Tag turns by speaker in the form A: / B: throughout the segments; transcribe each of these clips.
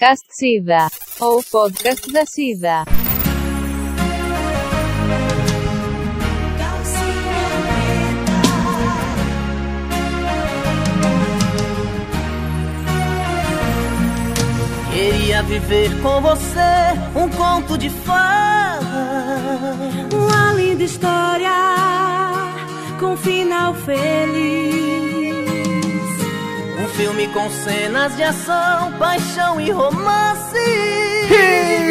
A: podcast SIDA. Ou podcast da SIDA.
B: Queria viver com você um conto de fadas.
C: Uma linda história com final feliz.
B: Um filme com cenas de ação, paixão e romance.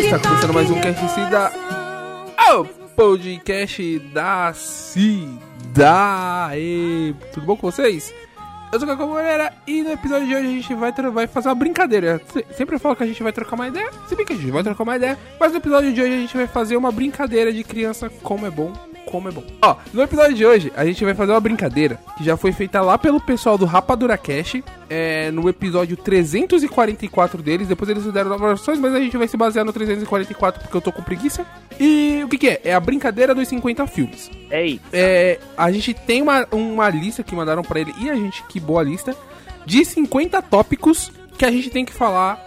D: Está começando mais um Cast Cida, o podcast da Cida. E, tudo bom com vocês? Eu sou o Cacau Moreira e no episódio de hoje a gente vai, tro- vai fazer uma brincadeira. Se- Sempre eu falo que a gente vai trocar uma ideia, se bem que a gente vai trocar uma ideia, mas no episódio de hoje a gente vai fazer uma brincadeira de criança como é bom, como é bom. Ó, no episódio de hoje a gente vai fazer uma brincadeira que já foi feita lá pelo pessoal do Rapadura Cash, é, no episódio 344 deles. Depois eles fizeram novas versões, mas a gente vai se basear no 344 porque eu tô com preguiça. E o que que é? É a brincadeira dos 50 filmes.
E: Ei,
D: É, a gente tem uma, uma lista que mandaram pra ele, e a gente que boa lista, de 50 tópicos que a gente tem que falar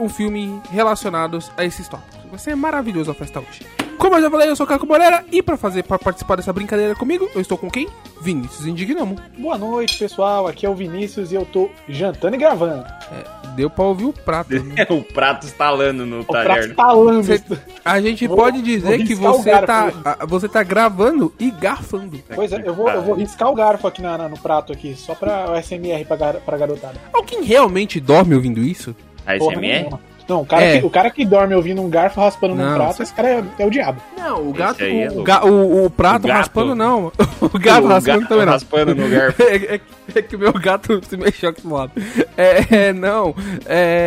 D: um filme relacionados a esses tópicos. Vai ser maravilhoso a festa hoje. Como eu já falei, eu sou o Caco Moreira, e pra, fazer, pra participar dessa brincadeira comigo, eu estou com quem? Vinícius Indignamo.
F: Boa noite, pessoal. Aqui é o Vinícius e eu tô jantando e gravando.
D: Deu pra ouvir o prato. né?
E: o prato estalando no
B: Tá
F: O prato
E: talher.
F: falando.
D: Cê- A gente
F: Vou-
D: pode dizer
F: vou
D: que
F: riscar o
D: você
F: garfo
D: tá,
F: hoje.
D: a- você tá gravando e garfando.
F: Pois é, eu vou, eu vou riscar o garfo aqui na, na- no prato aqui, só pra o SMR pra, gar, pra garotada.
D: Alguém realmente dorme ouvindo isso?
E: Aí
F: Porra
E: ASMR?
F: nenhuma. Não, o cara,
D: É.
F: que, o cara que dorme ouvindo um garfo raspando
D: Não,
F: num prato, esse cara é, é o diabo.
D: Não, o gato.
E: aí é
D: o,
E: louco.
D: ga- o- o prato
E: O gato.
D: raspando não. O gato
E: O
D: raspando
E: gato
D: também não.
E: raspando no garfo.
D: É, é- é que o meu gato se mexeu aqui do lado. É, é, não.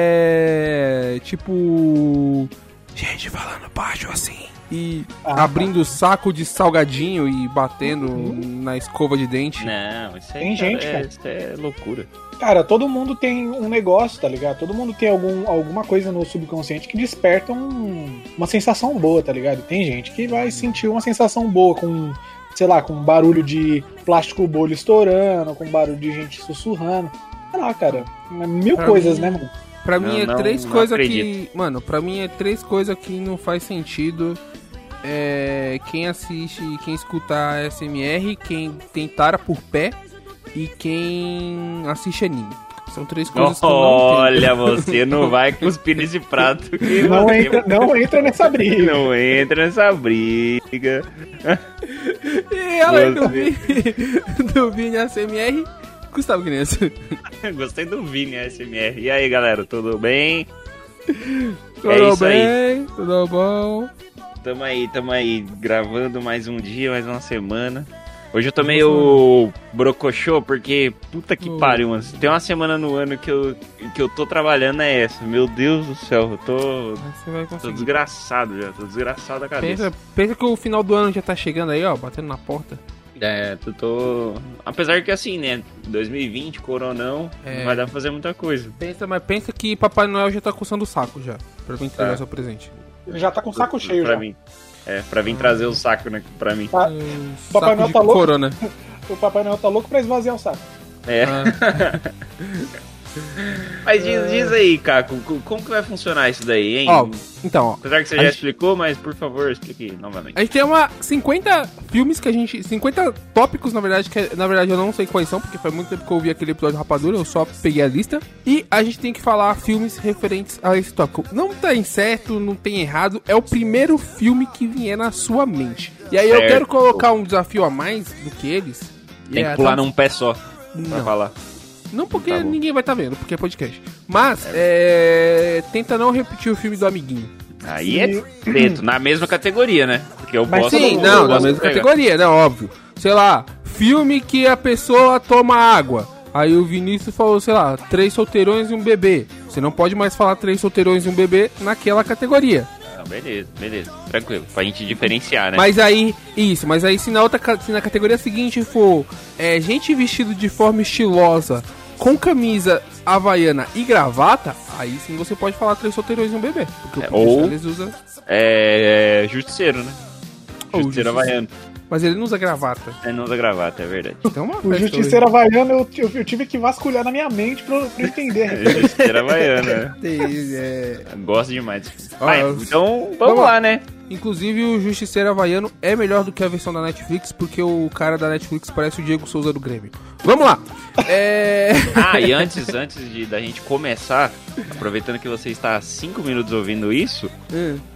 D: É. Tipo. Gente falando baixo assim. E
F: Ah,
D: abrindo o saco de salgadinho e batendo na escova de dente.
E: Não, isso aí
F: Tem
E: cara,
F: gente,
E: é,
F: cara.
E: isso é loucura.
F: Cara, todo mundo tem um negócio, tá ligado? Todo mundo tem algum, alguma coisa no subconsciente que desperta um- uma sensação boa, tá ligado? Tem gente que vai sentir uma sensação boa com, sei lá, com barulho de plástico bolho estourando, com barulho de gente sussurrando. Sei lá, cara. Mil
D: Pra
F: coisas,
D: mim-
F: né, mano?
D: Pra mim
E: Não,
D: é
E: não-
D: três
E: não
D: coisas que. Mano, pra mim é três coisas que não faz sentido. É, quem assiste, quem escutar SMR, quem tem tara por pé e quem assiste anime. São três coisas que eu não entendo.
E: Olha, você não vai cuspir nesse prato que
F: Não
E: você
F: entra, não entra nessa briga.
E: não entra nessa briga.
D: E além do
E: Você-
D: Vini, do Vini SMR, Gustavo Guinness.
E: É Gostei do Vini ASMR. E aí, galera, tudo bem?
D: Tudo
E: isso
D: bem?
E: aí.
D: Tudo bom?
E: Tamo aí, tamo aí, gravando mais um dia, mais uma semana. Hoje eu tô meio brocochô, porque puta que
D: Oh.
E: pariu, mano. Se Tem uma semana no ano que eu, que eu tô trabalhando é essa. Meu Deus do céu, eu tô,
D: Você vai
E: tô
D: conseguir.
E: desgraçado já, tô desgraçado da cabeça.
D: Pensa, pensa que o final do ano já tá chegando aí, ó, batendo na porta.
E: É, eu tô. Apesar que assim, né? 2020, coronão,
D: É.
E: não vai dar pra fazer muita coisa.
D: Pensa, mas pensa que Papai Noel já tá coçando o saco já. Pra vir entregar
E: Tá.
D: seu presente.
F: Ele já tá com o saco cheio
E: pra
F: já.
E: mim. É, pra vir trazer o saco, né? Pra mim.
F: Tá-
D: O
F: Papai
D: Um saco
F: Noel
D: de né?
F: tá louco?
D: corona.
F: O Papai Noel tá louco pra esvaziar o saco.
E: É.
D: Ah,
E: Mas diz, diz aí, Caco, co- como que vai funcionar isso daí, hein?
D: ó, então, ó.
E: Apesar que você
D: A
E: já
D: gente- É,
E: explicou, mas por favor, explique novamente.
D: A gente tem uma 50 filmes que a gente. 50 tópicos, na verdade, que é, na verdade eu não sei quais são, porque faz muito tempo que eu ouvi aquele episódio do Rapadura, eu só peguei a lista. E a gente tem que falar filmes referentes a esse tópico. Não tem certo, não tem errado, é o primeiro filme que vier na sua mente. E aí eu
E: Certo.
D: quero colocar um desafio a mais do que eles.
E: Tem
D: É,
E: que pular
D: tá-
E: num pé só pra
D: Não.
E: falar.
D: Não porque
E: Tá bom.
D: ninguém vai estar tá vendo, porque é podcast. Mas, é, tenta não repetir o filme do amiguinho.
E: Aí é preto, na mesma categoria, né? Porque eu
F: Mas
E: posso.
F: sim,
E: eu
D: Assim, não,
E: posso
D: da mesma
E: pegar.
D: categoria, né? Óbvio. Sei lá, filme que a pessoa toma água. Aí o Vinícius falou, sei lá, três solteirões e um bebê. Você não pode mais falar três solteirões e um bebê naquela categoria.
E: Ah, beleza, beleza. Tranquilo. Pra gente diferenciar, né?
D: Mas aí, isso, mas aí se na outra ca- se na categoria seguinte for é, gente vestida de forma estilosa, com camisa havaiana e gravata, aí sim você pode falar três solteirões e um bebê. Porque o
E: É,
D: Peter
E: ou-
D: Sellers usa.
E: É. é, Justiceiro, né?
D: Ou
E: Justiceiro
D: justiceiro.
E: havaiano.
D: Mas ele não usa gravata.
E: Ele não usa gravata, é verdade.
D: Então, é uma
F: O
D: festa
F: Justiceiro Havaiano, eu, eu- eu tive que vasculhar na minha mente pra, eu- pra eu
E: É
F: entender.
E: Justiceira Havaiana.
D: hoje. É,
E: né? Gosto demais desse filme.
D: Ah,
E: Ah,
D: eu-
E: então, vamos,
D: vamos
E: lá,
D: lá.
E: né?
D: Inclusive, o Justiceiro Havaiano é melhor do que a versão da Netflix, porque o cara da Netflix parece o Diego Souza do Grêmio. Vamos lá! É.
E: Ah, e antes, antes de, da gente começar, aproveitando que você está há 5 minutos ouvindo isso,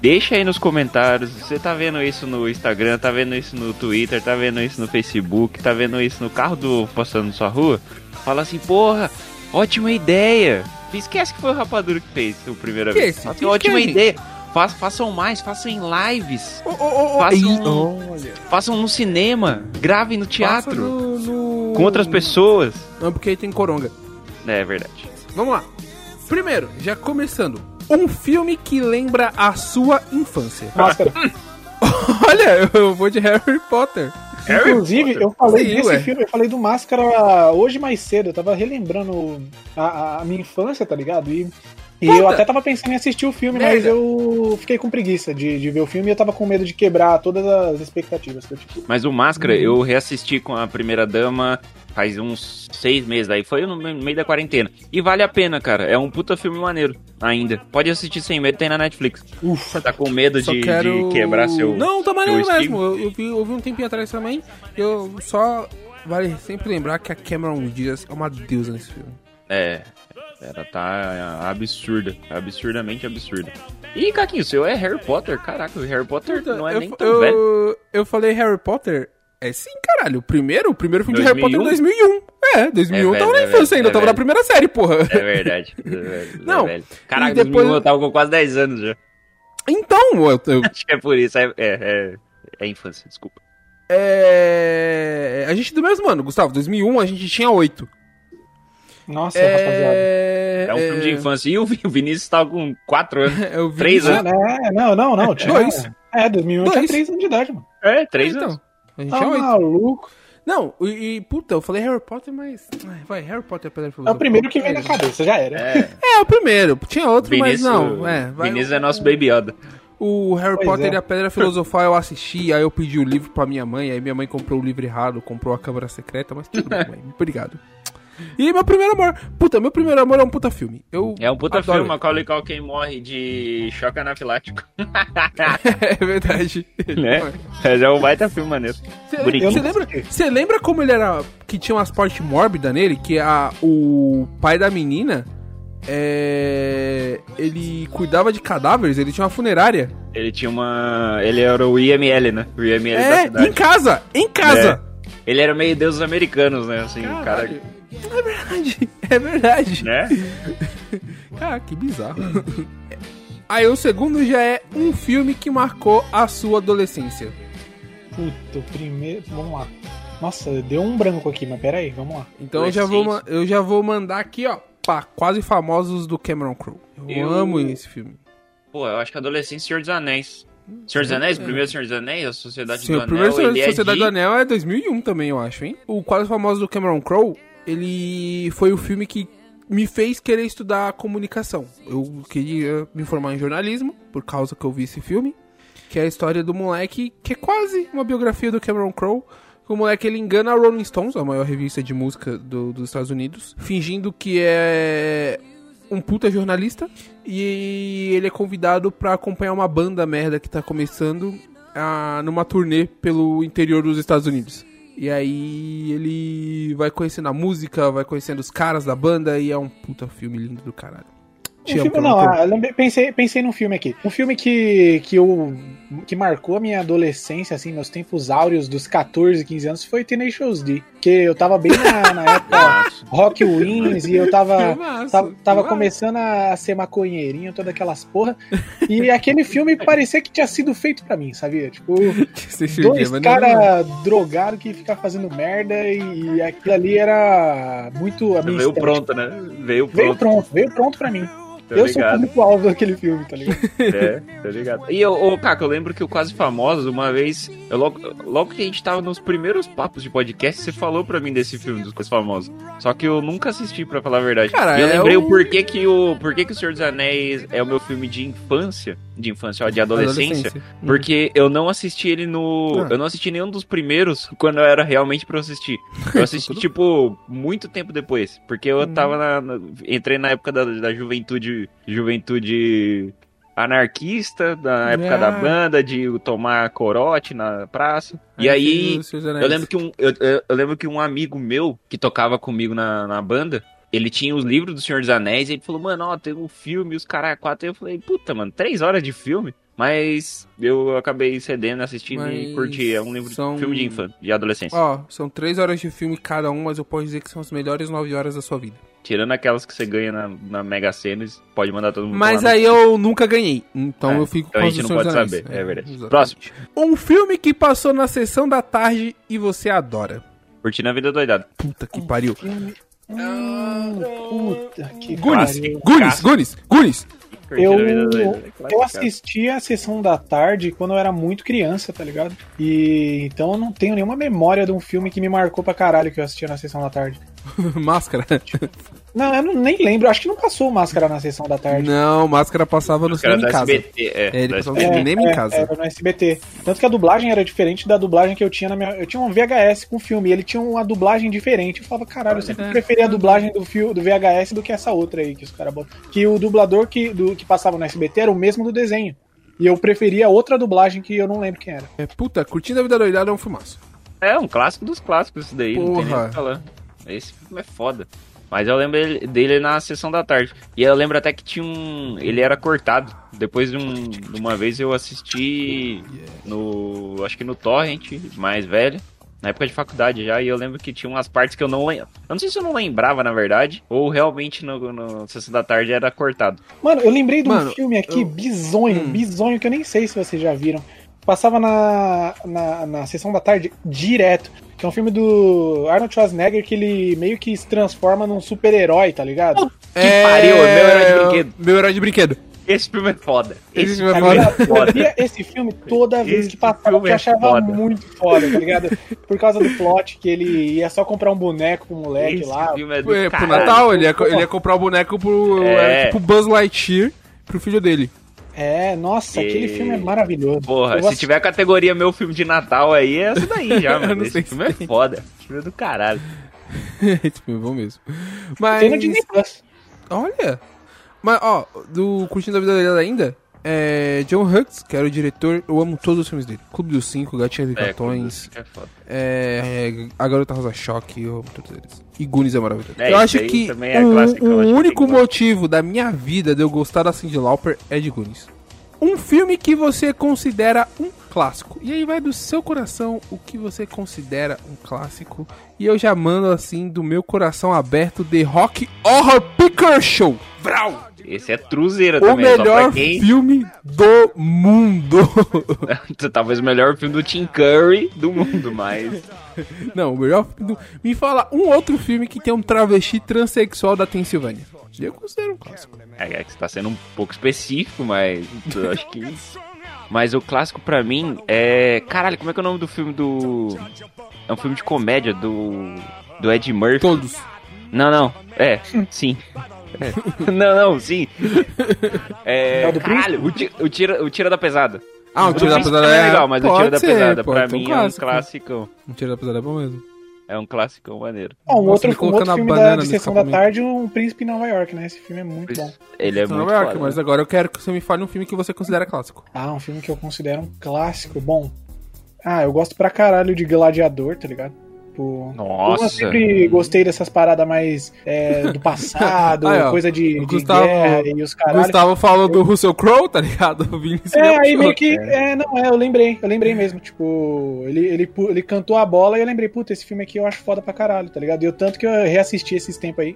E: deixa aí nos comentários. Você tá vendo isso no Instagram, tá vendo isso no Twitter, tá vendo isso no Facebook, tá vendo isso no carro do passando na sua rua? Fala assim, porra, ótima ideia. Esquece que foi o Rapadura que fez o primeiro
D: Esquece,
E: vez. Fala assim, ótima
D: esquece.
E: ideia. Fa- façam mais, façam em lives,
D: Ô, ô, ô, ô,
E: Faça um-
D: ih, olha.
E: façam no cinema, gravem no
D: Passa
E: teatro,
D: no- no-
E: com outras pessoas.
D: Não, porque aí tem coronga.
E: É verdade.
D: Vamos lá. Primeiro, já começando. Um filme que lembra a sua infância.
F: Máscara.
D: Olha, eu vou de Harry Potter.
F: Inclusive, eu falei
D: Sim,
F: desse
D: ué.
F: filme, eu falei do Máscara hoje mais cedo, eu tava relembrando a, a minha infância, tá ligado? E, e eu
D: Puta.
F: até tava pensando em assistir o filme, mas
D: Merda.
F: eu fiquei com preguiça de, de ver o filme e eu tava com medo de quebrar todas as expectativas que eu tipo, tinha.
E: Mas o Máscara
D: Uhum.
E: eu reassisti com a primeira dama faz uns seis meses, daí foi no me- meio da quarentena. E vale a pena, cara. É um puta filme maneiro ainda. Pode assistir sem medo, tem na Netflix. Ufa, tá com medo
D: Só
E: de,
D: quero.
E: de quebrar seu.
D: Não, tá maneiro
E: seu
D: mesmo. Eu, eu vi, eu vi um tempinho atrás também. Eu só. Vale sempre lembrar que a Cameron Diaz é uma deusa nesse filme.
E: É. Ela tá absurda. Absurdamente absurda. E, Caquinho, o seu é Harry Potter? Caraca, o Harry Potter não é
D: eu,
E: nem tão
D: eu,
E: velho.
D: eu falei Harry Potter. É sim, caralho. O primeiro, o primeiro filme de Harry Potter
E: 2001?
D: é 2001. É, 2001
E: É
D: tava na
E: velho, é
D: infância
E: velho,
D: ainda,
E: é
D: tava na
E: velho.
D: primeira série, porra.
E: É verdade. é verdade,
D: Não,
E: É velho. Caraca,
D: e depois-
E: eu tava com quase 10 anos já.
D: Então, eu- eu,
E: Acho que é por isso. É, é, é, é infância, desculpa.
D: É... A gente é do mesmo ano, Gustavo. 2001 a gente tinha 8.
F: Nossa, rapaziada.
D: É...
E: É um filme de infância. E o Vin- o Vinícius tava com 4 anos.
D: É, eu vi-
E: Três né? anos.
F: É, não, não, não. Tinha,
D: Dois.
F: É, 2001 eu tinha
D: Dois.
F: 3 anos de idade, mano.
E: É,
D: É,
E: 3 anos.
D: então. A gente
F: Tá
D: tinha 8.
F: maluco.
D: Não, e, e, puta, eu falei Harry Potter, mas. Ai, vai, Harry Potter é Pedra e
F: É
D: Filosofia.
F: o primeiro que vem na cabeça, já era.
E: É,
D: É, o primeiro. Tinha outro,
E: Vinícius,
D: mas não. É, vai-
E: Vinícius é nosso baby Yoda.
D: O Harry
F: Pois
D: Potter
F: é.
D: e a Pedra Filosofal eu assisti, aí eu pedi o livro pra minha mãe, aí minha mãe comprou o livro errado, comprou a Câmara Secreta, mas tudo bem, mãe. Obrigado. E meu primeiro amor. Puta, meu primeiro amor é um puta filme. Eu
E: É um puta
D: adoro.
E: filme, Macaulay Culkin morre de choque anafilático.
D: é verdade.
E: um- né? Mas é um baita filme maneiro. Bonitinho.
D: Você lembra, você lembra como ele era. Que tinha umas partes mórbidas nele? Que a, o pai da menina. É, ele cuidava de cadáveres, ele tinha uma funerária.
E: Ele tinha uma... Ele era o IML, né? O IML da
D: É, em
E: cidade.
D: casa! Em casa!
E: Ele era meio deus dos americanos, né? Assim, o É, cara...
D: Caralho. É verdade, é verdade.
E: Né?
D: Cara, que bizarro. Aí o segundo já é um filme que marcou a sua adolescência.
F: Puta, o primeiro. Vamos lá. Nossa, deu um branco aqui, mas peraí, vamos lá.
D: Então eu já, vou, ma- eu já vou mandar aqui, ó, pra Quase Famosos do Cameron Crowe. Eu,
E: Eu-
D: amo esse filme.
E: Pô, eu acho que adolescente Senhor dos Anéis. Senhor dos Anéis? O primeiro Senhor dos Anéis? A Sociedade
D: Sim,
E: do
D: o primeiro
E: Anel? ele
D: Sociedade,
E: é
D: Sociedade
E: de-
D: do Anel é 2001 também, eu acho, hein? O Quase Famoso do Cameron Crowe, ele foi o filme que me fez querer estudar comunicação. Eu queria me formar em jornalismo, por causa que eu vi esse filme, que é a história do moleque, que é quase uma biografia do Cameron Crowe. O moleque ele engana a Rolling Stones, a maior revista de música do- dos Estados Unidos, fingindo que é um puta jornalista e ele é convidado pra acompanhar uma banda merda que tá começando a, numa turnê pelo interior dos Estados Unidos. E aí ele vai conhecendo a música, vai conhecendo os caras da banda e é um puta filme lindo do caralho.
F: Um filme, não, ah, eu lembrei- pensei, pensei num filme aqui. Um filme que, que, eu, que marcou a minha adolescência, assim, meus tempos áureos dos 14, 15 anos, foi Tenacious D. Que eu tava bem na, na época
E: Nossa.
F: Rock Wins e eu tava,
D: Filmaço,
F: é, tava, tava
D: filmaço.
F: começando a ser maconheirinho, todas aquelas porra. E aquele filme parecia que tinha sido feito pra mim, sabia? Tipo,
D: é
F: dois caras drogados que ficam fazendo merda e, e aquilo ali era muito. A minha
E: Veio
F: estética.
E: pronto, né? Veio
F: Veio
E: pronto.
F: pronto, veio pronto pra mim.
E: tá
F: eu sou o
E: ligado?
F: público-alvo daquele filme, tá ligado?
E: É, tá ligado. E, eu, ô, Caco, eu lembro que o Quase Famoso, uma vez, eu logo, logo que a gente tava nos primeiros papos de podcast, você falou pra mim desse filme dos Quase Famosos. Só que eu nunca assisti, pra falar a verdade.
D: Cara,
E: e eu
D: é
E: lembrei
D: um-
E: o porquê que o porquê que o Senhor dos Anéis é o meu filme de infância. de infância, ó, de adolescência, porque eu não assisti ele no.
D: Ah.
E: Eu não assisti nenhum dos primeiros quando eu era realmente pra eu assistir. Eu assisti, tipo, muito tempo depois. Porque eu
D: Uhum.
E: tava na. na- entrei na época da, da juventude. Juventude anarquista, da época
D: Ah.
E: da banda, de tomar corote na praça. E
D: Ah,
E: aí.
D: É
E: Eu lembro que um, eu, eu- eu lembro que um amigo meu que tocava comigo na, na banda, ele tinha os livros do Senhor dos Anéis e ele falou, mano, ó, tem um filme, os caras quatro. Aí eu falei, puta, mano, três horas de filme? Mas eu acabei cedendo, assistindo
D: Mas
E: e curti. É um livro
D: são-
E: de filme de infância, de adolescência.
D: Ó, são três horas de filme cada um, mas eu posso dizer que são as melhores nove horas da sua vida.
E: Tirando aquelas que você ganha na, na Mega Sena, pode mandar todo mundo.
D: Mas
E: tomar no-
D: aí eu nunca ganhei, então
E: É,
D: eu fico
E: então a
D: com
E: gente
D: os
E: não
D: Senhor
E: pode
D: dos Anéis.
E: saber, é verdade.
D: exatamente.
E: Próximo.
D: Um filme que passou na sessão da tarde e você adora.
E: Curtindo a vida doidada.
D: Puta que pariu.
F: Hum, Puta que
E: Goonies.
F: pariu.
D: Gunis, Gunis, Gunis.
E: Curtindo
F: Eu,
E: a vida doidada. Claro,
F: eu
E: cara.
F: assisti a sessão da tarde quando eu era muito criança, tá ligado? E então eu não tenho nenhuma memória de um filme que me marcou pra caralho que eu assistia na sessão da tarde.
D: Máscara.
F: Não, eu não- nem lembro, acho que não passou máscara na sessão da tarde.
D: Não, Máscara passava no
E: Os caras
D: cinema
E: da
D: em casa.
E: SBT. É,
D: É, ele
E: da
D: passava no
E: SBT.
D: cinema em casa.
F: Era no SBT. Tanto que a dublagem era diferente da dublagem que eu tinha na minha. Eu tinha um VHS com filme, e ele tinha uma dublagem diferente. Eu falava, caralho, eu sempre
D: É.
F: preferia a dublagem do fio do VHS do que essa outra aí que os caras botam. Que o dublador que, do, que passava no SBT era o mesmo do desenho. E eu preferia outra dublagem que eu não lembro quem era.
D: É, puta, Curtindo a Vida Doidada é um filmaço.
E: É, um clássico dos clássicos, isso daí, não tem nem o
D: Porra.
E: que falar. Esse filme é foda. Mas eu lembro ele- dele na sessão da tarde. E eu lembro até que tinha um. Ele era cortado. Depois de, um- de uma vez eu assisti no. Acho que no Torrent, mais velho. Na época de faculdade já, e eu lembro que tinha umas partes que eu não lembro. Eu não sei se eu não lembrava, na verdade, ou realmente no, no Sessão da Tarde era cortado.
F: Mano, eu lembrei de um
D: Mano,
F: filme aqui,
D: eu-
F: bizonho,
D: Hum.
F: bizonho, que eu nem sei se vocês já viram. Passava na, na, na sessão da tarde direto. Que é um filme do Arnold Schwarzenegger que ele meio que se transforma num super-herói, tá ligado?
D: Que
E: pariu, é meu herói de brinquedo.
D: Meu herói de brinquedo.
E: Esse filme é foda.
D: Esse filme é
F: Tá
D: foda.
F: ligado? Eu via esse filme toda vez
E: Esse
F: que passava,
E: filme
F: porque eu
E: é
F: achava
E: foda.
F: muito foda, tá ligado? Por causa do plot, que ele ia só comprar um boneco pro moleque
E: Esse
F: lá.
E: filme é do
D: É, pro
E: caralho.
D: Natal, ele ia, co- ele ia comprar o boneco pro,
E: É.
D: era tipo Buzz Lightyear pro filho dele.
F: É, nossa, aquele
E: E-
F: filme é maravilhoso.
E: Porra,
F: Eu vou
E: se tiver a categoria meu filme de Natal aí, é essa daí já,
D: Eu não
E: mano.
D: sei
E: Esse
D: se
E: filme é
D: tem.
E: foda. Esse filme é do caralho.
D: Esse filme é bom mesmo. Mas.
F: Tem no Disney Plus.
D: Olha! Mas, ó, do Curtindo a Vida Doidada ainda, é John Hughes, que era o diretor, eu amo todos os filmes dele. Clube dos Cinco, Gatinha de Cartões,
E: É, foda.
D: é, é, A Garota Rosa Choque, eu amo todos eles. E Goonies é maravilhoso.
E: É,
D: eu
E: isso
D: acho
E: aí
D: que
E: também é
D: o,
E: clássico, eu
D: o
E: acho que
D: único
E: tem que-
D: motivo da minha vida de eu gostar da Cindy Lauper é de Goonies. Um filme que você considera um clássico. E aí vai do seu coração o que você considera um clássico. E eu já mando assim, do meu coração aberto, The Rock Horror Picture Show. Vrau!
E: Esse é truzeira
D: O
E: também, só
D: melhor
E: pra quem.
D: filme do mundo.
E: Talvez o melhor filme do Tim Curry do mundo, mas.
D: Não, o melhor filme do... Me fala um outro filme que tem um travesti transexual da Pensilvânia. Eu considero um clássico.
E: É, é que você tá sendo um pouco específico, mas. Eu acho que. Mas o clássico pra mim é. Caralho, como é que é o nome do filme do. É um filme de comédia do. Do Ed Murphy.
D: Todos.
E: Não, não. É, sim. não, não, sim. É.
F: É o do Príncipe?
E: Caralho, o ti- o tira, o tira da pesada.
D: Ah, o Tiro da
E: Príncipe
D: Pesada
E: também
D: é
E: legal, mas o
D: pode
E: Tiro da
D: ser,
E: Pesada
D: pode
E: pra
D: ser um
E: mim
D: clássico.
E: é um clássico.
D: O Tiro da Pesada é bom mesmo.
E: É um clássico maneiro.
F: Ah, um
D: Nossa,
F: outro,
D: me
F: um
D: colocando
F: outro
D: a
F: filme da,
D: banana
F: de
D: no
F: Sessão da
D: escapamento.
F: Tarde, Um Príncipe em Nova York, né? Esse filme é muito bom.
E: Ele é
D: Não,
E: muito
D: Nova York,
E: foda.
D: Então, mas agora eu quero que você me fale um filme que você considera clássico.
F: Ah, um filme que eu considero um clássico. Bom, ah, eu gosto pra caralho de Gladiador, tá ligado? Tipo,
E: Nossa.
F: Eu sempre gostei dessas paradas mais é, do passado,
D: Aí, ó,
F: coisa de,
D: o
F: de
D: Gustavo-
F: guerra e os caralho.
D: Gustavo falou do Russell Crowe, tá ligado? O Vinícius
F: É,
D: Leopoldo.
F: aí meio que.
D: né?
F: É, não, é, eu lembrei, eu lembrei mesmo. Tipo, ele, ele, pu- ele cantou a bola e eu lembrei, puta, esse filme aqui eu acho foda pra caralho, tá ligado? E eu tanto que eu reassisti esses tempos aí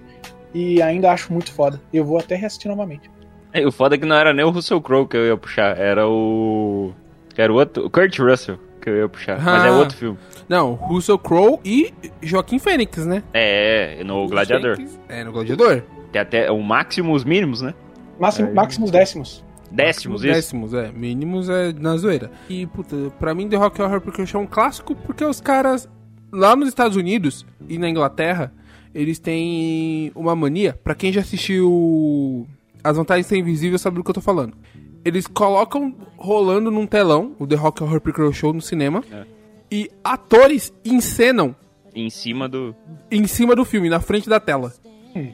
F: e ainda acho muito foda. Eu vou até reassistir novamente.
E: É, O foda é que não era nem o Russell Crowe que eu ia puxar, era o. Era o outro. O Kurt Russell que eu ia puxar. Mas é
D: Ah.
E: outro filme.
D: Não, Russell Crowe e Joaquim Fênix, né?
E: É, é, no Gladiador.
D: Fênix. É, no Gladiador.
E: Tem até o Maximus Minimus, né?
F: Máximo,
E: Aí.
F: Máximos Décimos.
E: Décimos, isso.
D: Décimos, é. Mínimos é na zoeira. E, puta, pra mim The Rock Horror Picture Show é um clássico porque os caras lá nos Estados Unidos e na Inglaterra, eles têm uma mania. Pra quem já assistiu As Vantagens de Ser Invisível sabe do que eu tô falando. Eles colocam rolando num telão o The Rock Horror Picture Show no cinema.
E: É.
D: E atores encenam
E: Em cima do.
D: em cima do filme, na frente da tela.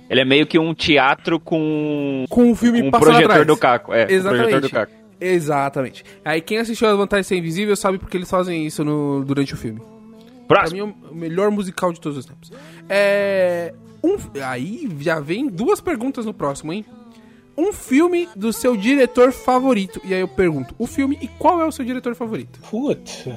E: Ele é meio que um teatro com.
D: Com o filme
E: com um
D: passando
E: projetor
D: atrás.
E: do caco. É, com um
D: Exatamente.
E: projetor do caco.
D: Exatamente. Aí quem assistiu As Vantagens de Ser Invisível sabe porque eles fazem isso no- durante o filme. Pra
E: Próximo.
D: mim, é o melhor musical de todos os tempos. É. Um, aí já vem duas perguntas no próximo, hein? Um filme do seu diretor favorito. E aí eu pergunto, o filme e qual é o seu diretor favorito?
F: Putz.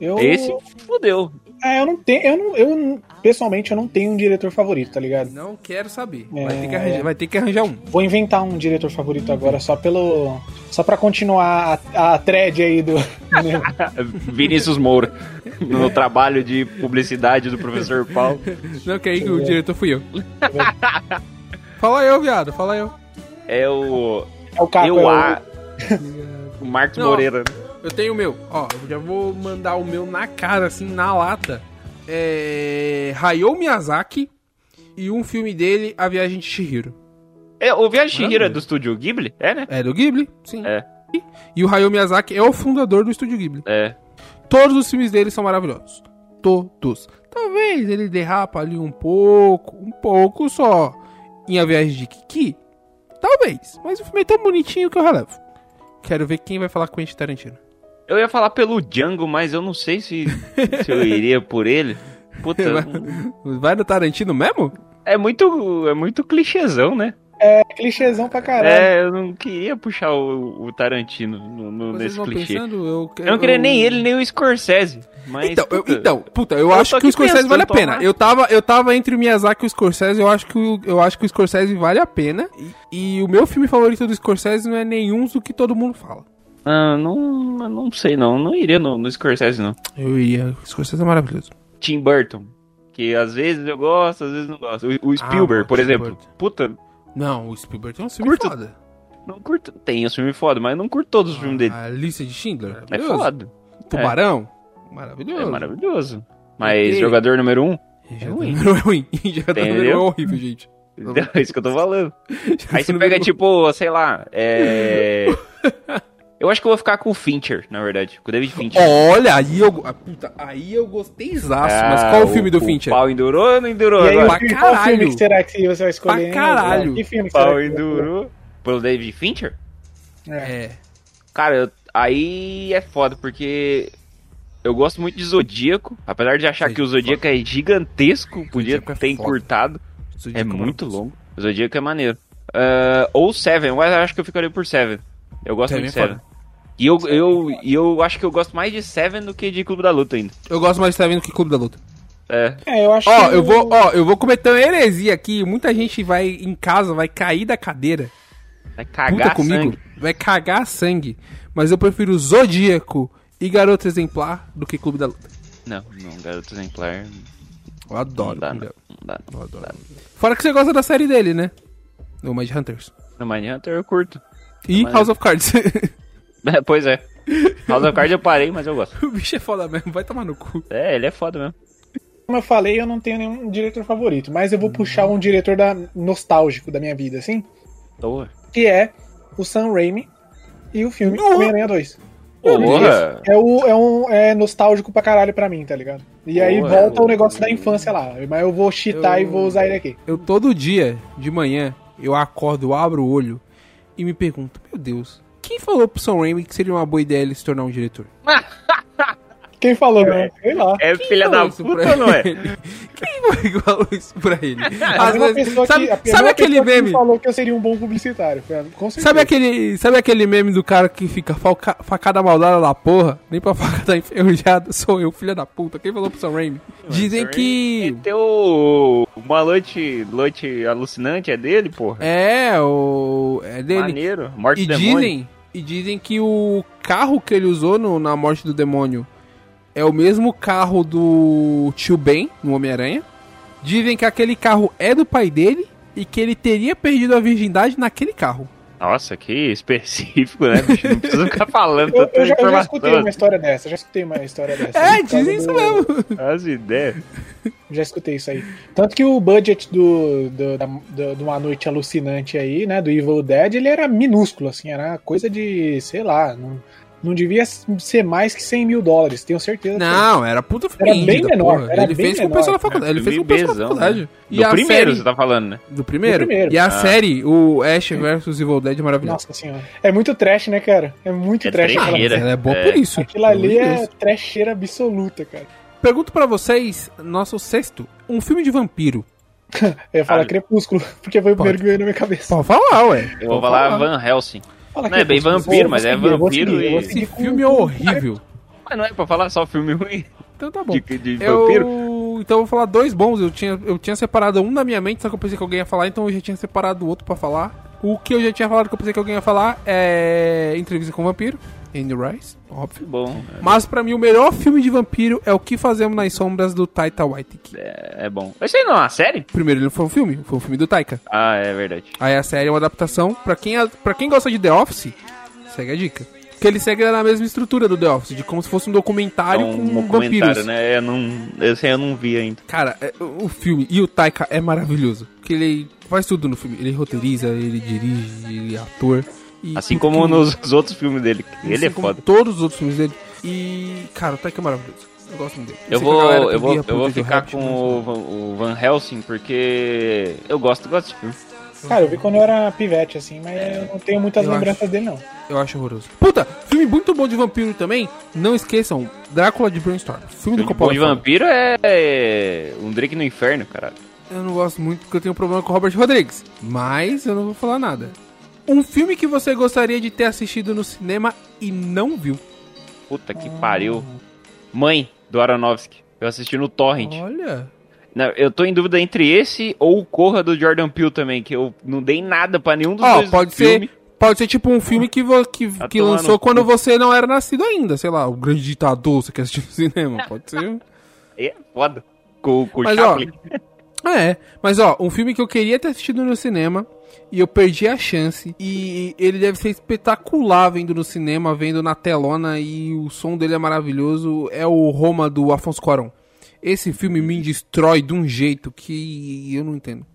F: Eu...
E: Esse fudeu.
F: É, eu não tenho. Eu, não, eu não- pessoalmente eu não tenho um diretor favorito, tá ligado?
D: Não quero saber.
F: É.
D: Vai, ter que arranjar, vai ter que arranjar um.
F: Vou inventar um diretor favorito agora só pelo. Só pra continuar a, a thread aí do. é
E: É, Vinícius Moura. No trabalho de publicidade do professor Paulo.
D: Não, que aí o diretor fui eu. fala eu, viado, fala eu.
E: É o.
F: É o Caco.
E: eu
F: é
E: a.
F: o-
E: O Marcos
D: Não.
E: Moreira.
D: Eu tenho o meu. Ó, eu já vou mandar o meu na cara, assim, na lata. É. Hayao Miyazaki e um filme dele, A Viagem de Shihiro.
E: É, o Viagem de Chihiro é
D: Maravilha.
E: do estúdio Ghibli? É, né?
D: É do Ghibli? Sim.
E: É.
D: E o Hayao Miyazaki é o fundador do estúdio Ghibli.
E: É.
D: Todos os filmes dele são maravilhosos. Todos. Talvez ele derrapa ali um pouco, um pouco só em A Viagem de Kiki. Talvez. Mas o filme é tão bonitinho que eu relevo. Quero ver quem vai falar com o Quentin Tarantino.
E: Eu ia falar pelo Django, mas eu não sei se, se eu iria por ele. Puta,
D: Vai no Tarantino mesmo?
E: é muito, é muito clichêzão, né?
F: é clichêzão pra caralho.
E: É, eu não queria puxar o, o Tarantino no- no-
D: Vocês
E: nesse
D: vão
E: clichê.
D: pensando? Eu,
E: Eu não queria nem ele, nem o Scorsese. Mas,
D: Então, eu,
E: puta,
D: então, puta, eu,
E: eu
D: acho
E: tô
D: que o
E: aqui
D: Scorsese
E: pensando,
D: vale a pena.
E: Tomás.
D: Eu tava, eu tava entre o Miyazaki e o Scorsese, eu acho que o, eu acho que o Scorsese vale a pena. E, e o meu filme favorito do Scorsese não é nenhum do que todo mundo fala.
E: ah, não, eu não sei não, não iria no, no Scorsese não.
D: Eu ia, o Scorsese é maravilhoso.
E: Tim Burton, que às vezes eu gosto, às vezes não gosto. O, o Spielberg,
D: Ah,
E: por
D: Tim
E: exemplo.
D: Burton.
E: Puta,
D: Não, o Spielberg é um filme
E: Curto-
D: foda.
E: não curto, tem os filmes foda, mas não curto todos os filmes dele.
D: A lista de Schindler,
E: É
D: maravilhoso.
E: foda,
D: Tubarão, maravilhoso.
E: é maravilhoso. Mas
D: Porque-
E: jogador número um,
D: Já
E: É ruim.
D: número é ruim. Já número
E: Entendeu?
D: é horrível, gente.
E: Então, é isso que eu tô falando. Aí você
D: número
E: pega,
D: um.
E: tipo, sei lá, é... Eu acho que eu vou ficar com o Fincher, na verdade. Com o David Fincher.
D: Olha, aí eu, ah, puta, aí eu gostei zaço, mas qual o filme do Fincher?
E: Ah, O pau endurou não endurou?
F: E aí,
E: Agora,
F: o
D: pra
F: filme, qual
D: caralho.
F: filme que será que você vai escolher? hein,
D: caralho.
F: Eduardo? Que filme
E: o
F: que será
E: pau
F: que você vai escolher?
E: endurou pelo David Fincher?
D: É.
E: Cara, eu- aí é foda, porque eu gosto muito de Zodíaco. Apesar de achar
D: Sim,
E: que o Zodíaco é gigantesco, podia
D: Zodíaco é
E: ter
D: foda.
E: encurtado.
D: isso de
E: É
D: camarão.
E: muito longo. O Zodíaco é maneiro. Ah, ou Seven, mas eu acho que eu ficaria por Seven. Eu gosto
D: Seven
E: muito de
D: é
E: Seven. E eu, eu, e eu acho que eu gosto mais de Seven do que de Clube da Luta ainda.
D: Eu gosto mais de estar vendo que Clube da Luta.
E: É.
F: É, eu acho
D: Ó,
F: que
D: eu vou, ó, eu vou cometer uma heresia aqui. Muita gente vai em casa, vai cair da cadeira.
E: Vai
D: Puta
E: é cagar
D: comigo.
E: sangue.
D: Vai cagar sangue. Mas eu prefiro Zodíaco e Garoto Exemplar do que Clube da Luta.
E: Não, não, garoto exemplar.
D: Eu adoro.
E: não dá,
D: Clube
E: não.
D: da-
E: Não dá.
D: Eu adoro. Fora que você gosta da série dele, né? Do Mind Hunters.
E: No Manhunter eu curto.
D: E
E: Mas-
D: House of Cards.
E: É, pois é. House of Cards eu parei, mas eu gosto.
D: o bicho é foda mesmo, vai tomar no cu.
E: É, ele é foda mesmo.
F: como eu falei, eu não tenho nenhum diretor favorito, mas eu vou puxar um diretor da, nostálgico da minha vida, assim,
E: Porra.
F: que é o Sam Raimi e o filme
D: Porra!
F: Homem-Aranha 2.
E: Porra.
F: É, o, é um é nostálgico pra caralho pra mim, tá ligado? E aí
E: Porra,
F: volta
E: eu-
F: o negócio da infância lá, mas eu vou cheatar
D: Eu-
F: e vou usar ele aqui.
D: Eu todo dia, de manhã, eu acordo, eu abro o olho e me pergunto, meu Deus, quem falou pro Sam Raimi que seria uma boa ideia ele se tornar um diretor?
F: Quem falou, né? Sei lá.
E: É filha da
D: falou isso pra
E: puta, não é?
D: ele? Quem foi- falou isso pra ele?
F: A
D: Às
F: mesma
D: vezes-
F: pessoa
D: sabe
F: que, a mesma
D: sabe aquele
E: tá
F: pessoa que
D: meme?
F: falou que eu seria um bom publicitário. foi- Com certeza.
D: Sabe aquele, sabe aquele meme do cara que fica falca- facada maldada da porra? Nem pra facada enferrujada, sou eu, filha da puta. Quem falou pro Sam Raimi? Dizem
E: Sam
D: que.
E: Tem o. Uma noite, noite alucinante é dele, porra.
D: É, o. É dele.
E: Maneiro. Morte
D: E
E: do demônio.
D: dizem, e dizem que o carro que ele usou no- na morte do demônio é o mesmo carro do tio Ben, no Homem-Aranha. Dizem que aquele carro é do pai dele e que ele teria perdido a virgindade naquele carro.
E: Nossa, que específico, né, bicho? Não precisa ficar falando
F: Eu,
E: tanta
F: eu já, eu já escutei
E: informação.
F: uma história dessa, já escutei uma história dessa.
D: É,
F: Por causa
D: dizem isso
F: do-
D: mesmo.
E: As ideias.
F: Já escutei isso aí. Tanto que o budget do, do, da, do- de Uma Noite Alucinante aí, né, do Evil Dead, ele era minúsculo, assim, era coisa de, sei lá, não, não devia ser mais que 100 mil dólares, tenho certeza.
D: Não, era puta filme
F: Era bem
D: da
F: menor, era
D: ele
F: bem
D: fez com o
F: menor.
D: pessoal da faculdade. Ele
E: Filme
D: fez com o pessoal da
E: Bzão,
D: faculdade.
E: né?
D: E
E: Do
D: a
E: primeiro,
D: série-
E: você tá falando, né?
D: Do primeiro?
F: Do primeiro.
D: E a
E: Ah.
D: série, o Ash vs Evil Dead é
F: que-
D: maravilhosa.
F: Nossa senhora. É muito trash, né, cara? É muito
E: É
F: trash. aquela-
E: trecheira.
D: Ela é boa
E: É.
D: por isso.
F: Aquilo ali
D: Pelo amor de
F: é
D: Deus.
F: trecheira absoluta, cara.
D: Pergunto pra vocês, nosso sexto, um filme de vampiro.
F: Eu ia falar
E: Ah,
F: Crepúsculo, porque foi o
D: pode.
F: primeiro que veio na minha cabeça.
D: Pode falar, ué.
E: Eu vou falar Van Helsing.
F: Fala
E: Não, é bem
F: Crepúsculo,
E: vampiro,
F: vou-
E: mas
F: vou
E: é
F: seguir, eu vou
E: vampiro
F: seguir, eu vou
E: e-
F: seguir
D: Esse
F: com-
D: filme é
F: com-
D: horrível.
E: Mas não é pra falar só filme ruim
D: Então tá bom.
E: de, de vampiro?
D: Eu... Então eu vou falar dois bons. Eu tinha, eu tinha separado um na minha mente, só que eu pensei que alguém ia falar, então eu já tinha separado o outro pra falar. O que eu já tinha falado que eu pensei que alguém ia falar é Entrevista com o Vampiro, Andy Rice, óbvio.
E: Bom,
D: Mas pra mim o melhor filme de vampiro é O Que Fazemos nas Sombras do Taika Waititi.
E: é, é bom. Eu sei não, a série?
D: Primeiro ele não foi um filme, foi um filme do Taika.
E: Ah, é verdade.
D: Aí a série é uma adaptação. Pra quem, é, pra quem gosta de The Office, segue a dica. Que ele segue na mesma estrutura do The Office, de como se fosse um
E: É
D: documentário
E: um
D: com
E: documentário,
D: vampiros.
E: né? Eu não, eu sei, eu não vi ainda.
D: Cara, é- o filme e o Taika é maravilhoso. Porque ele faz tudo no filme. Ele roteiriza, ele dirige, ele é ator. E
E: Assim
D: tudo
E: como
D: que-
E: nos os outros filmes dele. Ele é
D: assim como
E: foda.
D: Todos os outros filmes dele. E, cara, o Taika é maravilhoso. Eu gosto muito dele.
E: Eu
D: sei assim que a galera
E: vou,
D: tem
E: eu vou,
D: birra
E: eu vou
D: puta né? do
E: ficar
D: Hobbit,
E: com
D: mas-
E: o, Van- o Van Helsing porque eu gosto, gosto de filme.
F: Cara, eu vi quando eu era pivete, assim, mas eu não tenho muitas
D: Eu
F: lembranças
D: acho.
F: dele, não.
D: Eu acho horroroso. Puta, filme muito bom de vampiro também. Não esqueçam, Drácula de Brainstorm. Filme, do
E: Filme bom
D: Coppola.
E: de
D: foda.
E: vampiro é é um Drake no inferno, caralho.
D: Eu não gosto muito porque eu tenho problema com o Robert Rodrigues. Mas eu não vou falar nada. Um filme que você gostaria de ter assistido no cinema e não viu.
E: Puta que pariu. Mãe do Aronofsky. Eu assisti no Torrent.
D: Olha.
E: Não, eu tô em dúvida entre esse ou o Corra do Jordan Peele também, que eu não dei nada pra nenhum um dos
D: Ó,
E: dois
D: pode
E: filmes.
D: ser. Pode ser tipo um filme que, vo- que,
E: Tá
D: que
E: tomando
D: lançou
E: cu.
D: quando você não era nascido ainda. Sei lá, o grande ditador, você quer assistir no cinema. Pode ser.
E: É foda. Com, com o
D: Mas,
E: Chaplin.
D: Ah, é. Mas ó, um filme que eu queria ter assistido no cinema e eu perdi a chance. E ele deve ser espetacular vendo no cinema, vendo na telona e o som dele é maravilhoso. É o Roma do Afonso Cuarón. Esse filme me destrói de um jeito que eu não entendo.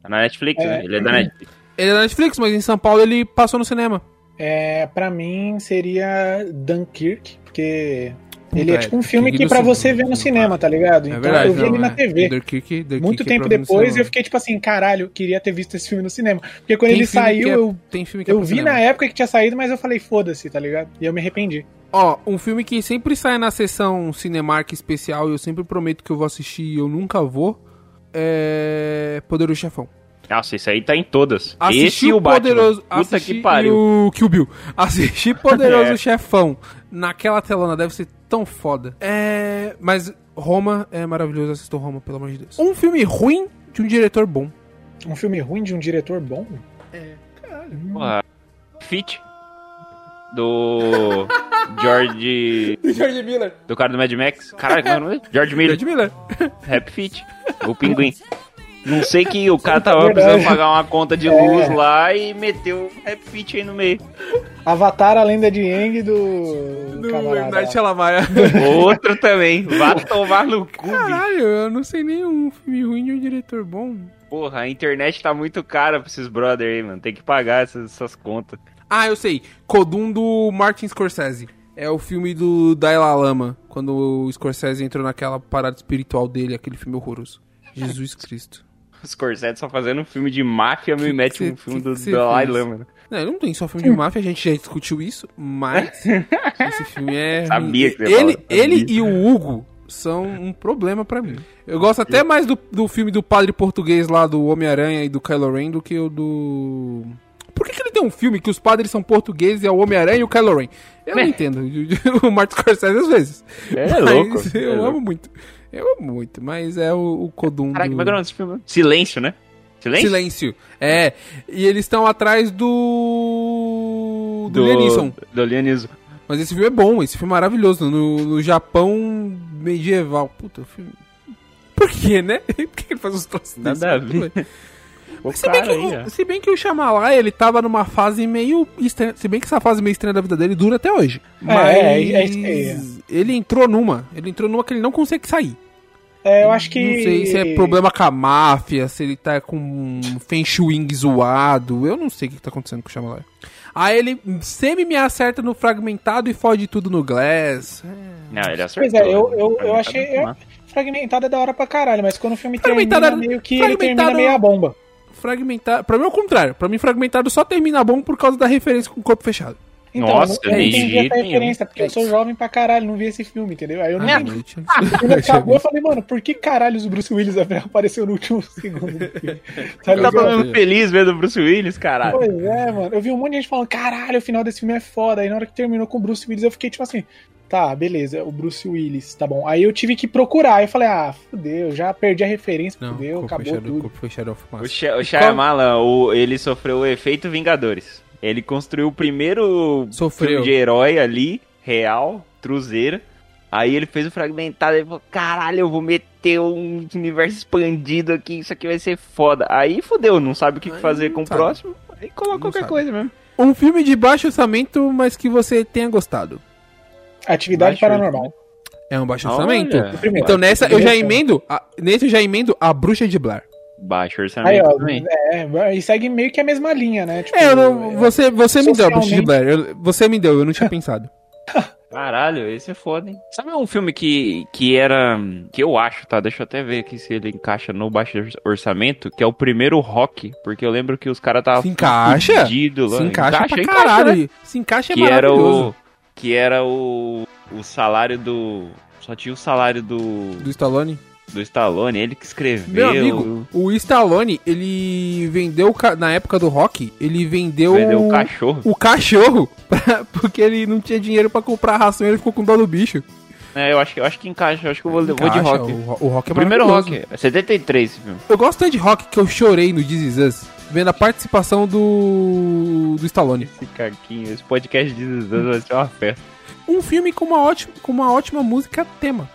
E: Tá na Netflix, né? Ele é da Netflix.
D: Ele é da Netflix, mas em São Paulo ele passou no cinema.
F: É, pra mim seria Dunkirk, porque
D: Puta,
F: ele é
D: é,
F: tipo um
D: tem
F: filme
D: que ir
F: que
D: no
F: pra
D: cinema,
F: você ver
D: né,
F: no cinema, tá ligado? Então eu vi
D: não,
F: ele na
D: é.
F: TV.
D: Dunkirk- Dunkirk
F: Muito
D: é
F: tempo
D: pra ver no
F: depois
D: cinema.
F: eu fiquei tipo assim, caralho, queria ter visto esse filme no cinema. Porque quando
D: Tem
F: ele
D: filme
F: saiu,
D: que é-
F: eu,
D: tem filme que é
F: eu
D: pra
F: vi
D: cinema.
F: na época que tinha saído, mas eu falei, foda-se, tá ligado? E eu me arrependi.
D: Ó, um filme que sempre sai na sessão Cinemark especial e eu sempre prometo que eu vou assistir e eu nunca vou é. Poderoso Chefão.
E: Nossa, isso aí tá em todas. esse
D: Assisti
E: e o Batman.
D: Poderoso.
E: Puta
D: assisti
E: que pariu.
D: e o Kill Bill. Assisti Poderoso
E: É.
D: Chefão naquela telona, deve ser tão foda. É. Mas Roma é maravilhoso, assistam Roma, pelo amor de Deus. Um filme ruim de um diretor bom.
F: Um filme ruim de um diretor bom?
E: Porra. Fit. Do. George.
D: George Miller.
E: Do cara do Mad Max. Caralho, como é o nome dele? George Miller.
D: George Miller.
E: Rap Fit. O pinguim. Não sei que o cara tava
F: Verdade.
E: precisando pagar uma conta de luz lá e meteu o Rap Fit aí no meio.
F: Avatar, a lenda de Yang do.
D: Do
F: camarada
D: M.
F: lá.
D: Night Shyamalan.
E: Outro também. Vá tomar no cu, bicho.
D: Caralho, eu não sei nenhum filme ruim de um diretor bom.
E: Porra, a internet tá muito cara pra esses brother aí, mano. Tem que pagar essas, essas contas.
D: Ah, eu sei. Codum do Martin Scorsese. É o filme do Dalai Lama, quando o Scorsese entrou naquela parada espiritual dele, aquele filme horroroso. Jesus Cristo.
E: Os Corsets só fazendo um filme de máfia me
D: Que
E: mete
D: que
E: um
D: cê-
E: filme
D: que
E: do
D: que cê
E: Dalai
D: fez?
E: Lama. né?
D: Não, ele não tem só filme de máfia, a gente já discutiu isso, mas esse filme é.
E: Sabia que você ia
D: ele
E: falar, sabia.
D: ele e o Hugo são um problema pra mim. Eu gosto até mais do, do filme do padre português lá do Homem-Aranha e do Kylo Ren do que o do. Por que, que ele tem um filme que os padres são portugueses e é o Homem-Aranha e o Kylo Ren? Eu não entendo. O Martin Scorsese às vezes.
E: É
D: Mas
E: louco, é
D: Eu amo
E: louco.
D: muito. Eu amo muito, mas é o, o Codum.
E: Caraca,
D: do-
E: como é que é o nome desse filme? Silêncio, né? Silêncio?
D: Silêncio. É. E eles estão atrás do. Do, Lianisson.
E: Do Lianisson.
D: Mas esse filme é bom, esse filme é maravilhoso. No, no Japão medieval. Puta, o filme. Por quê, né? Por que ele faz uns troços
E: Nada
D: desses?
E: a ver.
D: Mas
E: O
D: Se bem,
E: cara
D: que,
E: aí, ó.
D: o, se bem que o Shyamalan, ele tava numa fase meio estranha. Se bem que essa fase meio estranha da vida dele dura até hoje.
F: É, é, é isso aí, é.
D: Ele entrou numa. Ele entrou numa que ele não consegue sair.
F: É, eu acho que.
D: Não sei se é problema com a máfia, se ele tá com um Feng Shui zoado. Eu não sei o que tá acontecendo com o Shyamalan. Aí ele sempre me acerta no fragmentado e fode tudo no Glass.
E: Não, ele acertou.
F: Pois é, eu,
E: né?
F: eu,
E: Pra
F: eu
E: mim,
F: achei.
E: tá muito
F: eu-
E: massa.
F: Fragmentado é da hora pra caralho, mas quando o filme
D: Fragmentado
F: termina,
D: é-
F: meio que ele termina
D: fragmentado-
F: meio a bomba.
D: Fragmentado. Pra mim é o contrário. Pra mim, fragmentado só termina bom por causa da referência com o corpo fechado.
F: Então,
E: Nossa,
F: eu não, eu não
E: de
F: entendi
E: jeito
F: essa referência, porque eu
D: É
F: sou
D: isso.
F: jovem pra caralho, não vi esse filme, entendeu? Aí eu não
D: Ah,
F: entendi.
D: eu tinha-
F: Quando acabou, eu falei, mano, por que caralho o Bruce Willis apareceu no último segundo? do filme? Tá
E: Eu tava
F: ligado?
E: mesmo feliz vendo o Bruce Willis, caralho.
F: Pois é, mano. Eu vi um monte de gente falando, caralho, o final desse filme é foda. Aí na hora que terminou com o Bruce Willis, eu fiquei tipo assim, tá, beleza, o Bruce Willis, tá bom. Aí eu tive que procurar. Aí eu falei, ah, fudeu, já perdi a referência,
D: Não,
F: fudeu,
D: corpo
F: acabou
D: fechado,
F: tudo.
D: corpo fechado é o
E: O,
D: fumaça.
E: Shy- o Shyamalan, o- ele sofreu o efeito Vingadores. Ele construiu o primeiro filme
D: Sofreu.
E: de herói ali, real, truzeira. Aí ele fez o fragmentado e falou: caralho, eu vou meter um universo expandido aqui, isso aqui vai ser foda. Aí fodeu, não sabe o que
D: Aí
E: fazer com
D: não
E: o
D: sabe.
E: próximo, aí coloca
D: Não
E: qualquer
D: sabe.
E: coisa mesmo.
D: Um filme de baixo orçamento, mas que você tenha gostado.
F: Atividade
E: Baixo
F: paranormal.
D: É um baixo orçamento?
E: Olha,
F: Primeiro.
D: Então nessa eu já
F: Beleza.
D: emendo, a, nesse eu já emendo a bruxa de Blair.
E: Baixo
F: Aí,
E: orçamento
F: ó,
E: também.
F: é, e segue meio que a mesma linha, né? Tipo,
D: É, eu não, você, você me deu a bruxa de
F: Socialmente.
D: Blair. eu- você me deu, eu não tinha pensado.
E: Caralho, esse é foda, hein? Sabe um filme que, que era. que eu acho, tá? Deixa eu até ver aqui se ele encaixa no baixo orçamento, que é o primeiro rock, porque eu lembro que os caras estavam.
D: Se encaixa?
E: fudido lá.
D: Se encaixa, pra
E: Ah, encaixa,
D: caralho.
E: né?
D: Se encaixa é
E: Que era
D: maravilhoso.
E: o. Que era o. O salário do. Só tinha o salário do.
D: Do Stallone.
E: Do Stallone, ele que escreveu.
D: Meu amigo, o Stallone, ele vendeu, o ca- na época do rock, ele vendeu,
E: Vendeu o cachorro.
D: o cachorro pra- porque ele não tinha dinheiro pra comprar ração e ele ficou com dó do bicho.
E: É, eu acho, que- eu acho que encaixa, eu acho que eu vou, eu vou de
D: Encaixa,
E: rock.
D: O, ro- o rock é
E: O primeiro
D: maravilhoso.
E: rock, é 73 esse filme.
D: Eu gosto tanto de rock que eu chorei no This Is Us, vendo a participação do, do Stallone.
E: Esse caquinho, esse podcast de Jesus vai ser uma festa.
D: Um filme com uma ótima, com uma ótima música tema.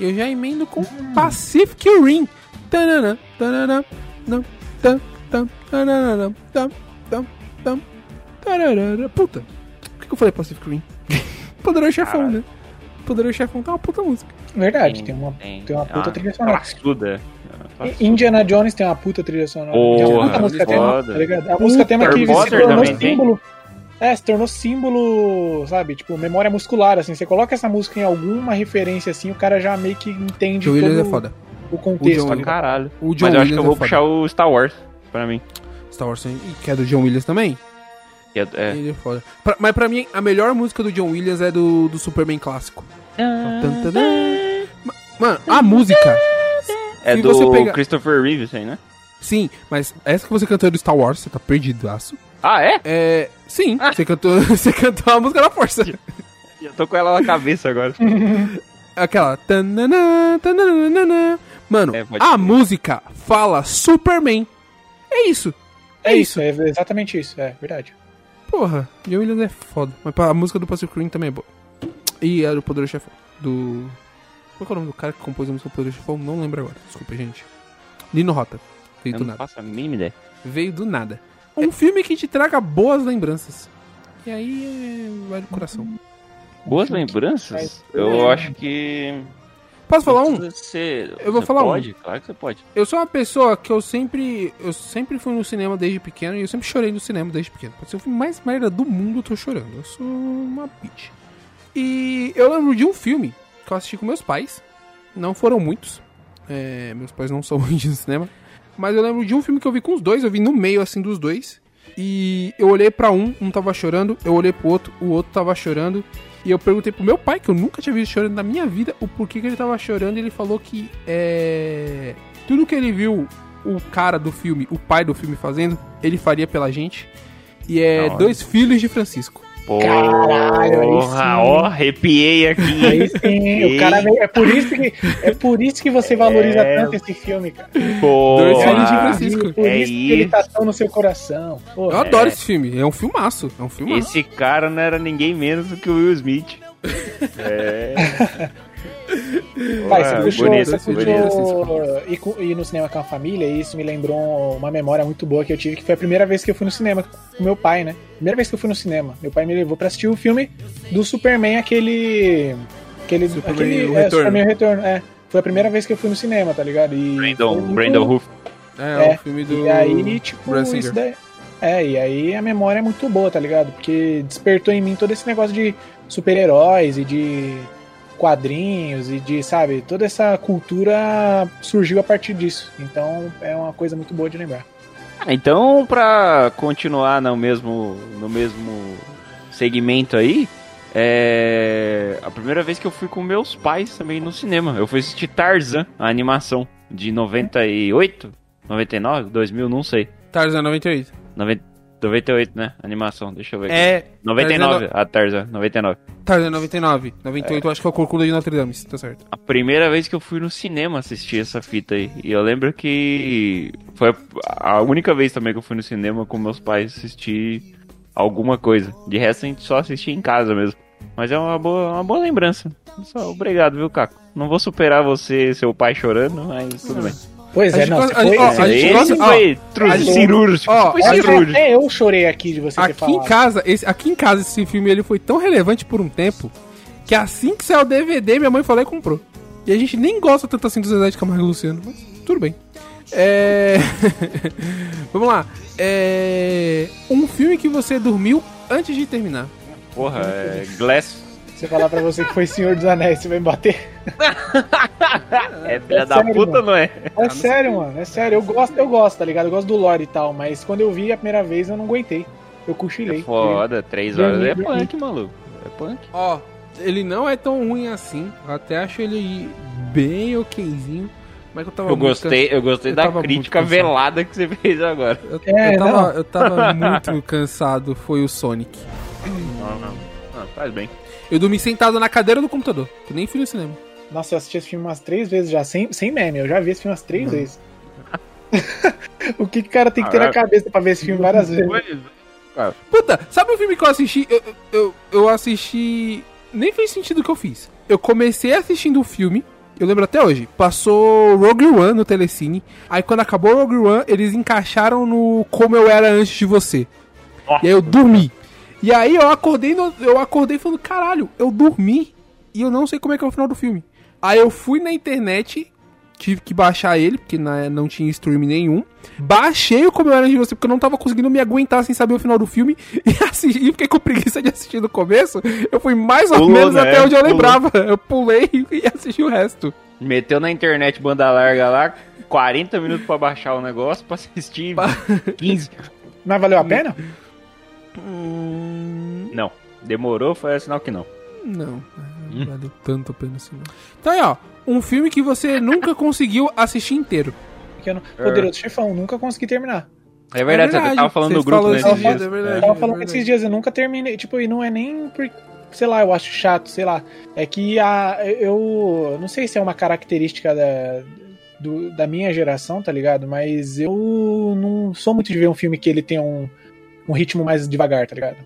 D: E Eu já emendo com
E: Hum.
D: Pacific Rim. Tanana, tanana, nam, tam, tam, tanana, nam, tam, tam, tam, tararara. Puta, por que eu falei Pacific Rim? Poderoso Chefão,
E: Caralho.
D: né? Poderoso Chefão tá uma puta música.
F: Verdade, tem uma, tem uma puta
E: ah,
F: trilha sonora.
E: classuda.
F: E Indiana Jones tem uma puta trilha sonora.
E: Porra,
F: tem uma puta música tema,
E: foda.
F: tá ligado? A música tema que
E: Harry
F: se
E: Potter
F: tornou
E: também tem?
F: símbolo. É, se tornou símbolo, sabe? Tipo, memória muscular, assim. Você coloca essa música em alguma referência, assim, o cara já meio que entende
D: John Williams é
F: todo
D: foda.
F: o contexto.
D: O
E: Pra
D: John-
F: ali.
E: caralho.
D: O John
E: Mas eu acho que eu
D: Williams
E: vou
D: é foda.
E: puxar o Star Wars pra mim.
D: Star Wars, que é do John Williams também.
E: Que é- é.
D: Ele é foda. Pra- mas pra mim, a melhor música do John Williams é do, do Superman clássico.
E: Ah.
D: Tan, tan, tan. Ma- Mano, a música.
E: É
D: Se
E: do
D: você pegar-
E: Christopher Reeves aí, né?
D: Sim, mas essa que você cantou é do Star Wars, você tá perdidaço.
E: Ah, é?
D: É. Sim,
F: Ah.
D: você, cantou, você cantou a música da força.
E: Já tô com ela na cabeça agora.
D: Aquela. tananã, tananana. Mano,
E: É, pode
D: a
E: crer.
D: música fala Superman. É isso.
F: É isso, é exatamente isso, é verdade.
D: Porra, John Williams é foda. Mas a música do Pacific Rim também é boa. E a do Poderoso Chefão. Do. Qual que é o nome do cara que compôs a música do Poderoso Chefão? Não lembro agora. Desculpa, gente. Nino Rota. Veio
E: Eu
D: do
E: não
D: nada.
E: faço a mínima ideia.
D: Veio do nada. Um filme que te traga boas lembranças. E aí é. vai do coração.
E: Boas lembranças? Eu acho que.
D: Posso falar um?
E: Você,
D: Eu vou
E: você
D: falar um.
E: pode? Claro que você pode.
D: Eu sou uma pessoa que eu sempre. Eu sempre fui no cinema desde pequeno e eu sempre chorei no cinema desde pequeno. Pode ser o filme mais merda do mundo, eu tô chorando. Eu sou uma bitch. E eu lembro de um filme que eu assisti com meus pais. Não foram muitos. É, meus pais não são ruins no cinema. Mas eu lembro de um filme que eu vi com os dois, eu vi no meio assim dos dois. E eu olhei pra um, um tava chorando, eu olhei pro outro, o outro tava chorando. E eu perguntei pro meu pai, que eu nunca tinha visto chorando na minha vida, o porquê que ele tava chorando. E ele falou que é, tudo que ele viu o cara do filme, o pai do filme fazendo, ele faria pela gente. E
E: Da
D: é
E: hora.
D: Dois Filhos de Francisco.
F: Caralho, aí
E: Porra,
F: sim.
E: ó, arrepiei
F: Aí
E: aqui.
F: sim, o cara veio- é por isso que é por isso que você valoriza
E: É.
F: tanto esse filme, cara.
D: Dois Filhos de
E: Porra.
D: Francisco.
F: Por
E: É
F: isso que ele
E: isso.
F: tá tão no seu coração. Pô,
D: Eu adoro esse filme, é um filmaço, é um filmaço.
E: Esse cara não era ninguém menos do que o Will Smith. É.
F: Pai, você
E: Porra,
F: puxou,
E: É, bonito,
F: você
E: bonito.
F: puxou ir, com- ir no cinema com a família e isso me lembrou uma memória muito boa que eu tive, que foi a primeira vez que eu fui no cinema com meu pai, né? Primeira vez que eu fui no cinema. Meu pai me levou pra assistir o filme do Superman, aquele. Aquele.
D: Superman,
F: aquele
D: o
F: é,
D: Retorno.
F: Superman o Retorno, é. Foi a primeira vez que eu fui no cinema, tá ligado? E foi
E: Brandon,
F: muito-
E: Brandon Ruff.
D: É,
F: É,
D: o filme do.
F: E aí, tipo,
D: Bryan
F: isso
D: Singer.
F: daí. É, e aí a memória é muito boa, tá ligado? Porque despertou em mim todo esse negócio de super-heróis e de quadrinhos e de, sabe, toda essa cultura surgiu a partir disso. Então é uma coisa muito boa de lembrar.
E: Ah, então, pra continuar no mesmo, no mesmo segmento aí, é... a primeira vez que eu fui com meus pais também no cinema. Eu fui assistir Tarzan, a animação de 98, 99, 2000, não sei.
D: Tarzan 98.
E: 90 98, né? Animação, deixa eu ver. aqui.
D: É.
E: 99, a Tarzan, 99.
D: Tarzan 99. 98 eu acho que é o Corcunda de Notre Dame, tá certo.
E: A primeira vez que eu fui no cinema assistir essa fita aí. E eu lembro que foi a única vez também que eu fui no cinema com meus pais assistir alguma coisa. De resto a gente só assistia em casa mesmo. Mas é uma boa, uma boa lembrança. Só obrigado, viu, Caco? Não vou superar você e seu pai chorando, mas tudo bem.
F: Pois
D: A
F: é,
D: gente
F: não,
D: gosta-
F: você
D: a gente-
F: foi,
D: ó,
F: você
D: a gente
E: Esse
D: gosta- ó,
E: foi tru-
D: a gente-
E: cirúrgico.
D: ó,
E: foi
D: a gente-
E: cirúrgico.
F: Até eu chorei aqui de você ter
D: Aqui em
F: falado.
D: casa, esse, aqui em casa esse filme ele foi tão relevante por um tempo que assim que saiu o DVD, minha mãe falou e comprou. E a gente nem gosta tanto assim do Zezé de Camargo e Luciano, mas tudo bem. É... Vamos lá. É... Um filme que você dormiu antes de terminar.
E: Porra, é Glass.
F: Se eu falar pra você que foi Senhor dos Anéis, você vai me bater.
E: É filha da
F: sério,
E: puta,
F: mano.
E: não é?
D: Ah,
F: É sério, mano, é sério. Eu gosto, eu gosto, tá ligado? Eu gosto do lore e tal, mas quando eu vi a primeira vez eu não aguentei. Eu cochilei.
E: É Foda, três horas. É punk, maluco. É punk.
D: Ó, ele não é tão ruim assim. Eu até acho ele bem okzinho. Mas eu tava
E: Eu
D: muito
E: gostei, eu gostei
D: eu
E: da
D: tava muito
E: crítica
D: cansado.
E: velada que você fez agora.
D: Eu,
F: É,
D: eu tava, eu tava muito cansado, foi o Sonic.
E: Não, não. Ah, faz bem.
D: Eu dormi sentado na cadeira do computador, que nem fui no cinema.
F: Nossa, eu assisti esse filme umas três vezes já, sem, sem meme, eu já vi esse filme umas três vezes. o que que o cara tem que ter na
E: Caraca.
F: cabeça pra ver esse filme várias vezes?
D: Puta, sabe o filme que eu assisti? Eu, eu- eu, eu assisti. Nem fez sentido o que eu fiz. Eu comecei assistindo o filme. Eu lembro até hoje. Passou Rogue One no Telecine. Aí quando acabou Rogue One, eles encaixaram no Como Eu Era Antes de Você.
E: Nossa.
D: E aí eu dormi. E aí eu acordei, no- eu acordei falando, caralho, eu dormi e eu não sei como é que é o final do filme. Aí eu fui na internet, tive que baixar ele, porque na- não tinha stream nenhum. Baixei o Como Eu Era Antes de Você, porque eu não tava conseguindo me aguentar sem saber o final do filme. E assisti, fiquei com preguiça de assistir no começo. Eu fui mais ou
E: Pulou,
D: menos
E: né?
D: até onde eu
E: Pulou.
D: lembrava. Eu pulei e assisti o resto.
E: Meteu na internet banda larga lá, 40 minutos pra baixar o negócio, pra assistir 15.
F: Mas valeu a pena?
E: Não, demorou, foi sinal que não.
D: Hum, Não,
E: Hum.
D: não valeu tanto a pena assim. não. Então aí, ó, um filme que você nunca conseguiu assistir inteiro.
F: Porque eu não... Poderoso Chefão, nunca consegui terminar.
E: É verdade,
D: verdade,
E: você tava falando
D: você
E: do grupo
D: falou
E: nesses
D: isso,
E: dias.
D: é verdade.
F: Eu
E: É.
F: tava falando
D: verdade.
F: esses dias, eu nunca terminei, tipo, e não é nem por... Sei lá, eu acho chato, sei lá. É que a, eu eu não sei se é uma característica da, do- da minha geração, tá ligado? Mas eu não sou muito de ver um filme que ele tem um, um ritmo mais devagar, tá ligado?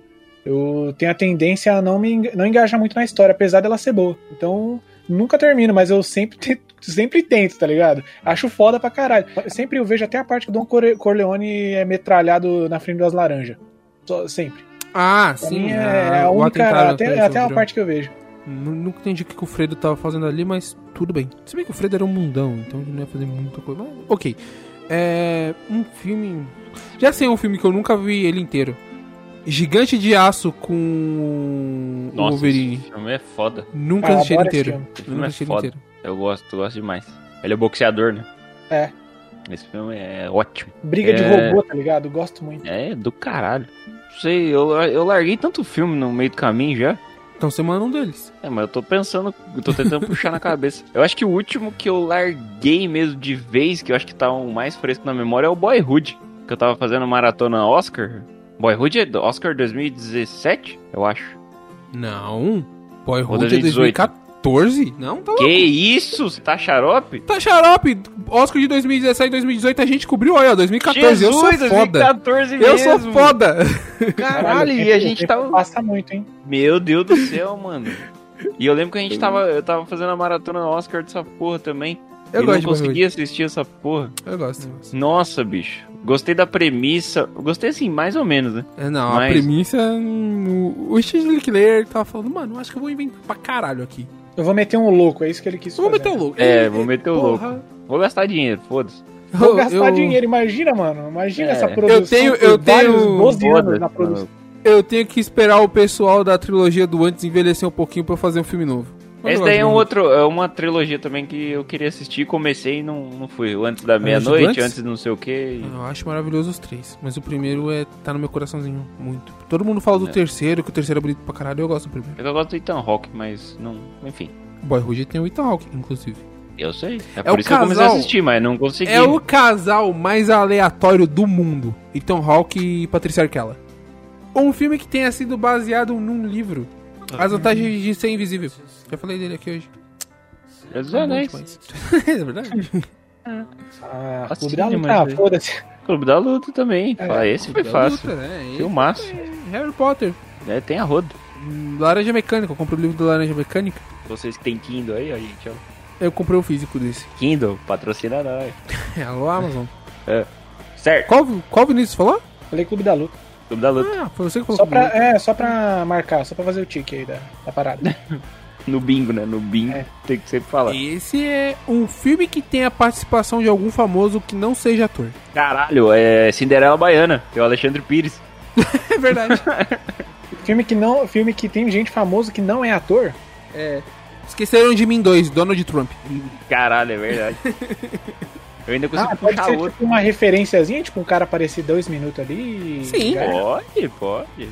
F: Eu tenho a tendência a não me eng- não engajar muito na história, apesar dela ser boa. Então, nunca termino, mas eu sempre tento, sempre tento, tá ligado? Acho foda pra caralho. Eu sempre eu vejo até a parte que o Don Corre- Corleone é metralhado na frente das laranjas. Só- sempre.
D: Ah,
F: Pra
D: sim.
F: mim é
D: ah,
F: a
D: o
F: única.
D: atentado
F: até
D: que
F: é até a
D: sofreu.
F: parte que eu vejo.
D: Nu- Nunca entendi o que que o Fredo tava fazendo ali, mas tudo bem. Se bem que o Fredo era um mundão, então ele não ia fazer muita coisa. Mas, ok. É. Um filme. Já sei um filme que eu nunca vi ele inteiro. Gigante de Aço com o
E: Nossa, esse
D: Wolverine.
E: filme é foda.
D: Nunca
F: Cara, eu
D: assisti ele
F: adoro esse
D: inteiro.
F: filme.
E: Esse
D: Eu nunca
E: filme é
D: assisti ele
E: foda.
D: inteiro.
E: Eu gosto, eu gosto demais. Ele é boxeador, né?
F: É.
E: Esse filme é ótimo.
F: Briga de
E: É.
F: robô, tá ligado? Gosto muito.
E: É do caralho. Não sei, eu, eu larguei tanto filme no meio do caminho já.
D: Então você manda um deles.
E: É, mas eu tô pensando, eu tô tentando puxar na cabeça. Eu acho que o último que eu larguei mesmo de vez, que eu acho que tá o mais fresco na memória, é o Boyhood. Que eu tava fazendo maratona Oscar. Boyhood é do Oscar 2017, eu acho.
D: Não. Boyhood
E: Ou
D: é
E: 2018.
D: 2014? Não, tá
E: Que isso? Você tá xarope?
D: Tá xarope, Oscar de 2017 2018 a gente cobriu, olha, ó, 2014, eu sou
E: Jesus,
D: foda.
E: 2014
D: Eu
E: mesmo.
D: sou foda.
E: Caralho, e
F: o
E: a
F: tempo-
E: gente tá-
F: o tempo
E: tava...
F: Passa muito, hein?
E: Meu Deus do céu, mano. E eu lembro que a gente tava, eu tava fazendo a maratona Oscar dessa porra também.
D: Eu
E: e
D: gosto de Boyhood.
E: não conseguia assistir essa porra.
D: Eu gosto.
E: Nossa, bicho. Gostei da premissa. Gostei assim, mais ou menos, né?
D: É, não, a
E: Mas-
D: premissa. hum, O o Steve Leclerc tava falando, mano, acho que eu vou inventar pra caralho aqui.
F: Eu vou meter um louco, é isso que ele quis
D: Eu vou
F: fazer.
D: meter um o louco.
E: É, vou meter o
D: Porra.
E: louco. Vou gastar dinheiro, foda-se.
F: Vou
D: Eu-
F: gastar
D: eu-
F: dinheiro, imagina, mano. Imagina
E: É.
F: essa produção.
D: Eu tenho-
F: por
D: eu
F: vários
D: tenho-
F: 12 anos
E: Foda-se,
F: na produção.
E: maluco.
D: Eu tenho que esperar o pessoal da trilogia do antes envelhecer um pouquinho pra eu fazer um filme novo. Um
E: Esse
D: negócio
E: daí é, um
D: novo.
E: outro, é uma trilogia também que eu queria assistir, comecei e não, não fui. O
D: É,
E: Antes da meia-noite,
D: Gigantes?
E: antes do não sei o quê. e-
D: Eu acho maravilhoso os três, mas o primeiro é tá no meu coraçãozinho muito. Todo mundo fala do terceiro, que o terceiro é bonito pra caralho, eu gosto do primeiro.
E: Eu gosto do Ethan Rock, mas não. Enfim,
D: Boy Ruge tem o Ethan Hawke, inclusive.
E: eu sei. É,
D: o
E: por isso que eu comecei a
D: casal-
E: assistir, mas não consegui.
D: É o casal mais aleatório do mundo. Ethan Hawke e Patricia Arquella. Um filme que tenha sido baseado num livro. As vantagens de ser invisível. Já falei dele aqui hoje. Tá
E: Senhor dos Anéis.
D: é verdade.
F: Ah,
E: Assim,
F: Clube da Luta.
E: mas-
F: Ah, foda-se.
E: Clube da Luta também. Ah, esse foi fácil.
D: Luta, né? E
E: Filmaço.
D: Harry Potter.
E: É, tem a roda.
D: Hum, Laranja Mecânica. Eu comprei o livro do Laranja Mecânica.
E: Vocês que têm Kindle aí, ó, gente. Ó.
D: Eu comprei o físico desse.
E: Kindle, patrocina nós.
D: Alô, Amazon.
E: Certo,
D: Qual, qual Vinícius falou?
F: Falei Clube da Luta.
E: Clube da Luta.
D: Ah, foi você que
F: Só
D: colocou.
F: pra, é, só pra marcar, só pra fazer o tique aí da, da parada.
E: No bingo, né? No bingo.
F: É.
E: Tem que sempre falar.
D: Esse é um filme que tem a participação de algum famoso que não seja ator.
E: Caralho, é Cinderela Baiana. Tem o Alexandre Pires.
D: É verdade.
F: filme, que não, filme que tem gente famosa que não é ator.
D: Esqueceram de mim dois, Donald Trump.
E: Caralho, é verdade. Eu ainda consigo
F: Ah, pode
E: assim, puxar
F: ser
E: outro.
F: tipo uma referenciazinha, tipo um cara aparecer dois minutos ali.
D: Sim.
F: Já-
E: Pode, pode.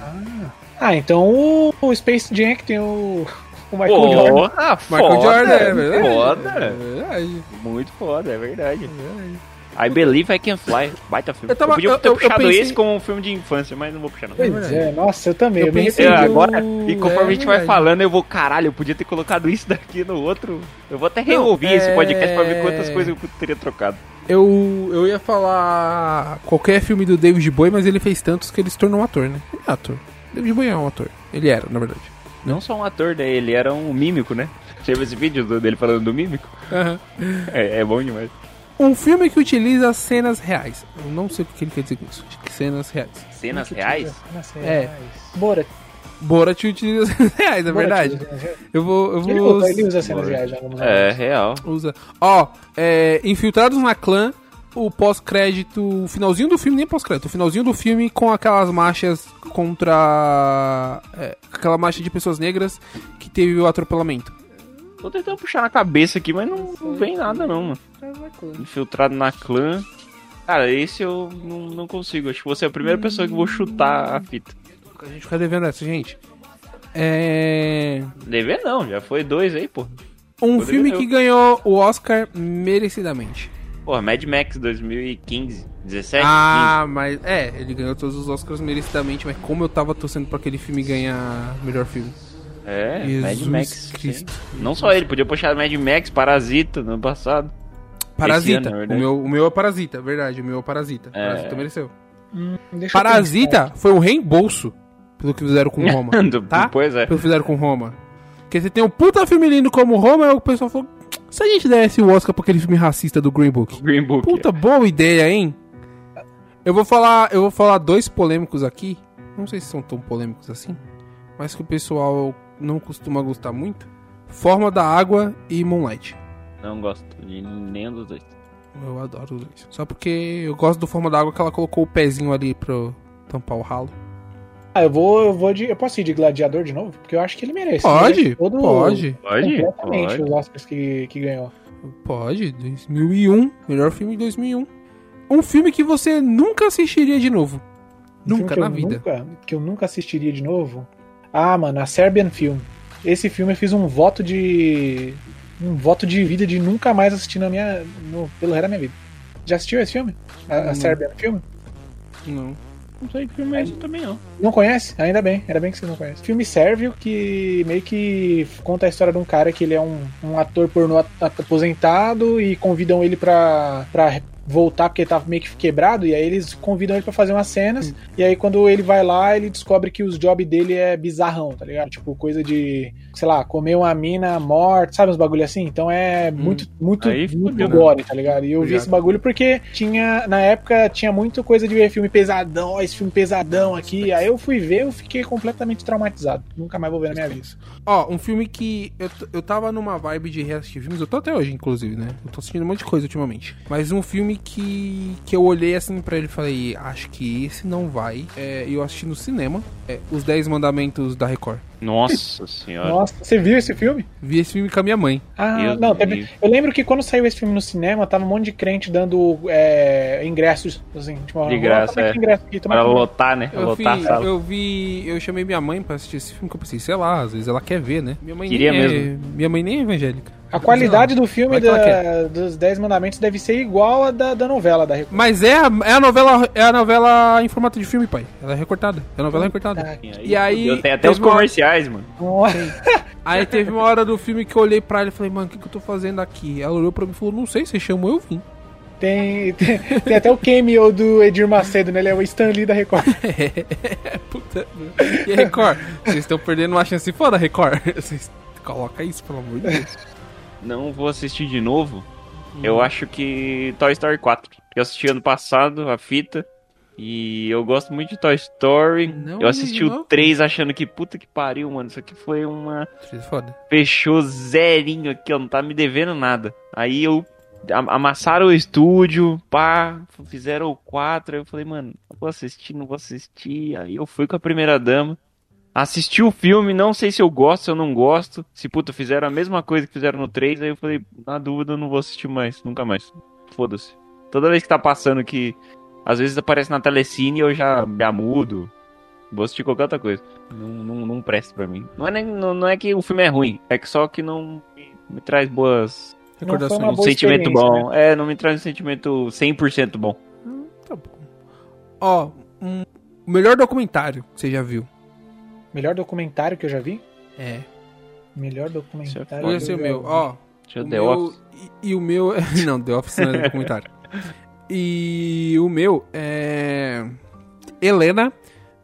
F: Ah, então o, o Space Jam que tem o, o Michael Jordan.
E: Porra,
D: Michael
E: foda,
D: Jordan, é verdade. É
E: Foda.
D: verdade.
E: Muito foda, é verdade.
D: é verdade.
E: I Believe I Can Fly. Baita filme.
D: Eu tava-
E: podia
D: eu-
E: ter
D: eu- eu
E: puxado
D: pensei-
E: esse como um filme de infância, mas não vou puxar não.
F: Pois é, nossa, eu também.
D: Eu
F: Eu, me
D: pensei-
E: É,
F: arrependi.
E: agora, e conforme a gente vai
D: verdade.
E: falando, eu vou, caralho, eu podia ter colocado isso daqui no outro. Eu vou até reouvir
D: Não,
E: esse podcast pra
D: é-
E: ver quantas coisas eu teria trocado.
D: Eu, eu ia falar qualquer filme do David Bowie, mas ele fez tantos que ele se tornou um ator, né? Ele é ator. David Bowie é um ator. Ele era, na verdade.
E: Não só um ator, né? Ele era um mímico, né? Você viu esse vídeo do- dele falando do mímico? É, é bom demais.
D: Um filme que utiliza cenas reais. Eu não sei o que ele quer dizer com isso. Acho que Cenas reais.
E: Cenas reais?
F: Nossa,
D: É.
F: Bora.
D: Borat utiliza cenas reais, é verdade. Eu vou. Eu vou
F: Ele, usa- ele usa cenas
E: Bora.
F: reais, já, vamos lá.
E: É, real.
D: Usa. Ó, é, Infiltrados na Clã, o pós-crédito, o finalzinho do filme, nem pós-crédito, o finalzinho do filme com aquelas marchas contra. é, aquela marcha de pessoas negras que teve o atropelamento.
E: Tô tentando puxar na cabeça aqui, mas não, não vem nada não, mano. Infiltrado na clã. Cara, esse eu não, não consigo. Acho que você é a primeira pessoa que eu vou chutar a fita.
D: A gente fica devendo essa, gente. É.
E: Dever não, já foi dois aí, pô.
D: Um
E: Poderia
D: filme
E: eu.
D: que ganhou o Oscar merecidamente.
E: Porra, Mad Max 2015, 17,
D: Ah, mas. É, ele ganhou todos os Oscars merecidamente, mas como eu tava torcendo pra aquele filme ganhar melhor filme.
E: 15. É,
D: Jesus
E: Mad Max.
D: Cristo.
E: Não só ele, podia puxar Mad Max, Parasita no ano passado.
D: Parasita.
E: ano, na
D: o,
E: verdade.
D: meu, o meu é Parasita, verdade. O meu é Parasita.
E: É.
D: Parasita mereceu.
F: Deixa eu
D: Parasita foi um reembolso pelo que fizeram com Roma. tá?
E: Pois é.
D: Pelo que fizeram com Roma. Porque você tem um puta filme lindo como Roma, aí o pessoal falou: se a gente desse o Oscar pra aquele filme racista do Green Book.
E: Green Book.
D: Puta boa ideia, hein? Eu vou falar, eu vou falar dois polêmicos aqui. Não sei se são tão polêmicos assim, mas que o pessoal não costuma gostar muito. Forma da Água e Moonlight.
E: Não gosto de nenhum dos dois.
D: Eu adoro os dois. Só porque eu gosto do Forma da Água que ela colocou o pezinho ali pro tampar o ralo.
F: Ah, eu vou, eu vou de. Eu posso ir de gladiador de novo? Porque eu acho que ele merece. Ele
D: Pode,
F: merece todo-
D: pode,
E: Pode?
F: Completamente
E: Pode.
F: os Oscars que, que ganhou.
D: pode. 2001, melhor filme de 2001. Um filme que você nunca assistiria de novo.
F: Um filme
D: Nunca
F: que
D: na
F: eu
D: vida.
F: Nunca, que eu nunca assistiria de novo. Ah, mano, a Serbian Film. Esse filme eu fiz um voto de. Um voto de vida de nunca mais assistir na minha. No, pelo resto da minha vida. Já assistiu esse filme? A, a
D: Não.
F: Serbian Film?
D: Não.
E: Não sei que filme é esse também, não.
F: Não conhece? Ainda bem, ainda bem que vocês não conhecem. Filme sérvio que meio que conta a história de um cara que ele é um, um ator pornô at- at- aposentado e convidam ele pra, pra voltar porque ele tava meio que quebrado, e aí eles convidam ele pra fazer umas cenas, e aí quando ele vai lá, ele descobre que os jobs dele é bizarrão, tá ligado? Tipo, coisa de, sei lá, comer uma mina morta, sabe uns bagulho assim? Então é muito, muito,
E: Aí
F: muito
E: fudeu, né?
F: gore, tá ligado? E eu vi
D: Obrigado.
F: esse bagulho porque tinha, na época, tinha muito coisa de ver filme pesadão, ó, esse filme pesadão aqui, aí eu fui ver, eu fiquei completamente traumatizado, nunca mais vou ver na minha vida.
D: Ó, um filme que eu, t- eu tava numa vibe de reassistir filmes, eu tô até hoje, inclusive, né? Eu tô assistindo um monte de coisa ultimamente. Mas um filme que, que eu olhei assim pra ele e falei, acho que esse não vai. É, eu assisti no cinema, é, Os 10 Mandamentos da Record.
E: Nossa senhora.
F: Nossa, você viu esse filme?
D: Vi esse filme com a minha mãe.
F: Ah,
E: Meu
F: não,
E: Deus.
F: teve- eu lembro que quando saiu esse filme no cinema, tava um monte de crente dando é, ingressos, assim, tipo,
E: De
F: "Ó,
E: graça,
F: toma aqui
E: é.
F: ingresso aqui, toma
E: Pra
F: aqui".
E: lotar, né?
D: Eu vi,
E: lotar a sala.
D: eu vi. Eu chamei minha mãe pra assistir esse filme, que eu pensei, sei lá, às vezes ela quer ver, né? Minha mãe
E: Queria
D: nem
E: mesmo.
D: É, minha mãe nem é evangélica.
F: A qualidade do
D: Vai
F: filme
D: que ela
F: da- dos Dez Mandamentos deve ser igual a da, da novela da Record.
D: Mas é a, é a novela. É a novela em formato de filme, pai. Ela é recortada. É a novela recortada. E aí,
E: Eu tenho até
D: teve
E: os
D: uma-
E: comerciais, mano.
D: Aí teve uma hora do filme que eu olhei pra ela e falei, mano, o que, que eu tô fazendo aqui? Ela olhou pra mim e falou, não sei, você chamou, eu vim.
F: Tem, tem, tem até o cameo do Edir Macedo, né? Ele é o Stan Lee da Record.
D: Puta. né? E Record? Vocês estão perdendo uma chance foda, Record. Vocês colocam isso, pelo amor de Deus.
E: Não vou assistir de novo.
D: Hum.
E: Eu acho que Toy Story 4. Eu assisti ano passado a fita. E eu gosto muito de Toy Story.
D: Não,
E: eu assisti
D: não.
E: o 3 achando que puta que pariu, mano. Isso aqui foi uma.
D: Isso é Foda.
E: Fechou zerinho aqui, ó. Não tá me devendo nada. Aí eu. am- Amassaram o estúdio, pá, fizeram o 4. Aí eu falei, mano, eu vou assistir, não vou assistir. Aí eu fui com a primeira dama. Assisti o filme, não sei se eu gosto, se eu não gosto. Se puta, fizeram a mesma coisa que fizeram no 3, aí eu falei, na dúvida, eu não vou assistir mais, nunca mais. Foda-se. Toda vez que tá passando que. Às vezes aparece na telecine eu já me amudo. Vou assistir qualquer outra coisa. Não, não, não presta pra mim. Não é, nem- não, não é que o filme é ruim, é que só que não me, me traz boas.
D: Recordações.
F: uma
E: um
F: boa
E: sentimento
F: experiência, né?
E: bom. É, não me traz um sentimento 100% bom.
D: Tá bom. Ó, um- o melhor documentário que você já viu.
F: Melhor documentário que eu já vi?
D: É.
F: Melhor
E: Isso é
F: documentário.
E: foda.
D: Olha
F: que
D: ser o
F: eu já
D: meu.
F: vi.
D: Ó,
E: Deixa eu
D: O
E: The
D: meu-
E: Office.
D: E, e o meu. não, The Office não é documentário. E o meu é. Helena,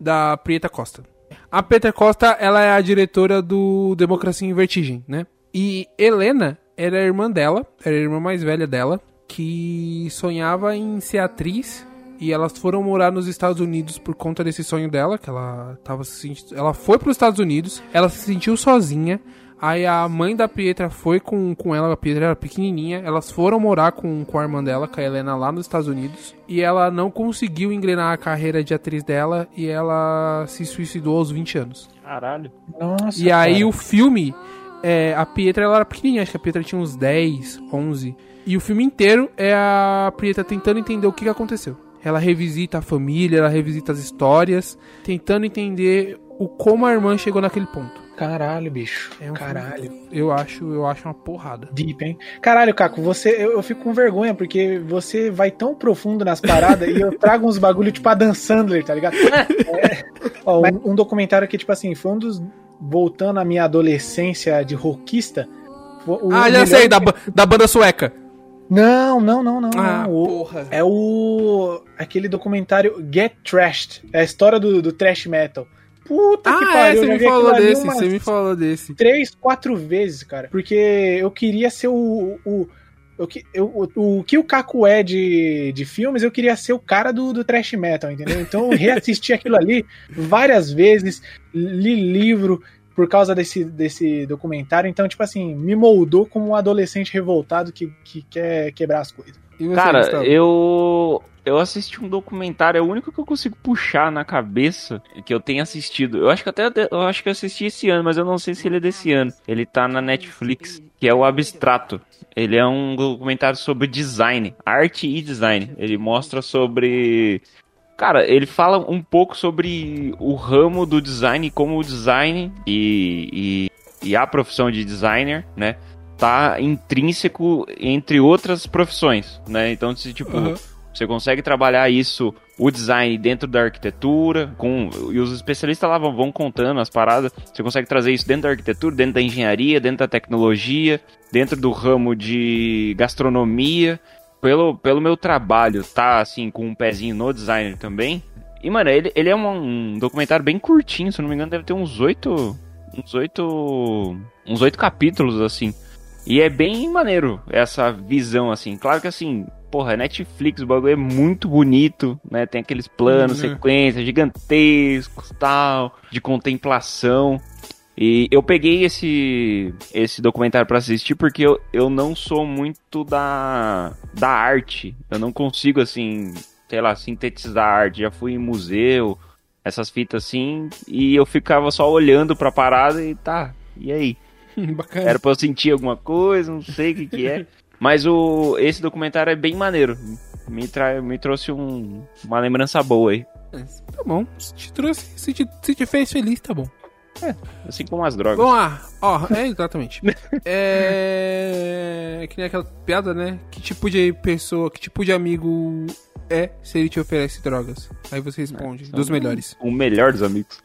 D: da Prieta Costa. A Prieta Costa, ela é a diretora do Democracia em Vertigem, né? E Helena era a irmã dela, era a irmã mais velha dela, que sonhava em ser atriz. E elas foram morar nos Estados Unidos por conta desse sonho dela, que ela tava se sentindo... Ela foi para os Estados Unidos, ela se sentiu sozinha, Aí a mãe da Pietra foi com, com ela, a Pietra era pequenininha, elas foram morar com, com a irmã dela, com a Helena, lá nos Estados Unidos, e ela não conseguiu engrenar a carreira de atriz dela, e ela se suicidou aos 20 anos.
E: Caralho.
F: Nossa,
D: e aí
F: cara.
D: o filme, é, a Pietra ela era pequenininha, acho que a Pietra tinha uns 10, 11, e o filme inteiro é a Pietra tentando entender o que que aconteceu. Ela revisita a família, ela revisita as histórias, tentando entender o como a irmã chegou naquele ponto.
F: Caralho, bicho.
D: É um filme-
F: Caralho.
D: Eu acho, eu acho uma porrada.
F: Deep, hein? Caralho, Caco, você, eu, eu fico com vergonha, porque você vai tão profundo nas paradas e eu trago uns bagulho tipo a Dan Sandler, tá ligado? É. Ó, um, um documentário que, tipo assim, foi um dos. Voltando à minha adolescência de rockista. foi o
D: Ah, já
F: melhor-
D: sei, da, ba- da banda sueca.
F: Não, não, não, não.
D: Ah,
F: não. O-
D: porra.
F: é o. aquele documentário Get Trashed. É a história do, do trash metal. Puta que
D: Ah, é,
F: pariu,
D: você
F: eu
D: me
F: vi aquilo
D: falou
F: ali
D: desse,
F: umas
D: você me falou desse.
F: três, quatro vezes, cara. Porque eu queria ser o. o, o que, eu- o, o que o Caco é de, de filmes, eu queria ser o cara do, do trash metal, entendeu? Então eu reassisti aquilo ali várias vezes, li livro por causa desse, desse documentário. Então, tipo assim, me moldou como um adolescente revoltado que, que quer quebrar as coisas.
D: E você, Gustavo?
E: Cara, eu. Eu assisti um documentário, é o único que eu consigo puxar na cabeça que eu tenho assistido. Eu acho que até eu acho que eu assisti esse ano, mas eu não sei se ele é desse ano. Ele tá na Netflix, que é o Abstrato. Ele é um documentário sobre design, arte e design. Ele mostra sobre Cara, ele fala um pouco sobre o ramo do design, como o design e, e, e a profissão de designer, né? Tá intrínseco entre outras profissões, né? Então, se, tipo,
D: Uhum.
E: você consegue trabalhar isso, o design dentro da arquitetura, com e os especialistas lá vão, vão contando as paradas. Você consegue trazer isso dentro da arquitetura, dentro da engenharia, dentro da tecnologia, dentro do ramo de gastronomia. pelo, pelo meu trabalho tá, assim, com um pezinho no design também. E, mano, ele, ele é um, um documentário bem curtinho, se eu não me engano, deve ter uns oito. Uns oito. Uns oito capítulos, assim. E é bem maneiro essa visão, assim. Claro que, assim, porra, Netflix, o bagulho é muito bonito, né? Tem aqueles planos,
D: Uhum.
E: sequências gigantescos, tal, de contemplação. E eu peguei esse, esse documentário pra assistir porque eu, eu não sou muito da, da arte. Eu não consigo, assim, sei lá, sintetizar a arte. Já fui em museu, essas fitas assim, e eu ficava só olhando pra parada e tá, e aí?
F: É.
D: Bacana.
E: Era pra eu sentir alguma coisa, não sei o que que é. Mas o, esse documentário é bem maneiro. Me, tra, me trouxe um, uma lembrança boa aí.
D: Tá bom. Se te trouxe, se te, se te fez feliz, tá bom.
E: Assim como as drogas.
D: Vamos lá. Ó, é exatamente. é... é Que nem aquela piada, né? Que tipo de pessoa, que tipo de amigo é se ele te oferece drogas? Aí você responde,
E: são-
D: dos melhores.
E: O melhor dos amigos.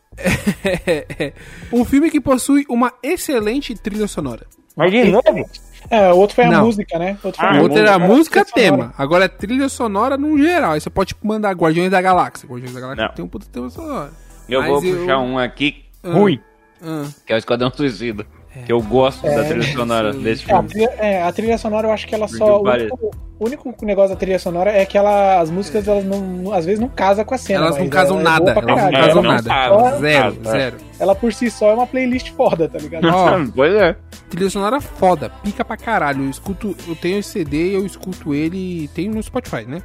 D: um filme que possui uma excelente trilha sonora.
F: Mas de novo? É, o outro foi a
D: Não.
F: música, né? O outro foi a
E: Ah,
D: o
E: é
D: outro
E: bom,
D: era
F: cara,
D: música
F: trilha
D: tema.
F: sonora.
D: Agora é trilha sonora num geral. Aí você pode tipo, mandar Guardiões da Galáxia. Guardiões da Galáxia
E: Não.
D: tem um puta tema sonora.
E: Eu
D: Mas
E: vou
D: eu-
E: puxar um aqui
D: Ah.
E: ruim,
D: Ah,
E: que é o Esquadrão Suicida. Que eu gosto da trilha sonora
D: sim.
E: desse
F: É, a
E: filme.
F: trilha, é, a trilha sonora eu acho que ela
E: Bridget
F: só. O único, o único negócio da trilha sonora é que ela, as músicas elas não, às vezes não casam com a cena.
D: elas não
F: mas
D: casam
F: ela é
D: nada.
F: boa pra
D: Elas não
F: caralho.
E: É,
D: casam
E: não
D: nada.
E: sabe, não é.
D: zero,
E: sabe,
D: zero.
F: Ela por si só é uma playlist foda, tá ligado?
D: Ó,
E: pois é.
D: trilha sonora foda. Pica pra caralho. Eu escuto, eu tenho esse CD, eu escuto ele. Tem no Spotify, né?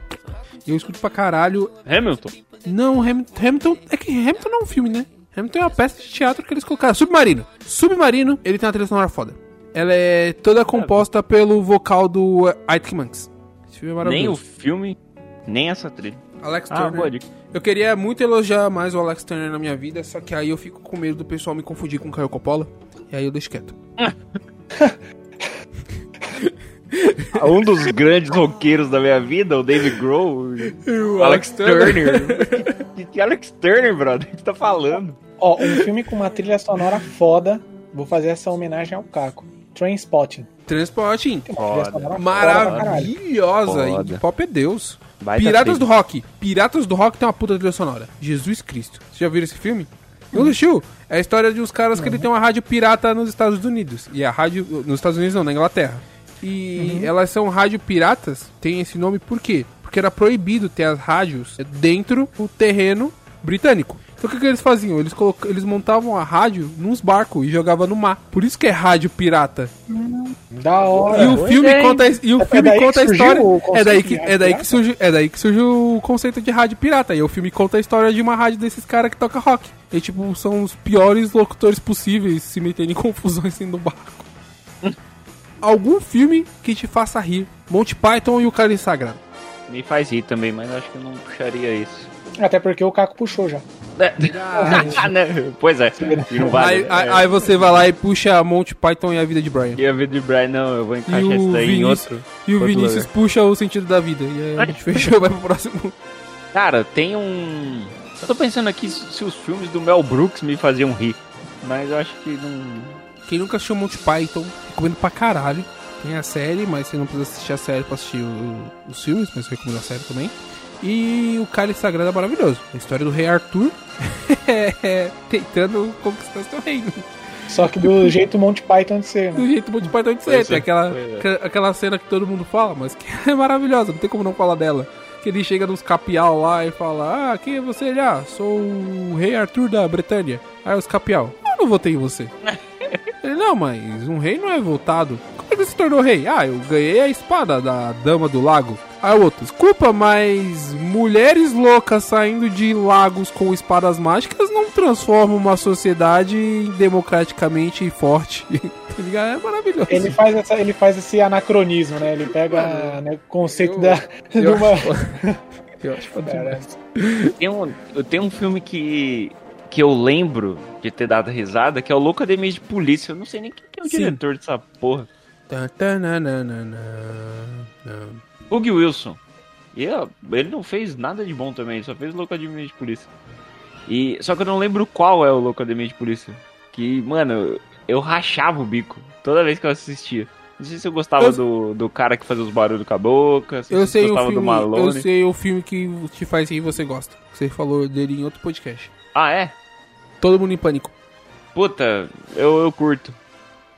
D: Eu escuto pra caralho.
E: Hamilton.
D: Não, Ham- Hamilton. É que Hamilton não é um filme, né? Hamilton é uma peça de teatro que eles colocaram. Submarino. Submarino, ele tem uma trilha sonora foda. Ela é toda composta pelo vocal do eh, Arctic Monkeys. Esse filme é
E: Nem o
D: maravilhoso.
E: filme, nem essa trilha.
D: Alex
E: Ah,
D: Turner.
E: boa dica.
D: eu queria muito elogiar mais o Alex Turner na minha vida, só que aí eu fico com medo do pessoal me confundir com o Caio Coppola. E aí eu deixo quieto.
E: Um dos grandes roqueiros da minha vida, o Dave Grohl.
D: O
E: Alex Turner. que, que Alex Turner, brother? O que você tá falando?
F: Ó, um filme com uma trilha sonora foda. Vou fazer essa homenagem ao Caco. Trainspotting.
D: Transporting.
F: Tem uma trilha
E: Foda.
F: sonora foda pra caralho.
D: Maravilhosa.
E: Foda.
D: E pop é Deus.
E: Baita
D: Piratas
E: trilha.
D: do Rock. Piratas do Rock tem uma puta trilha sonora. Jesus Cristo. Vocês já viram esse filme? Não
F: Hum.
D: assistiu? É a história de uns caras que ele tem uma rádio pirata nos Estados Unidos. E a rádio. Nos Estados Unidos não, na Inglaterra. E
F: Uhum.
D: elas são rádio piratas, tem esse nome por quê? Porque era proibido ter as rádios dentro do terreno britânico. Então o que, que eles faziam? Eles, coloca- eles montavam a rádio nos barcos e jogavam no mar. Por isso que é rádio pirata.
F: Da hora.
D: E o filme
E: hein?
D: conta a- e o
F: É
D: filme
F: daí que
D: conta a
F: surgiu
D: história.
F: o conceito
D: É daí
F: de
D: que
F: rádio
D: é daí que
F: pirata?
D: surge é daí que surge o conceito de rádio pirata. E o filme conta a história de uma rádio desses caras que toca rock. E tipo são os piores locutores possíveis se metendo em confusões dentro do barco. Algum filme que te faça rir. Monty Python e o Cálice Sagrado.
E: Me faz rir também, mas acho que eu não puxaria isso.
F: Até porque o Caco puxou já.
E: É. Né? pois é, e não
D: Ah,
E: vale. né?
D: Aí, aí- aí você vai lá e puxa Monty Python e a vida de Brian.
E: É. E a vida de Brian, não, eu vou
D: E
E: encaixar isso
D: o,
E: daí em
D: Vinícius,
E: outro.
D: e o
E: outro
D: Vinícius
E: lugar.
D: puxa o sentido da vida. E aí a gente fechou, vai pro próximo.
E: Cara, tem um. Eu tô pensando aqui se os filmes do Mel Brooks me faziam rir. Mas eu acho que não.
D: Quem nunca assistiu Monty Python, recomendo pra caralho. Tem a série, mas você não precisa assistir a série pra assistir o- os filmes, mas eu recomendo a série também. E o Cálice Sagrado é maravilhoso. A história do rei Arthur é, tentando conquistar seu reino.
F: Só que do jeito Monty Python de ser. né?
D: Do jeito Monty Python de
E: Pois é,
D: ser. Tem aquela,
E: pois é.
D: aquela- aquela cena que todo mundo fala, mas que é maravilhosa, não tem como não falar dela. Que ele chega nos capial lá e fala: Ah, quem é você? Ele, ah, sou o rei Arthur da Bretanha. Aí os capial: Eu não votei em você. Ele, não, mas um rei não é votado. Como é que você se tornou rei? Ah, eu ganhei a espada da Dama do Lago. Aí o outro, desculpa, mas mulheres loucas saindo de lagos com espadas mágicas não transformam uma sociedade em democraticamente forte. Tá ligado? É maravilhoso.
F: Ele faz, essa, ele faz esse anacronismo, né? Ele pega né, o conceito
D: Ah, eu-
F: da. de
D: Eu
F: uma-
D: acho foda. Eu acho foda
F: Cara,
D: demais.
E: Tem um, eu tenho um filme que. que eu lembro de ter dado risada, que é o Louco Academia de Polícia. Eu não sei nem quem que é o
D: Sim.
E: diretor dessa porra.
D: Tá, tá, na, na, na, na.
E: Hugh Wilson. E eu- ele não fez nada de bom também, ele só fez Louco Academia de Polícia. E, só que eu não lembro qual é o Louco Academia de Polícia. Que, mano, eu rachava o bico toda vez que eu assistia. Não sei se eu gostava
D: Eu-
E: do, do cara que fazia os barulhos com a boca, se
D: Eu
E: você
D: sei, o
E: gostava do
D: filme, eu
E: Malone.
D: sei o filme que te faz rir e você gosta. Você falou dele em outro podcast.
E: Ah, é?
D: Todo mundo em pânico.
E: Puta, eu, eu curto.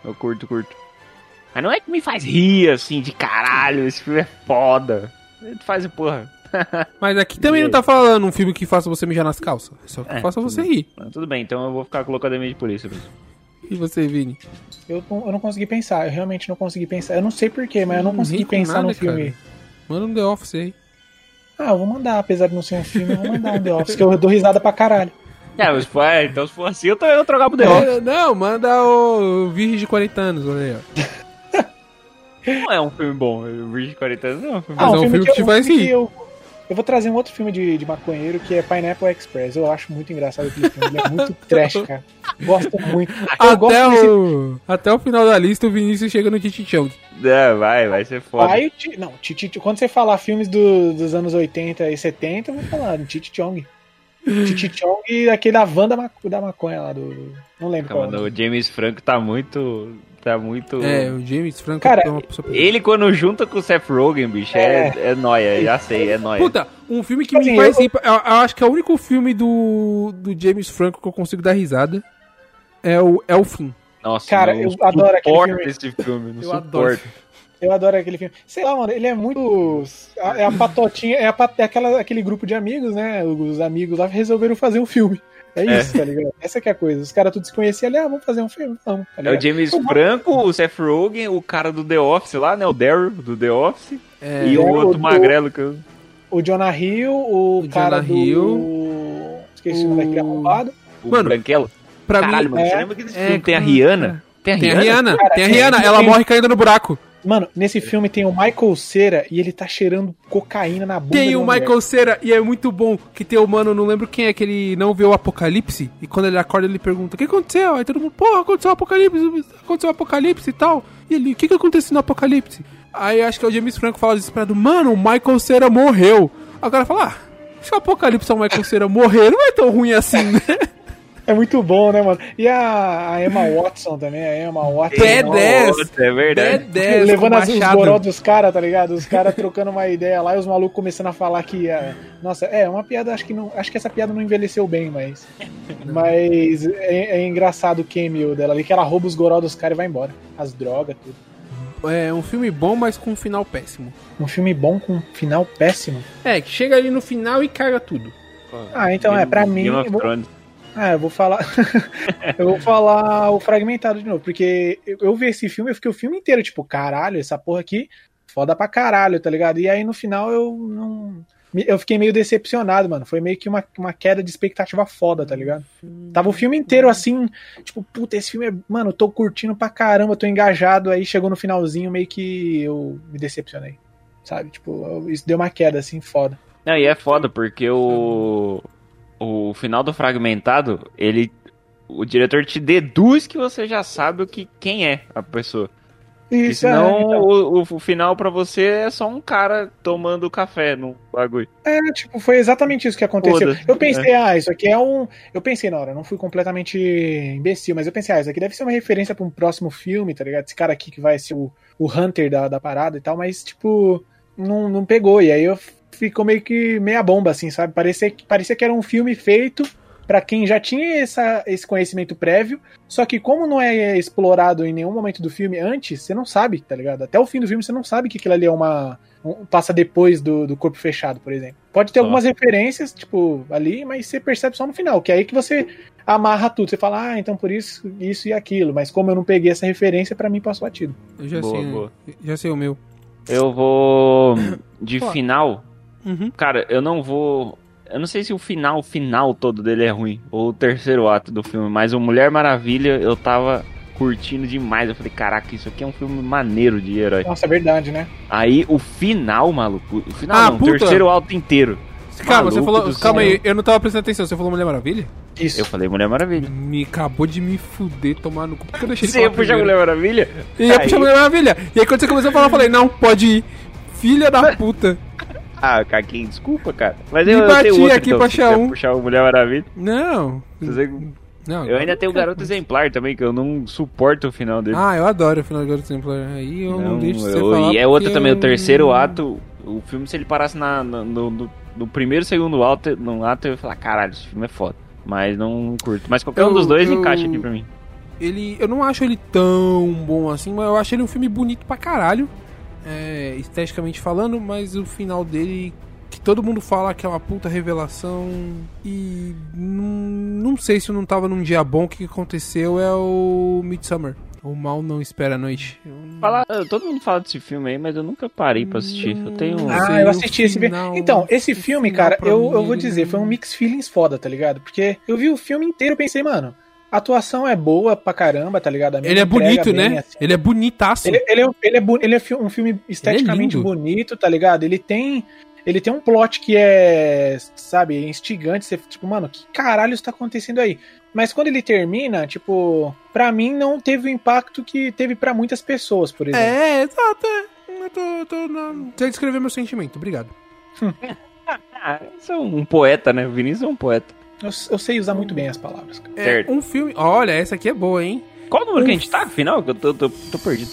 E: Eu curto, curto. Mas não é que me faz rir, assim, de caralho, esse filme é foda. Ele faz porra.
D: Mas aqui também
E: E
D: não
E: aí?
D: tá falando um filme que faça você mijar nas calças. É Só que faça você rir.
E: Mas É, Tudo bem, então eu vou ficar com a Academia de Polícia mesmo.
D: E você, Vini?
F: Eu, não- eu não consegui pensar, eu realmente não consegui pensar. Eu não sei porquê, mas eu não
D: Hum,
F: consegui
D: ri com
F: pensar
D: nada,
F: no filme.
D: Manda um The Office aí.
F: Ah, eu vou mandar, apesar de não ser um filme, eu vou mandar um The Office, que eu dou risada pra caralho.
E: É, mas pô, é, então se for assim, eu, tô, eu trocava pro The Rock.
D: É, não, manda o Virgem de 40 anos, olha aí, ó.
E: Não é um filme bom, o Virgem de 40 anos não é um filme
D: Ah,
E: bom.
D: é um filme que te
F: eu-
D: faz
F: filme
D: rir.
F: que Eu, eu vou trazer um outro filme de, de maconheiro que é Pineapple Express. Eu acho muito engraçado aquele filme. Ele é muito trash, cara. Gosto muito. Eu
D: Até
F: gosto desse
D: o, até o final da lista, o Vinícius chega no Titi Chong.
E: É, vai, vai ser foda.
F: pai. o Ti- Não, Titi, quando você falar filmes do- dos anos 80 e 70, eu vou falar do Titi Chong. Titi Chong e aquele da van da, maco- da maconha lá do. do- Não lembro
E: Cara,
F: qual. é o
E: Mano,
F: nome.
E: o James Franco tá muito. Tá muito.
D: É, o James Franco
F: Cara,
D: é uma pessoa...
E: Ele quando junta com o Seth Rogen, bicho, é, é nóia, já sei, é nóia.
D: Puta, um filme que
F: Assim,
D: me faz rir. Eu, eu acho que é o único filme do, do James Franco que eu consigo dar risada. É o É o Fim.
E: Nossa,
F: Cara,
E: não
F: eu adoro aquele
E: suporto
F: filme.
E: esse filme, não
D: Eu
E: suporto.
D: adoro.
F: Eu adoro aquele filme. Sei lá, mano, ele é muito. É a patotinha, é, a pat- é aquela, aquele grupo de amigos, né? Os amigos lá resolveram fazer um filme. É isso, tá ligado? Essa que é a coisa. Os caras tudo se conheciam ali, ah, vamos fazer um filme? Vamos, tá
E: É o
F: ligado?
E: James
F: Eu gosto-
E: Franco, o Seth Rogen, o cara do The Office lá, né? O Daryl do The Office.
D: É,
E: e o
F: o
E: outro
F: do-
E: magrelo que eu.
F: O Jonah Hill, o,
D: O
F: cara
D: Jonah
F: do. Esqueci o nome daquele
D: o-
F: arrombado.
E: O
D: Mano,
E: branquelo.
D: pra
E: Caralho,
D: mim.
E: mano,
F: é-
E: você lembra que nesse
D: é,
E: filme tem a
D: como-
E: Rihanna? Tem a
D: Tem a
E: Rihanna?
D: Rihanna,
F: Cara,
D: tem a
F: tem-
D: Rihanna, ela morre caindo no buraco.
F: Mano,
E: É.
F: nesse filme tem o Michael Cera e ele tá cheirando cocaína na bunda.
D: Tem
F: de
D: o
F: uma mulher.
D: Michael Cera e é muito bom que tem o mano, não lembro quem é, que ele não vê o apocalipse. E quando ele acorda, ele pergunta: O que aconteceu? Aí todo mundo, porra, aconteceu o apocalipse, aconteceu o apocalipse e tal. E ele, o que, que aconteceu no apocalipse? Aí acho que é o James Franco fala desesperado: Mano, o Michael Cera morreu. Aí o cara fala: ah, se o apocalipse é o Michael Cera morrer, não é tão ruim assim, né?
F: É muito bom, né, mano? E a, a Emma Watson também, a Emma Watson.
D: Bad
F: Nossa,
D: dez.
E: Nossa, é verdade.
D: Badass,
F: Levando
D: com
F: as, os
D: né, machado.
F: goró dos caras, tá ligado? Os caras trocando uma ideia lá e os malucos começando a falar que. ah, nossa, é uma piada, acho que não. Acho que essa piada não envelheceu bem, mas. Mas é, é engraçado o cameo dela ali, que ela rouba os goró dos caras e vai embora. As drogas, tudo.
D: É um filme bom, mas com um final péssimo.
F: Um filme bom com um final péssimo.
D: É, que chega ali no final e caga tudo.
F: Ah, então é, pra mim,
E: Game of
F: eu vou-
E: Thrones.
F: Ah, eu vou falar. eu vou falar o fragmentado de novo, porque eu, eu vi esse filme, eu fiquei o filme inteiro, tipo, caralho, essa porra aqui, foda pra caralho, tá ligado? E aí no final eu não. me- Eu fiquei meio decepcionado, mano. Foi meio que uma, uma queda de expectativa foda, tá ligado? Tava o filme inteiro assim, tipo, puta, esse filme é. Mano, eu tô curtindo pra caramba, eu tô engajado. Aí chegou no finalzinho, meio que eu me decepcionei. Sabe? Tipo, eu- isso deu uma queda assim, foda.
E: Não, e é foda, porque o. O final do fragmentado, ele. O diretor te deduz que você já sabe o que, quem é a pessoa. Porque
F: Isso,
E: senão
F: é, então.
E: o, o- o final pra você é só um cara tomando café no bagulho.
F: É, tipo, foi exatamente isso que aconteceu.
E: Foda-se,
F: Eu pensei, ah, isso aqui é um. Eu pensei na hora, eu não fui completamente imbecil, mas eu pensei, ah, isso aqui deve ser uma referência pra um próximo filme, tá ligado? Esse cara aqui que vai ser o, o Hunter da, da parada e tal, mas, tipo, não, não pegou. E aí eu ficou meio que meia bomba, assim, sabe? Parecia, que- parecia que era um filme feito pra quem já tinha essa, esse conhecimento prévio, só que como não é explorado em nenhum momento do filme antes, você não sabe, tá ligado? Até o fim do filme você não sabe que aquilo ali é uma um- passa depois do, do corpo fechado, por exemplo. Pode
D: Tá.
F: ter algumas referências, tipo, ali, mas você percebe só no final, que é aí que você amarra tudo. Você fala, ah, então por isso, isso e aquilo. Mas como eu não peguei essa referência, pra mim passou batido.
D: Eu já
E: Boa,
D: sei.
E: boa.
D: Já sei o meu.
E: Eu vou. De
D: Pô.
E: final.
D: Uhum.
E: Cara, eu não vou. Eu não sei se o final, o final todo dele é ruim. Ou o terceiro ato do filme. Mas o Mulher Maravilha eu tava curtindo demais. Eu falei, caraca, isso aqui é um filme maneiro de herói.
F: Nossa, é verdade, né?
E: Aí o final, maluco. O final
D: Ah,
E: não, o
D: puta.
E: terceiro ato inteiro.
D: Calma, você
E: Maluco
D: falou.
E: do
D: Calma
E: céu.
D: aí, eu não tava prestando atenção. Você falou Mulher Maravilha?
F: Isso.
E: Eu falei Mulher Maravilha.
D: Me acabou de me fuder, tomar no cu. Por que eu deixei ele
E: Você ia
D: falar
E: puxar
D: primeiro?
E: Mulher Maravilha?
D: E ia
E: Aí.
D: puxar a Mulher Maravilha. E aí quando você começou a falar, eu falei, não, pode ir. Filha da puta.
E: Ah, Caquinho, desculpa, cara. Mas
D: Me
E: eu, eu
D: bati
E: tenho outro,
D: aqui
E: então,
D: pra
E: se
D: achar
E: quiser
D: um.
E: puxar o Mulher Maravilha.
D: Não.
E: Se você
D: Não,
E: Eu ainda tenho o Garoto Exemplar também, que eu não suporto o final dele.
D: Ah, eu adoro o final do Garoto Exemplar. Aí eu não, deixo você
E: eu-
D: falar.
E: E é outro
D: porque
E: também,
D: eu
E: o terceiro
D: não-
E: ato, o filme, se ele parasse na, na- no, no, no primeiro e segundo ato, no ato, eu ia falar, caralho, esse filme é foda. Mas não curto. Mas qualquer
D: Eu-
E: um dos dois
D: eu-
E: encaixa aqui pra mim.
D: ele eu não acho ele tão bom assim, mas eu acho ele um filme bonito pra caralho, é, esteticamente falando, mas o final dele que todo mundo fala que é uma puta revelação e não, não sei se eu não tava num dia bom o que aconteceu é o Midsummer. O mal não espera a noite. Eu não-
E: Fala, eh, todo mundo fala desse filme aí, mas eu nunca parei pra assistir. Eu tenho. um-
D: Ah,
F: Ah,
D: sei,
F: eu
D: o
F: assisti esse filme.
D: final-
F: Então, esse
D: o
F: filme,
D: final
F: cara,
D: pra
F: eu,
D: mim,
F: eu vou
D: ele
F: dizer,
D: não-
F: foi um mix feelings foda, tá ligado? Porque eu vi o filme inteiro e pensei, mano, a atuação é boa pra caramba, tá ligado? A mina
D: Ele é
F: entrega
D: bonito,
F: bem,
D: né?
F: assim.
D: Ele é bonitaço.
F: Ele, ele é, ele, é, bu- ele é fi- um filme esteticamente
D: lindo.
F: bonito, tá ligado? Ele tem. Ele tem um plot que é, sabe, instigante. Você, fica tipo, mano, que caralho está acontecendo aí? Mas quando ele termina, tipo, pra mim não teve o impacto que teve pra muitas pessoas, por exemplo.
D: É, exato. é. Eu tô, tô na... Você descreveu meu sentimento, obrigado.
E: Ah, eu sou um poeta, né? O Vinícius é um poeta.
F: Eu, eu sei usar muito bem as palavras. cara.
D: É,
E: Certo.
D: um filme. Olha, essa aqui é boa, hein?
E: Qual o número que a gente tá, afinal? Que eu tô, tô, tô perdido.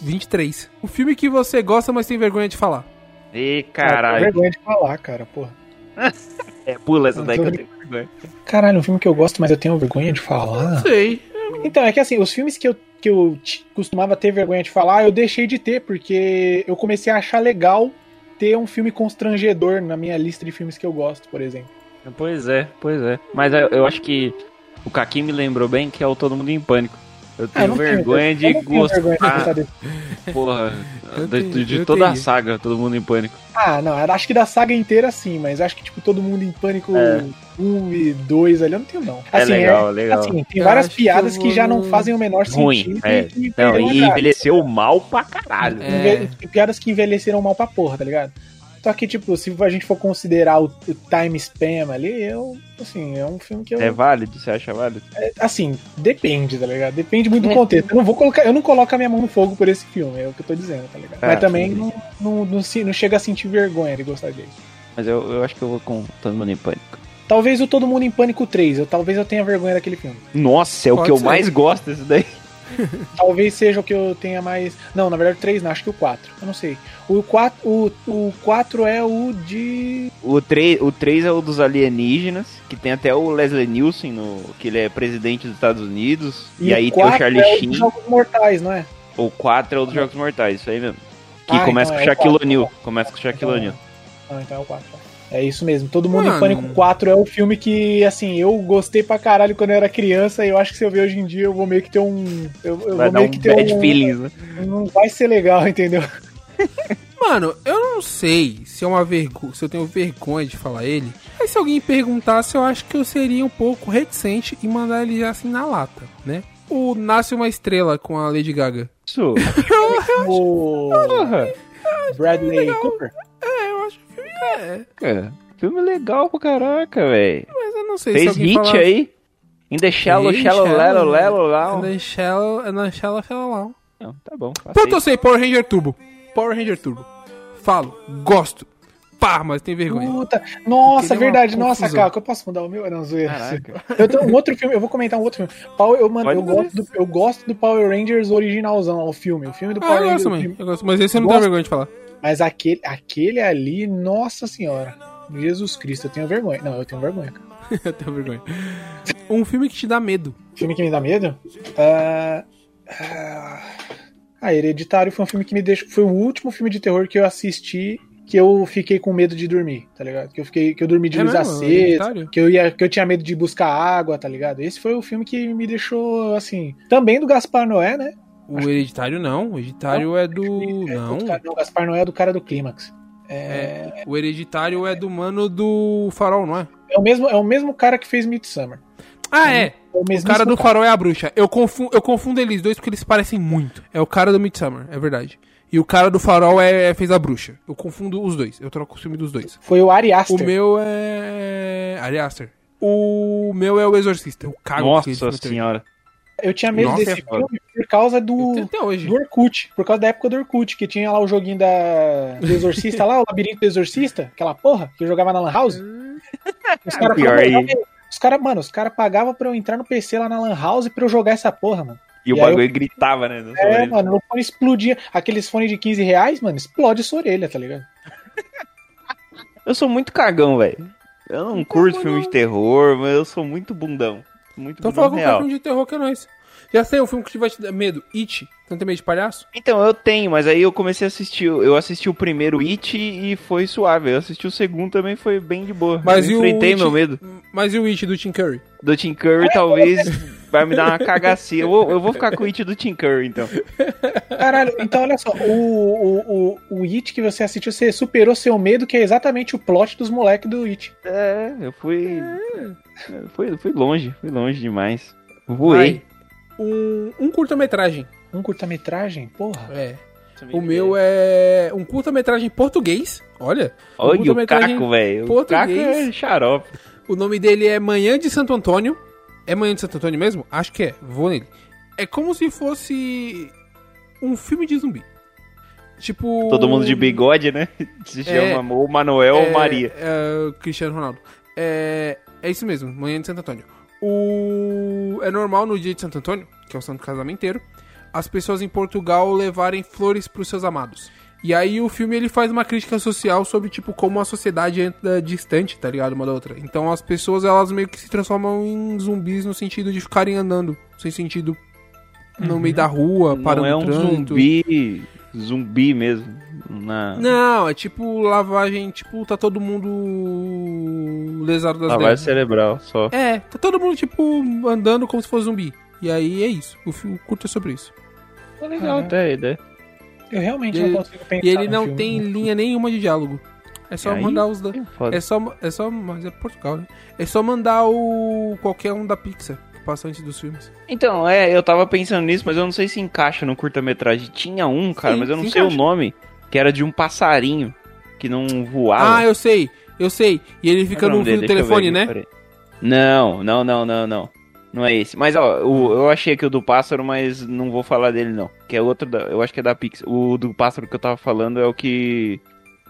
D: 23. Um filme que você gosta, mas tem vergonha de falar.
E: Ih,
F: Eu tenho
E: caralho.
F: vergonha de falar, cara, porra.
E: É, pula essa
F: Eu
E: daí que
F: tô
E: eu tenho. vergonha.
F: Caralho, um filme que eu gosto, mas eu tenho vergonha de falar.
D: Sei.
F: Então, é que assim, os filmes que eu, que eu ti- costumava ter vergonha de falar, eu deixei de ter, porque eu comecei a achar legal ter um filme constrangedor na minha lista de filmes que eu gosto, por exemplo.
E: Pois é, pois é. Mas eu, eu acho que o Kakim me lembrou bem que é o Todo Mundo em Pânico. Eu
F: Ah, eu
E: tenho
F: não tenho-
E: vergonha
F: eu
E: de
F: não tenho
E: gostar,
F: vergonha de gostar desse-
E: porra,
D: Eu
E: de,
D: tenho-
E: de- de
D: eu
E: toda a
D: tenho.
E: saga Todo Mundo em Pânico.
F: Ah, não, acho que da saga inteira sim, mas acho que tipo todo mundo em pânico 1 e 2 ali, eu não tenho não. Assim,
E: é legal, legal.
F: assim, tem
D: Eu
F: várias
D: acho que
F: piadas
D: eu
F: que,
D: vou
F: já não
D: no-
F: fazem o menor
E: Ruim,
F: sentido.
E: é.
F: que
E: Não,
F: perderam a
E: e
F: graça.
E: envelheceu mal pra caralho.
D: É.
F: Enve- tipo, Piadas que envelheceram mal pra porra, tá ligado? Só que, tipo, se a gente for considerar o, o time spam ali, eu. Assim, é um filme que eu.
E: É válido? Você acha válido?
F: Assim, depende, tá ligado? Depende muito do contexto. Eu não vou colocar. Eu não coloco a minha mão no fogo por esse filme, é o que eu tô dizendo, tá ligado?
E: Ah,
F: Mas também
E: entendi.
F: não, não, não, se- não chega a sentir vergonha de gostar dele.
E: Mas eu, eu acho que eu vou com Todo Mundo em Pânico.
F: Talvez o Todo Mundo em Pânico 3, eu, talvez eu tenha vergonha daquele filme.
E: Nossa, é o
D: Pode
E: que eu
D: ser.
E: mais gosto desse daí.
F: Talvez seja o que eu tenha mais. Não, na verdade, o 3 não, acho que o 4. Eu não sei. O 4, o, o 4 é o de.
E: O 3, o três é o dos alienígenas, que tem até o Leslie Nielsen, no, que ele é presidente dos Estados Unidos. E,
F: o
E: aí tem o
F: quatro
E: Charlie
F: é o
E: Sheen.
F: dos Jogos Mortais, não é?
E: O 4 é o dos Jogos Mortais, isso aí mesmo. Que
F: Ah,
E: começa
F: então
E: com
F: é o
E: Shaquille
F: quatro,
E: O'Neal. Começa com Shaquille
F: Então,
E: O'Neal.
F: Não, então é o 4. É isso mesmo. Todo Mundo
D: Mano.
F: em Pânico 4 é o filme que, assim, eu gostei pra caralho quando eu era criança e eu acho que se eu ver hoje em dia eu vou meio que ter um. Eu, eu
E: Vai
F: vou
E: dar um
F: meio que ter
E: bad
F: um.
E: feelings, né?
F: Não vai ser legal, entendeu?
D: Mano, eu não sei se é uma vergonha, se eu tenho vergonha de falar ele. Mas se alguém perguntasse, eu acho que eu seria um pouco reticente e mandar ele já assim na lata, né? O Nasce uma Estrela com a Lady Gaga.
E: Isso.
F: O. Bradley Cooper.
D: É, eu acho que é.
E: Cara, filme legal pra caraca, velho.
D: Mas eu não sei
E: Fez
D: se alguém
E: hit
D: falasse-
E: aí. In the shallow,
D: Fez né?
E: shallow,
D: shallow.
E: lelo,
F: né?
E: lelo, lá.
D: Na Shell, na Shell, Shell, lá.
E: Não, tá bom.
D: Pronto, eu
E: aceito.
D: sei, Power Ranger Turbo. Power Ranger Turbo. Falo, gosto. Pá, mas tem vergonha.
F: Puta.
D: Porque
F: Nossa,
D: deu
F: verdade.
D: uma
F: Nossa,
D: confusão.
F: Caco, eu posso mudar o meu? Não, zoeira.
E: Caraca.
F: Eu tenho um outro filme, eu vou comentar um outro filme. Power- eu, mano,
E: Pode
F: eu, gosto do, eu gosto do Power Rangers originalzão, o filme. O filme do
D: Ah,
F: Power
D: eu
F: Rangers.
D: gosto também. Eu gosto, mas esse eu não tenho
F: Gosto.
D: vergonha de falar.
F: Mas aquele, aquele ali, nossa senhora. Jesus Cristo, eu tenho vergonha. Não, eu tenho vergonha. cara.
D: Eu tenho vergonha. Um filme que te dá medo.
F: Filme que me dá medo? Ah, ah, ah, Hereditário foi um filme que me deixou. Foi o último filme de terror que eu assisti que eu fiquei com medo de dormir, tá ligado? Que eu fiquei que eu dormi de
D: É
F: luz
D: mesmo?
F: acesa,
D: Hereditário?
F: que eu ia que eu tinha medo de buscar água, tá ligado? Esse foi o filme que me deixou assim, também do Gaspar Noé, né?
D: O hereditário não. O hereditário é do.
F: É,
D: Não.
F: outro cara- não, o Gaspar Noé é do cara do Clímax. É,
D: O hereditário é do mano do farol, não é?
F: é o mesmo é o mesmo cara que fez Midsummer.
D: Ah, é.
F: É o
D: O cara
F: mesmíssimo
D: do farol é a bruxa. Eu confundo, eu confundo eles dois porque eles parecem muito. É o cara do Midsummer, é verdade. E o cara do farol é, é- fez a bruxa. Eu confundo os dois. Eu troco o filme dos dois.
F: Foi o Ari Aster.
D: O meu é. Ari Aster. O meu é o Exorcista. Eu cago com esse
E: Nossa
D: filme até hoje.
E: senhora.
F: Eu tinha medo
D: Nossa,
F: desse
E: é foda.
F: filme por causa
D: Eu
F: do,
D: tenho até hoje.
F: do Orkut. Por causa da época do Orkut, que tinha lá o joguinho da, do Exorcista lá, o Labirinto do Exorcista, aquela porra que eu jogava na Lan House. Os caras
E: Pior
F: falavam,
E: aí.
F: "Não, Os caras, mano, os caras pagavam pra eu entrar no PC lá na Lan House pra eu jogar essa porra, mano.
E: E o
F: E aí
E: bagulho gritava, né? na sua
F: É,
E: orelha.
F: mano, o fone explodia. Aqueles fones de 15 reais, mano, explode sua orelha, tá ligado?
E: Eu sou muito cagão, velho. Eu
F: Então,
E: não curto filme de terror, mas eu sou muito bundão. Muito
D: Então fala
E: bundão
D: com o
E: real.
D: filme de terror que é nóis. Já sei, um filme que te vai te dar medo. It. Você não tem medo de palhaço?
E: Então, eu tenho, mas aí eu comecei a assistir. Eu assisti o primeiro It e foi suave. Eu assisti o segundo também foi bem de boa.
D: Mas
E: eu
D: e o
E: enfrentei
D: It-
E: meu medo.
D: Mas e o It do Tim Curry?
E: Do Tim Curry talvez vai me dar uma cagacinha. Eu vou, eu vou ficar com o It do Tim Curry, então.
F: Caralho, então olha só, o, o, o, o It que você assistiu, você superou seu medo, que é exatamente o plot dos moleques do It.
E: É, eu fui.
D: É.
E: eu Fui, fui longe, fui longe demais. Voei.
D: Um, um curta-metragem.
F: Um curta-metragem? Porra.
D: É. O meu é um curta-metragem português. Olha. um
E: Olha o
D: curta-metragem-
E: Caco, velho. O Caco
D: português.
E: é xarope.
D: O nome dele é Manhã de Santo Antônio. É Manhã de Santo Antônio mesmo? Acho que é. Vou nele. É como se fosse um filme de zumbi. Tipo.
E: Todo mundo de bigode, né? Se
D: É.
E: chama ou Manuel ou
D: É,
E: Maria.
D: é, Cristiano Ronaldo. É, é isso mesmo, manhã de Santo Antônio. O, é normal no dia de Santo Antônio, que é o santo casamenteiro, as pessoas em Portugal levarem flores para os seus amados. E aí o filme ele faz uma crítica social sobre tipo como a sociedade anda distante, tá ligado, uma da outra. Então as pessoas elas meio que se transformam em zumbis no sentido de ficarem andando sem sentido no meio da rua, parando
E: Uhum. Não é um
D: trânsito.
E: zumbi. Zumbi mesmo. Na...
D: Não, é tipo lavagem, tipo, tá todo mundo lesado das
E: Lavagem
D: ideias.
E: cerebral, só.
D: É, tá todo mundo, tipo, andando como se fosse zumbi. E aí é isso, o filme curta é sobre isso. É.
E: Legal, até né? a ideia.
F: Eu realmente
D: Ele-
F: não consigo pensar.
D: E ele
F: no
D: não
F: Tá, filme.
D: tem linha nenhuma de diálogo. É só
E: Aí-
D: mandar os... da-
E: É foda.
D: É só, é só... Mas é Portugal, né? É só mandar o... Qualquer um da Pixar, que passa antes dos filmes.
E: Então, é, eu tava pensando nisso, mas eu não sei se encaixa no curta-metragem. Tinha um, cara,
D: Sim,
E: mas eu não
D: se
E: sei
D: encaixa.
E: o nome, que era de um passarinho que não
D: Ah,
E: voava.
D: eu sei, eu sei. E ele
E: Qual é
D: fica
E: o
D: no
E: nome
D: fio
E: dele?
D: do
E: Deixa eu ver
D: telefone,
E: aqui,
D: né?
E: peraí. Não, não, não, não, não. Não é esse. Mas, ó, o- eu achei aqui o do pássaro, mas não vou falar dele, não. Que é outro, da- eu acho que é da Pix. O do pássaro que eu tava falando é o que...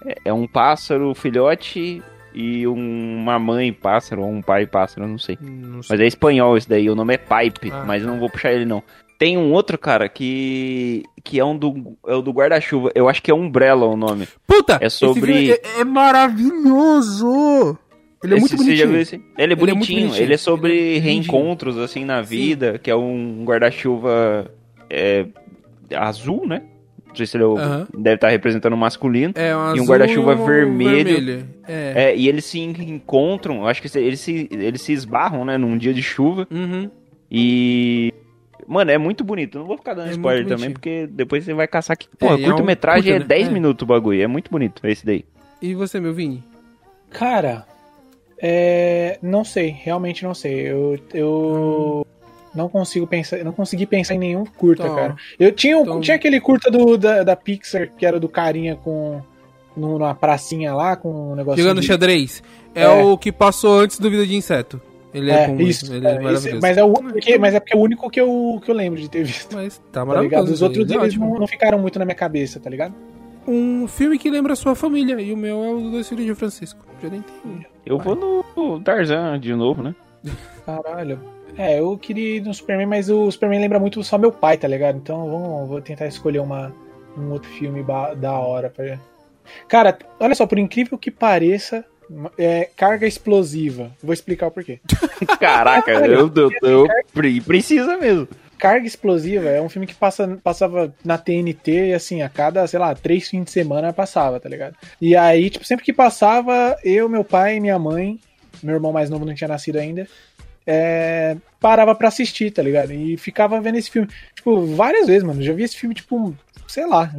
E: é- É um pássaro, filhote e um- uma mãe pássaro, ou um pai pássaro, eu não sei.
D: Não sei.
E: Mas é espanhol esse daí, o nome é Pipe,
D: Ah,
E: mas eu não vou puxar ele não. Tem um outro, cara, que. que é um do. É o do guarda-chuva. Eu acho que é Umbrella o nome.
D: Puta!
E: É
D: esse filme
E: sobre-
D: é, é maravilhoso! Ele é
E: Esse
D: muito
E: você já
D: bonitinho.
E: viu esse? Ele é
D: muito
E: bonitinho. Ele é,
D: bonitinho.
E: sobre
D: Ele é bonitinho.
E: reencontros, assim, na
D: Sim.
E: vida, que é um guarda-chuva é, azul, né? Não sei se ele é o-
D: Aham.
E: deve estar representando o masculino.
D: É
E: E um
D: azul
E: guarda-chuva
D: e um
E: vermelho.
D: É.
E: É, e eles se encontram, eu acho que se- eles se, eles se esbarram, né, num dia de chuva.
D: Uhum.
E: E. Mano, é muito bonito. Não vou ficar dando
D: É
E: spoiler
D: muito
E: também,
D: bonitinho.
E: porque depois você vai caçar que. Pô,
D: e é um
E: curta-metragem é,
D: curta, né?
E: 10
D: É.
E: minutos o bagulho. É muito bonito esse daí.
D: E você, meu Vini?
F: Cara, é, não sei, realmente não sei. Eu, eu não consigo pensar, não consegui pensar em nenhum curta,
D: Então,
F: cara. Eu tinha, um-
D: então-
F: tinha aquele curta do, da, da Pixar que era do carinha com no- numa pracinha lá com um negócio.
D: Jogando
F: de...
D: xadrez. É,
F: É.
D: o que passou antes do Vida de Inseto. Ele é,
F: É,
D: bom,
F: isso.
D: ele é,
F: é,
D: maravilhoso.
F: esse- mas, é o, porque, mas é porque é o único que eu, que eu lembro de ter visto.
D: Mas tá
F: Tá ligado?
D: maravilhoso.
F: Os outros
D: ele é
F: eles
D: ótimo.
F: não, não ficaram muito na minha cabeça, tá ligado?
D: Um filme que lembra a sua família. E o meu é o dos dois filhos de Francisco. Já nem tem.
E: Eu vou no Tarzan de novo, né?
F: Caralho. É, eu queria ir no Superman, mas o Superman lembra muito só meu pai, tá ligado? Então vamos, vou tentar escolher uma, um outro filme ba- da hora. Pra... Cara, olha só, por incrível que pareça, é, carga explosiva. Vou explicar o porquê.
E: Caraca, eu, eu, eu- pre- precisa mesmo.
F: Carga Explosiva é um filme que passa, passava na TNT, assim, a cada, sei lá, três fins de semana passava, tá ligado? E aí, tipo, sempre que passava, eu, meu pai e minha mãe, meu irmão mais novo não tinha nascido ainda, é, parava pra assistir, tá ligado? E ficava vendo esse filme, tipo, várias vezes, mano. Já vi esse filme, tipo, sei lá,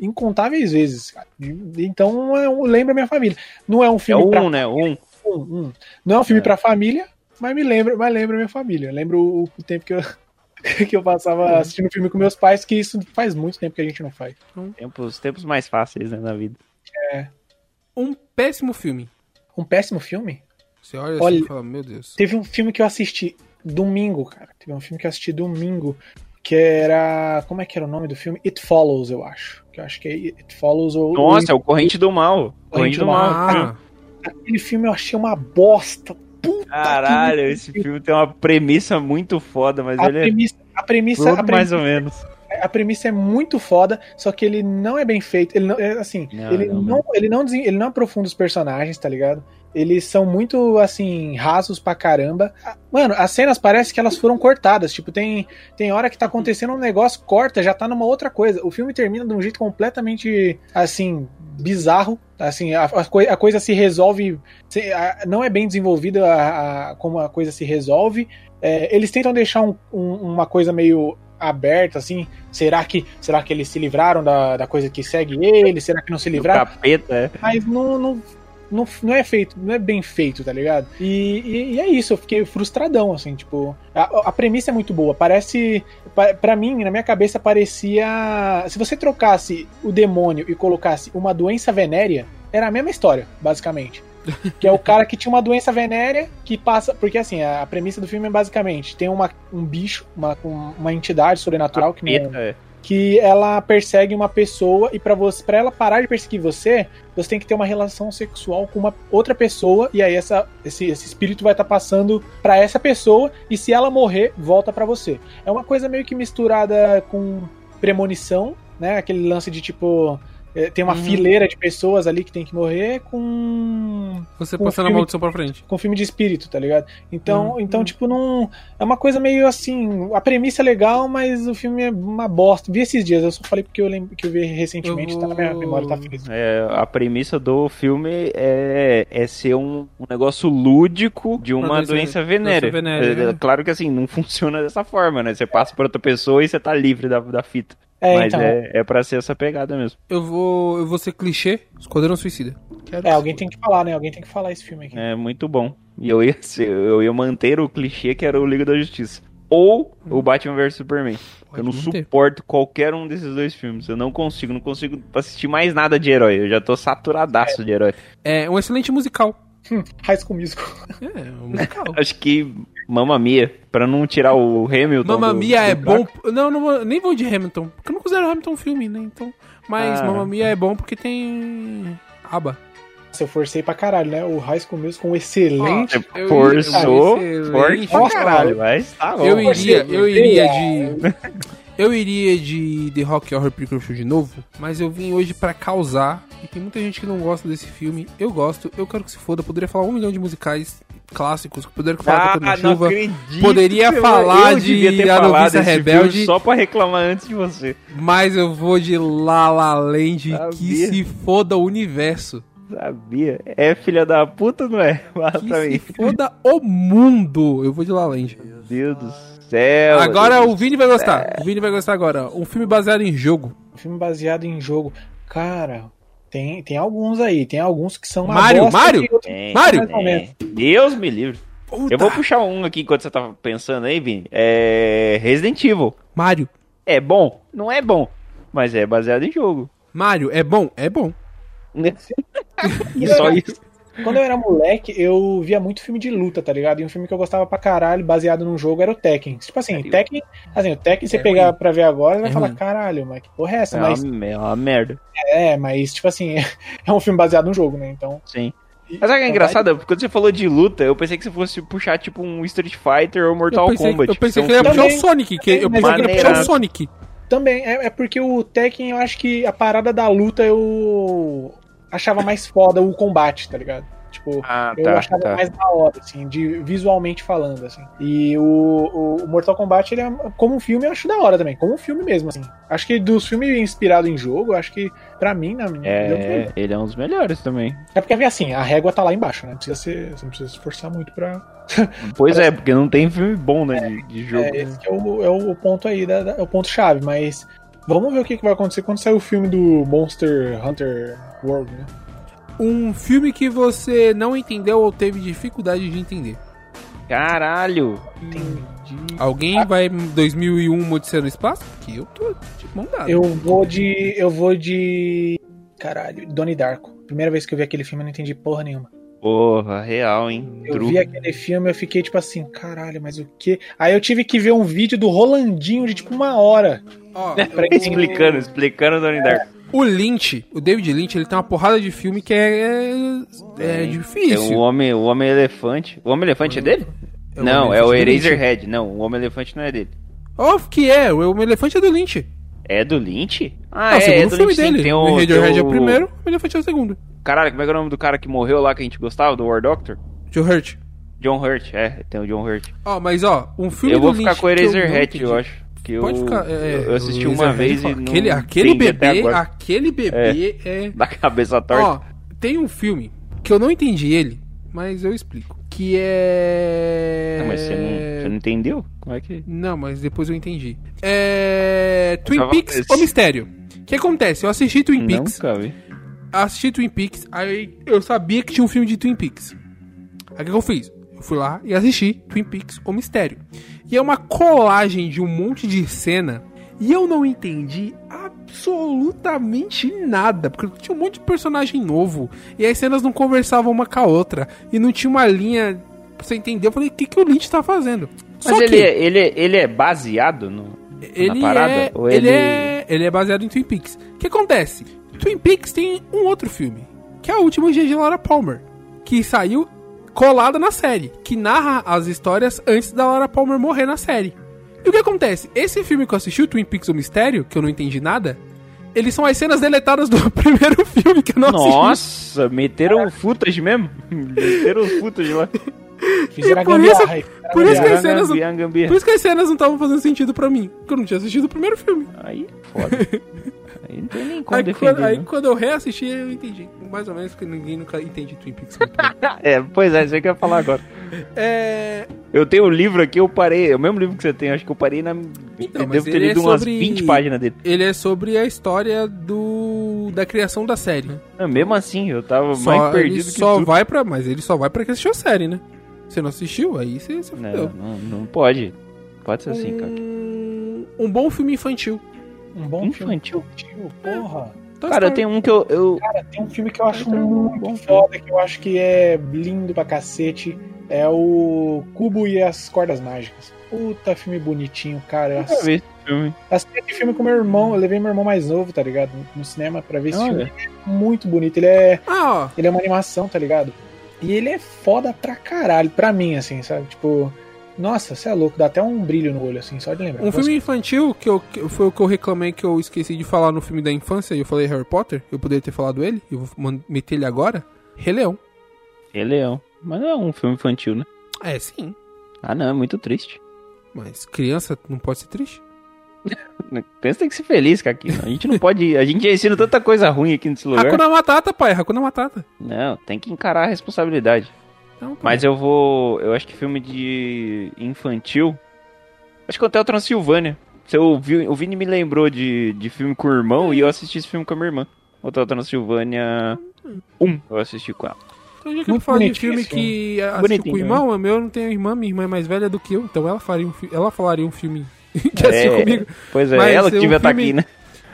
F: incontáveis vezes, cara. E- Então, é um- lembra minha família. Não é um
E: É
F: filme pra
E: um, né? Um.
F: um, um. Não é um filme pra família, mas me lembra, mas lembra minha família. Lembro o, o tempo que eu, que eu
E: É.
F: passava assistindo filme com meus pais, que isso faz muito tempo que a gente não faz.
E: Tempos, tempos mais fáceis, né, na vida.
D: Um péssimo filme.
F: Um péssimo filme?
D: Você olha,
F: Olha-
D: assim e fala, meu Deus.
F: Teve um filme que eu assisti domingo, cara. Teve um filme que eu assisti domingo, que era. Como é que era o nome do filme? It Follows, eu acho. Que eu acho que é It Follows ou.
E: Nossa, é
F: tá.
E: o Corrente do Mal. Corrente do Mal.
D: Ah,
F: Aquele filme eu achei uma bosta. Puta puta
E: Caralho, esse filme tem uma premissa muito foda, mas
F: que... A
E: ele é
F: premissa, a premissa, a
E: bobo, mais
F: premissa,
E: ou menos.
F: a premissa é muito foda, só que ele não é bem feito. Ele não, é, assim,
E: Não,
F: ele,
E: não,
F: não, ele, não desen- ele não aprofunda os personagens, tá ligado? Eles são muito, assim, rasos pra caramba. Ah, Mano, as cenas parece que elas foram cortadas. Tipo, tem, tem hora que tá acontecendo um negócio, corta, já tá numa outra coisa. O filme termina de um jeito completamente, assim, bizarro. Assim, a, a coi- a coisa se resolve. se- a- não é bem desenvolvida a- a- como a coisa se resolve. É, eles tentam deixar um- um- uma coisa meio aberta, assim. Será que, será que eles se livraram da, da coisa que segue eles? Será que não se
E: Do
F: livraram?
E: capeta, é.
F: mas não, não, não, não é feito, não é bem feito, tá ligado? E, e, e é isso, eu fiquei frustradão, assim, tipo. A, a premissa é muito boa. Parece. pa- Pra mim, na minha cabeça, parecia. Se você trocasse o demônio e colocasse uma doença venérea, era a mesma história, basicamente. Que é o cara que tinha uma doença venérea que passa. Porque assim, a a premissa do filme é basicamente: tem uma, um bicho, uma, um- uma entidade sobrenatural que não é-
E: Capeta, é.
F: que ela persegue uma pessoa e pra você, para ela parar de perseguir você, você tem que ter uma relação sexual com uma outra pessoa e aí essa, esse, esse espírito vai estar passando pra essa pessoa e se ela morrer volta pra você. É uma coisa meio que misturada com premonição, né? Aquele lance de tipo eh, tem uma fileira de pessoas ali que tem que morrer com
D: Você
F: Um
D: passando a
F: filme-
D: maldição pra frente.
F: com filme de espírito, tá ligado? Então,
D: Hum,
F: então tipo, não. É uma coisa meio assim. A premissa é legal, mas o filme é uma bosta. Vi esses dias, eu só falei porque eu lembro que eu vi recentemente,
D: Eu
F: tá na minha
D: vou-
F: memória, tá fresco.
E: É, A premissa do filme é, é ser um, um negócio lúdico de uma,
D: Uma doença-
E: doença, venérea.
D: doença venérea,
E: É,
D: é.
E: é Claro que assim, não funciona dessa forma, né? Você passa pra outra pessoa e você tá livre da, da fita.
F: É,
E: Mas
F: então. É...
E: é, é pra ser essa pegada mesmo.
D: Eu vou. Eu vou ser clichê, Esquadrão Suicida. Quero
F: alguém tem que falar, né? Alguém tem que falar esse filme aqui.
E: É muito bom. E eu ia, ser- eu ia manter o clichê que era o Liga da Justiça. Ou o Batman vs Superman.
D: Pode
E: eu não
D: manter.
E: suporto qualquer um desses dois filmes. Eu não consigo, não consigo assistir mais nada de herói. Eu já tô saturadaço de herói.
D: É um excelente musical.
F: Raiz com Musical.
D: É, um musical.
E: Acho que Mamma Mia, pra não tirar o Hamilton.
D: Mamma
E: do-
D: Mia
E: do
D: é
E: buraco.
D: bom. Não, não, nem vou de Hamilton. Porque eu não considero Hamilton um filme, né? Então. Mas
E: Ah.
D: Mamma Mia é bom porque tem. Aba.
F: Se eu forcei pra caralho, né? O Raiz com Musical, um excelente.
E: Você
D: Eu ia-
E: forçou
D: eu ia ser
E: forte
D: excelente.
E: pra caralho, mas tá bom.
D: Eu
F: você,
D: iria, eu
F: você,
D: iria de. Eu iria de The Rock Horror Picture Show de novo, mas eu vim hoje pra causar. E tem muita gente que não gosta desse filme. Eu gosto, eu quero que se foda. Eu poderia falar um milhão de musicais clássicos, que poderia falar
E: Ah,
D: Cantando na
E: não
D: Chuva.
E: acredito.
D: Poderia
E: Eu-
D: falar
E: eu devia
D: de
E: ter
D: A
E: falado
D: Noviça
E: desse filme
D: Rebelde.
E: Só pra reclamar antes de você.
D: Mas eu vou de La La Land, que
E: Sabia.
D: se foda o universo.
E: Sabia. É filha da puta ou não é? Fala
D: Que
E: pra
D: se
E: mim.
D: foda o mundo. Eu vou de La La Land.
E: Meu Deus do céu.
D: Agora o Vini vai
E: É.
D: gostar. O Vini vai gostar agora. Um filme baseado em jogo.
F: Um filme baseado em jogo. Cara, tem, tem alguns aí. Tem alguns que são uma
D: Mario,
F: bosta
D: Mario?
F: e outros-
E: Tem,
D: Mário?
E: tem. É, Deus me livre. Eu vou puxar um aqui enquanto você tava pensando aí, Vini. É. Resident Evil.
D: Mário.
E: É bom? Não é bom. Mas é baseado em jogo.
D: Mário, é bom? É bom.
E: E só isso.
F: Quando eu era moleque, eu via muito filme de luta, tá ligado? E um filme que eu gostava pra caralho, baseado num jogo, era o Tekken. Tipo assim,
E: Sério?
F: Tekken, assim, o Tekken você
D: É
F: pegar pra ver agora, você vai
D: É
F: falar,
D: ruim.
F: caralho, mas que porra é essa?
E: É uma,
F: Mas
E: me- é uma merda.
F: é, mas tipo assim, é um filme baseado num jogo, né? Então.
E: Sim. Mas sabe o que é engraçado? Quando você falou de luta, eu pensei que você fosse puxar tipo um Street Fighter ou Mortal
D: eu pensei,
E: Kombat. é um
D: eu pensei
E: são
D: que ele ia
E: filmes-
D: puxar o
F: Também-
D: Sonic. Que eu
F: também,
D: pensei que ele ia puxar o
E: maneiraço.
D: Sonic.
F: Também, é, é porque o Tekken, eu acho que a parada da luta eu achava mais foda o combate, tá ligado? Tipo,
E: Ah,
F: Eu
E: tá,
F: achava
E: tá.
F: mais da hora, assim, de, visualmente falando, assim. E o, o- o Mortal Kombat, ele é, como um filme, eu acho da hora também. Como um filme mesmo, assim. Acho que dos filmes inspirados em jogo, eu acho que, pra mim, na minha ele é o
E: É,
F: melhor.
E: ele é um dos melhores também.
F: É porque, assim, a régua tá lá embaixo, né? Não precisa ser, você não precisa se esforçar muito pra...
E: Pois é, porque não tem filme bom, né? De, de jogo.
F: É, esse que é o, é o ponto aí, da- da- é o ponto-chave, mas... Vamos ver o que, que vai acontecer quando sair o filme do Monster Hunter World, né?
D: Um filme que você não entendeu ou teve dificuldade de entender.
E: Caralho!
D: Alguém vai em 2001 uma Odisseia um no Espaço? Que eu tô de mão dada.
F: Eu vou de... Eu vou de... Caralho, Donnie Darko. Primeira vez que eu vi aquele filme, eu não entendi porra nenhuma.
E: Porra, real, hein?
F: Eu
E: True.
F: vi aquele filme, eu fiquei tipo assim, caralho, mas o quê? Aí eu tive que ver um vídeo do Rolandinho de tipo uma hora.
D: Ó,
F: pra
D: eu-
F: É.
E: Explicando, explicando o Donnie Darko.
D: O Lynch, o David Lynch, ele tem uma porrada de filme que é, é, é
E: É o
D: difícil.
E: homem, o homem elefante. O homem elefante é dele?
D: É o
E: não,
D: Homem
E: é o
D: Elefante do
E: Eraserhead. Não, o homem elefante não é dele.
D: Óbvio que é, o o Elefante é do Lynch.
E: É do Lynch? Ah,
D: é, o segundo
E: do
D: filme
E: sim.
D: dele.
E: Tem
D: o
E: o,
D: Radiohead
E: tem
D: é o primeiro, o Elefante é o segundo.
E: Caralho, como é que é o nome do cara que morreu lá que a gente gostava, do War Doctor?
D: Joe Hurt.
E: John Hurt, é, tem o John Hurt.
D: Ó, mas ó, um filme
E: Eu
D: do
E: vou ficar
D: Lynch
E: com o
D: que eu não
E: Eraserhead, eu,
D: entendi.
E: acho. Que
D: Pode
E: eu,
D: ficar. é,
E: eu assisti
D: o
E: uma
D: Eraserhead,
E: vez e
D: fala,
E: não
D: Aquele, aquele
E: entendi até
D: bebê,
E: agora.
D: aquele bebê é...
E: Da cabeça
D: Ó,
E: torta.
D: tem um filme que eu não entendi ele, mas eu explico. Que é...
E: Não, Ah, mas você não, você não entendeu? Como é que...
D: Não, mas depois eu entendi. É. Twin
E: tava-
D: Peaks
E: esse-
D: ou Mistério? O que acontece? Eu assisti Twin Peaks,
E: Nunca vi.
D: assisti Twin Peaks, aí eu sabia que tinha um filme de Twin Peaks. Aí o que eu fiz? Eu fui lá e assisti Twin Peaks ou Mistério. E é uma colagem de um monte de cena e eu não entendi absolutamente nada, porque tinha um monte de personagem novo e as cenas não conversavam uma com a outra e não tinha uma linha pra você entender. Eu falei, o que, que o Lynch tá fazendo?
E: Mas
D: Só
E: ele,
D: que-
E: é- ele, é- ele é baseado no...
D: ele
E: Tá parada?
D: É,
E: Ou
D: ele...
E: ele-
D: é, ele é baseado em Twin Peaks. O que acontece? Twin Peaks tem um outro filme, que é o último dia de Laura Palmer, que saiu colado na série, que narra as histórias antes da Laura Palmer morrer na série. E o que acontece? Esse filme que eu assisti, o Twin Peaks o Mistério, que eu não entendi nada, eles são as cenas deletadas do primeiro filme que eu não assisti.
E: Nossa, meteram footage mesmo? meteram os footage lá.
F: Fizeram a
D: É por isso-
F: gambiarra. aí, fizeram a
D: por isso que
F: gambiarra.
D: as cenas-
E: Gambia, gambia.
D: Por isso que as cenas não estavam fazendo sentido pra mim, porque eu não tinha assistido o primeiro filme.
E: Aí, foda. Aí não tem nem como
D: Aí,
E: defender.
D: quando, aí
E: né?
D: quando eu reassisti, eu entendi. Mais ou menos, porque ninguém nunca entende Twin Peaks. muito bem.
E: É, pois é, isso aí que eu ia falar agora.
D: é...
E: Eu tenho um livro aqui, eu parei. É o mesmo livro que você tem, acho que eu parei na. eu
D: mas
E: devo ter
D: ele é
E: lido umas
D: sobre-
E: 20 páginas dele.
D: Ele é sobre a história do da criação da série. né?
E: Não, mesmo assim, eu tava
D: Só,
E: mais
D: ele
E: perdido que
D: só
E: tudo.
D: vai para, mas ele só vai para quem assistiu a série, né? Você não assistiu, aí você, você
E: Não,
D: fudeu.
E: não, não pode. Pode ser assim, cara.
D: Um, um bom filme infantil. Então,
F: Um bom
E: Infantil.
F: filme. Porra.
D: Toy
E: Cara, eu
D: Story.
E: tenho um que eu. eu...
F: Cara, tem um filme que eu acho muito foda, que eu acho que é lindo pra cacete. É o Cubo e as Cordas Mágicas. Puta filme bonitinho, cara. Eu
E: Nunca
F: assisti,
E: vi esse filme.
F: assisti esse filme com meu irmão, eu levei meu irmão mais novo, tá ligado? No cinema pra ver esse
E: Olha.
F: filme. Ele é muito bonito. Ele é,
D: Ah,
F: ele é uma animação, tá ligado? E ele é foda pra caralho, pra mim, assim, sabe? Tipo, nossa, você é louco, dá até um brilho no olho, assim, só de
D: ó,
F: lembrar.
D: um filme infantil que, eu, que foi o que eu reclamei que eu esqueci de falar no filme da infância e eu falei Harry Potter. Eu poderia ter falado ele, eu vou man- meter ele agora. Rei Leão.
E: Rei Leão. Mas não é um filme infantil, né?
D: É, sim.
E: Ah, não, é muito triste.
D: Mas criança não pode ser triste.
E: Criança tem que ser feliz, Caquinho. A gente não pode. A gente já ensina tanta coisa ruim aqui nesse lugar.
D: Hakuna Matata, pai. Hakuna Matata.
E: Não, tem que encarar a responsabilidade.
D: Então, tá
E: Mas eu vou. Eu acho que filme de infantil. Acho que Hotel Transilvânia. Se eu vi, o Vini me lembrou de, de filme com o irmão e eu assisti esse filme com a minha irmã. Hotel Transilvânia 1, eu assisti com ela.
D: Então, já que eu
F: Muito
D: falo de
F: bonitinho
D: filme
F: esse filme.
D: que assiste
E: Bonitinho,
D: com o irmão, o meu eu não tenho irmã, minha irmã é mais velha do que eu, então ela faria um, fi- ela falaria um filme que assistiu
E: É,
D: comigo.
E: Pois é,
D: Mas
E: ela que
D: é um
E: devia estar
D: filme-
E: aqui, né?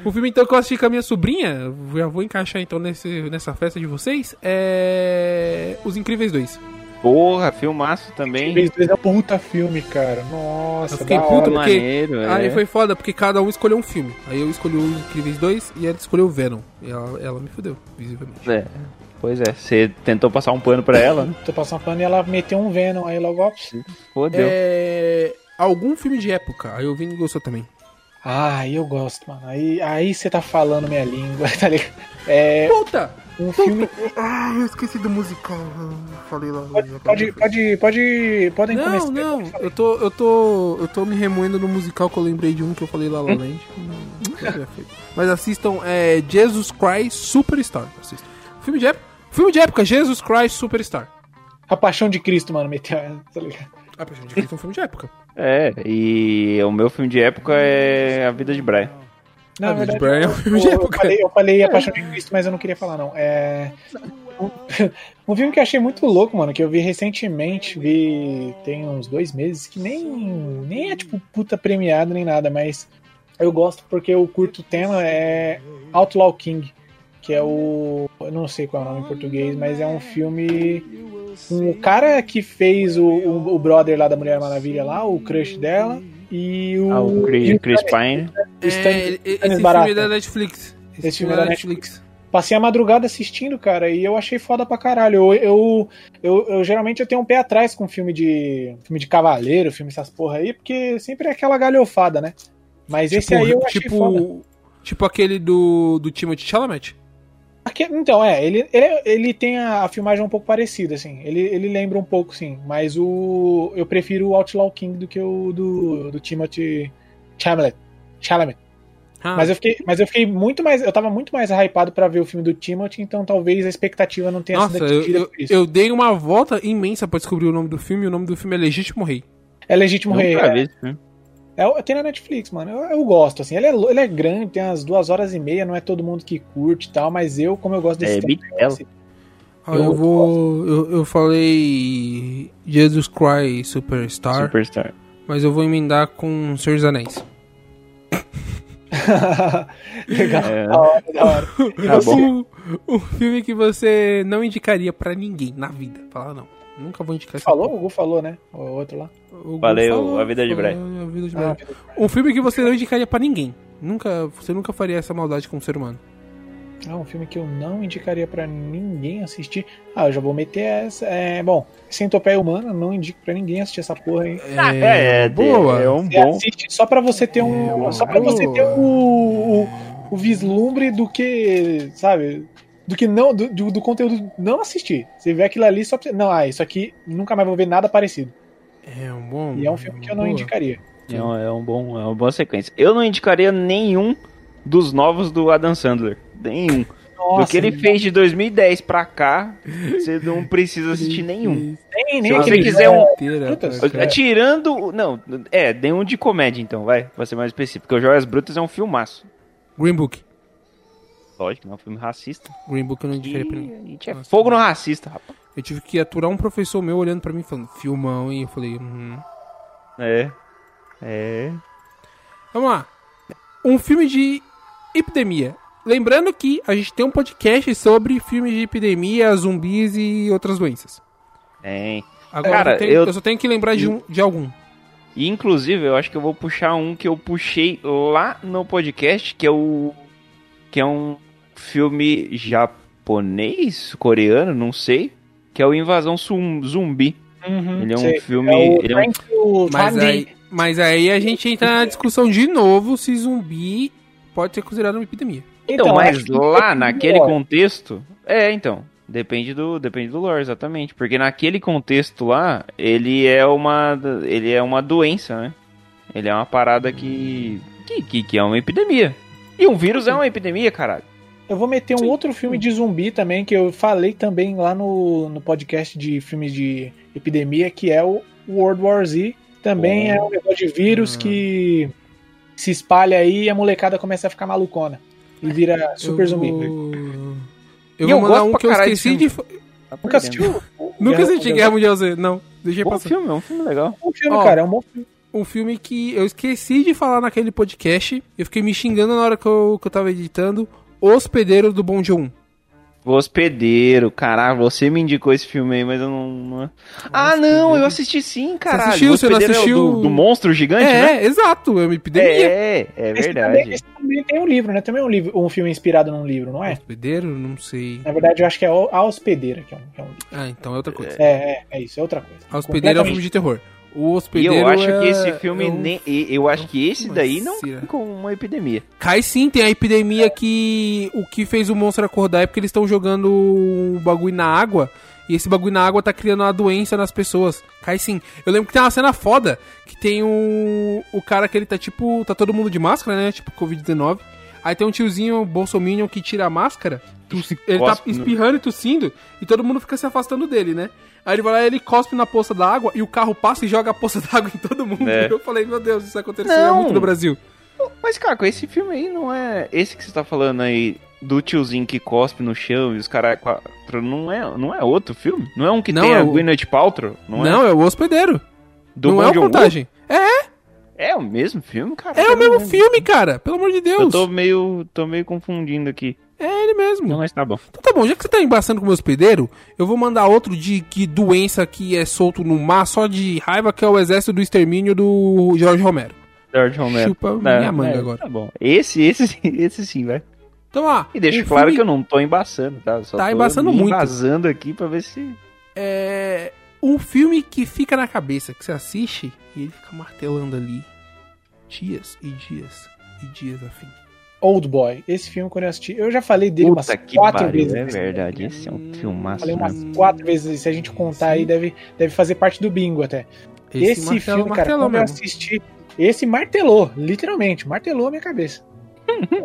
D: O filme então que eu assisti com a minha sobrinha, eu já vou encaixar então nesse, nessa festa de vocês, é. Os Incríveis 2.
E: Porra, filmaço também.
F: Fez dois é um puta filme, cara. Nossa,
D: Eu fiquei
F: da
D: puto,
F: hora.
D: porque-
E: Maneiro, é.
D: Aí foi foda, porque cada um escolheu um filme. Aí eu escolhi o Incríveis 2 e ela escolheu o Venom. E ela, ela me fudeu, visivelmente.
E: É, Pois é, você tentou passar um pano pra ela? né?
F: Tô passando pano e ela meteu um Venom aí logo, ó.
E: Fodeu.
D: É. Algum filme de época, aí o Vini gostou também.
F: Ah, eu gosto, mano. Aí aí você tá falando minha língua, tá ligado? É
D: Puta!
F: um filme.
D: Ah, eu esqueci do musical. Falei lá.
F: Pode, pode, pode, podem
D: Não,
F: começar.
D: não, eu tô, eu tô, eu tô me remoendo no musical que eu lembrei de um que eu falei lá La La Land. Não foi bem feito. Mas assistam é, Jesus Christ Superstar. Assistam. Filme de época, filme de época Jesus Christ Superstar.
F: A Paixão de Cristo, mano, meteu. ela, Tá ligado?
D: Ah, Paixão de Cristo é um filme de época.
E: É, e o meu filme de época é A Vida de Brian.
F: Na
D: Ah,
F: verdade,
D: Luiz Brian é um filme de
F: eu, eu
D: época.
F: falei, eu falei A Paixão de Cristo, mas eu não queria falar, não. É. Um, um filme que eu achei muito louco, mano, que eu vi recentemente, vi tem uns dois meses, que nem, nem é tipo puta premiado nem nada, mas eu gosto porque eu curto o tema, é Outlaw King, que é o. Eu não sei qual é o nome em português, mas é um filme. com o cara que fez o, o, o brother lá da Mulher Maravilha lá, o crush dela, e o.
E: Ah, o
F: e
E: Chris, Chris Pine.
F: o Stan-
D: É, ele- esse
F: Barata.
D: filme é da Netflix.
F: Esse, filme da Netflix. Passei a madrugada assistindo, cara, e eu achei foda pra caralho. Eu, eu, eu, eu geralmente eu tenho um pé atrás com filme de. filme de cavaleiro, filme essas porra aí, porque sempre é aquela galhofada, né? Mas
E: Tipo
F: esse aí eu achei foda.
D: tipo, tipo aquele do, do Timothy Chalamet?
F: Aque- então, é, ele, ele, ele tem a, a filmagem um pouco parecida, assim. Ele, ele lembra um pouco, sim. Mas o. Eu prefiro o Outlaw King do que o do, do Timothy Chalamet. Chalamet.
D: Ah,
F: Mas, eu fiquei, mas eu fiquei muito mais. Eu tava muito mais hypado pra ver o filme do Timothy, então talvez a expectativa não tenha
D: nossa,
F: sido
D: eu,
F: atingida
D: eu,
F: por isso.
D: eu dei uma volta imensa pra descobrir o nome do filme, e o nome do filme é Legítimo Rei.
F: é legítimo rei.
E: Nunca
F: É,
E: vi esse filme.
F: É, eu- tem na Netflix, mano. Eu, eu gosto, assim. Ele é, lo- ele é grande, tem umas duas horas e meia, não é todo mundo que curte e tal, mas eu, como eu gosto desse
E: É,
F: tema,
E: Bitelo.
D: Ah, eu,
F: Eu
D: vou. Eu, eu falei Jesus Christ Superstar,
E: Superstar.
D: mas eu vou emendar com Senhor dos Anéis.
F: Legal,
E: É.
F: da hora, da hora. Assim, E
E: Tá
F: você?
D: Um, um filme que você não indicaria pra ninguém na vida. Fala, não. Nunca vou indicar esse
F: Falou? O Gu falou, né? O outro lá.
D: O Gu
E: Valeu, A Vida de
D: falou, A Vida de
E: Ah.
D: Brian.
F: Ah.
D: Um filme que você não indicaria pra ninguém. Nunca, você nunca faria essa maldade com um ser humano.
F: É um filme que eu não indicaria pra ninguém assistir. Ah, eu já vou meter essa. É, bom, Centopeia Humana, não indico pra ninguém assistir essa porra aí.
E: É, é,
D: boa.
E: é um
F: Você
E: bom.
F: assiste só pra você ter um.
D: É,
F: só pra você ter o, o, o vislumbre do que. Sabe? Do que não. Do, do, do conteúdo não assistir. Você vê aquilo ali só pra você. Não, ah, isso aqui nunca mais vou ver nada parecido.
D: É um bom.
F: E é um filme que eu não
D: boa.
F: indicaria.
E: É, um, é um bom, é uma boa sequência. Eu não indicaria nenhum dos novos do Adam Sandler. Nenhum. do que ele fez de 2010 pra cá, você não precisa assistir nenhum.
F: nem,
E: Se
F: nem
E: você
F: aquele-
E: quiser um-
D: Inteira,
F: Puta,
D: pra cá.
E: Tirando. o- Não, é, nenhum de comédia então, vai. Pra ser mais específico. Porque o Joias Brutas é um filmaço.
D: Green Book.
E: Lógico, não é um filme racista.
D: Green Book eu não
E: E
D: indicaria pra ninguém.
E: a gente é
D: Nossa.
E: fogo no racista, rapaz.
D: Eu tive que aturar um professor meu olhando pra mim falando, filmão, e eu falei, uhum.
E: É. É.
D: Vamos lá. Um filme de epidemia. Lembrando que a gente tem um podcast sobre filmes de epidemia, zumbis e outras doenças.
E: Tem.
D: Agora
E: Cara,
D: eu, tenho-
E: eu-
D: eu só tenho que lembrar de, um- de algum.
E: E, inclusive, eu acho que eu vou puxar um que eu puxei lá no podcast, que é o. Que é um filme japonês, coreano, não sei. Que é o Invasão Zum- Zumbi.
F: Uhum,
E: Ele é um
F: sei.
E: filme.
F: É o
E: ele é um-
F: Time to
D: Mas
F: Time
D: aí, mas aí a gente entra na discussão de novo se zumbi pode ser considerado uma epidemia.
E: Então, mas
F: acho é que
E: lá
F: depende
E: naquele
F: do lore.
E: contexto. É, então. Depende do, depende do lore, exatamente. Porque naquele contexto lá, ele é uma. Ele é uma doença, né? Ele é uma parada que. que, que, que é uma epidemia. E um vírus é uma epidemia, caralho.
F: Eu vou meter um outro filme de zumbi também, que eu falei também lá no, no podcast de filmes de epidemia, que é o World War Z. Também
E: Bom.
F: é um negócio de vírus
D: Ah.
F: que se espalha aí e a molecada começa a ficar malucona. E vira super
D: eu
F: zumbi.
D: Vou...
E: E
D: Eu
E: eu
D: vou mandar
E: gosto
D: um
E: pra
D: que eu
E: caralho
D: esqueci de.
E: desse
D: fa-
E: Tá
F: Nunca
E: perdendo.
F: assistiu?
D: Nunca
F: Guerra
D: assisti é
F: Mundial.
D: Guerra Mundial Z. Não, deixei
E: Bom
D: passar.
E: filme, é um filme legal.
F: É um filme,
D: Ó.
F: cara. É um bom filme.
D: um filme que eu esqueci de falar naquele podcast. Eu fiquei me xingando na hora que eu, que eu tava editando. Hospedeiro do um. Bom Joon.
E: O Hospedeiro, caralho, você me indicou esse filme aí, mas eu não. não- Ah, não, eu assisti sim, caralho.
D: assistiu,
E: O
D: você não
E: Hospedeiro é o
D: assistiu-
E: do, do monstro gigante, né?
D: É, exato, é uma epidemia.
E: É, é, é
F: Esse também,
E: verdade.
F: esse também tem um livro, né? Também é um, livro, um filme inspirado num livro, não é?
D: Hospedeiro? Não sei.
F: Na verdade, eu acho que é O- A Hospedeira, que é um, que é um livro.
D: Ah, então é outra coisa.
F: É, é, é isso, é outra coisa.
D: A Hospedeiro é um filme de terror. O
E: E
D: Hospedeiro
E: eu acho
D: é-
E: que esse filme.
D: é um-
E: nem- e- eu acho que esse
D: uma
E: daí não
D: cira.
E: cai com uma epidemia.
D: Cai sim, tem a epidemia que o que fez o monstro acordar é porque eles estão jogando o bagulho na água. E esse bagulho na água tá criando uma doença nas pessoas. Cai sim. Eu lembro que tem uma cena foda que tem o, o cara que ele tá tipo. Tá todo mundo de máscara, né? Tipo Covid-19. Aí tem um tiozinho bolsominion que tira a máscara. tossi- Ele tá
E: cospe né? no-
D: espirrando e tossindo. E todo mundo fica se afastando dele, né? Aí ele vai lá, ele cospe na poça da água. E o carro passa e joga a poça d'água em todo mundo.
E: É.
D: Eu falei, meu Deus, isso aconteceu é
E: Não.
D: muito no Brasil.
E: Mas, Caco, esse filme aí não é. Esse que você tá falando aí do tiozinho que cospe no chão e os caras. Não é, não é outro filme? Não é um que
D: Não,
E: tem
D: é
E: a
D: o-
E: Gwyneth Paltrow? Não,
D: Não,
E: é?
D: é o hospedeiro.
E: Do
D: não
E: Bong
D: é o
E: Joon-ho?
D: contagem. É,
E: É o mesmo filme, cara?
D: é
E: Eu
D: o
E: não
D: mesmo
E: lembro.
D: filme, cara. Pelo amor de Deus.
E: Eu tô meio, tô meio confundindo aqui.
D: É ele mesmo.
E: Não, mas tá bom.
D: Então tá bom, já que você tá embaçando com o meu hospedeiro, eu vou mandar outro de que doença que é solto no mar só de raiva, que é o exército do extermínio do Jorge Romero.
E: George Romero.
D: Chupa
E: Não,
D: minha manga
E: é,
D: agora.
E: Tá bom. Esse, esse, esse sim, vai.
D: Então, ó.
E: E deixo
D: um
E: claro
D: filme-
E: que eu não tô embaçando, tá? Só
D: Tá
E: tô
D: embaçando
E: me
D: muito.
E: Vazando aqui pra ver se.
D: é um filme que fica na cabeça, que você assiste e ele fica martelando ali dias e dias e dias a fim.
F: Old Boy. Esse filme, quando eu assisti, eu já falei dele umas
E: Puta que
F: quatro
E: pariu,
F: vezes.
E: é
F: nesse
E: verdade. Esse é um filmaço.
F: Falei umas
E: né?
F: quatro vezes. Se a gente contar aí, deve, deve fazer parte do bingo até. Esse,
D: é
F: filme, cara, quando eu assisti, esse martelou, literalmente, martelou a minha cabeça.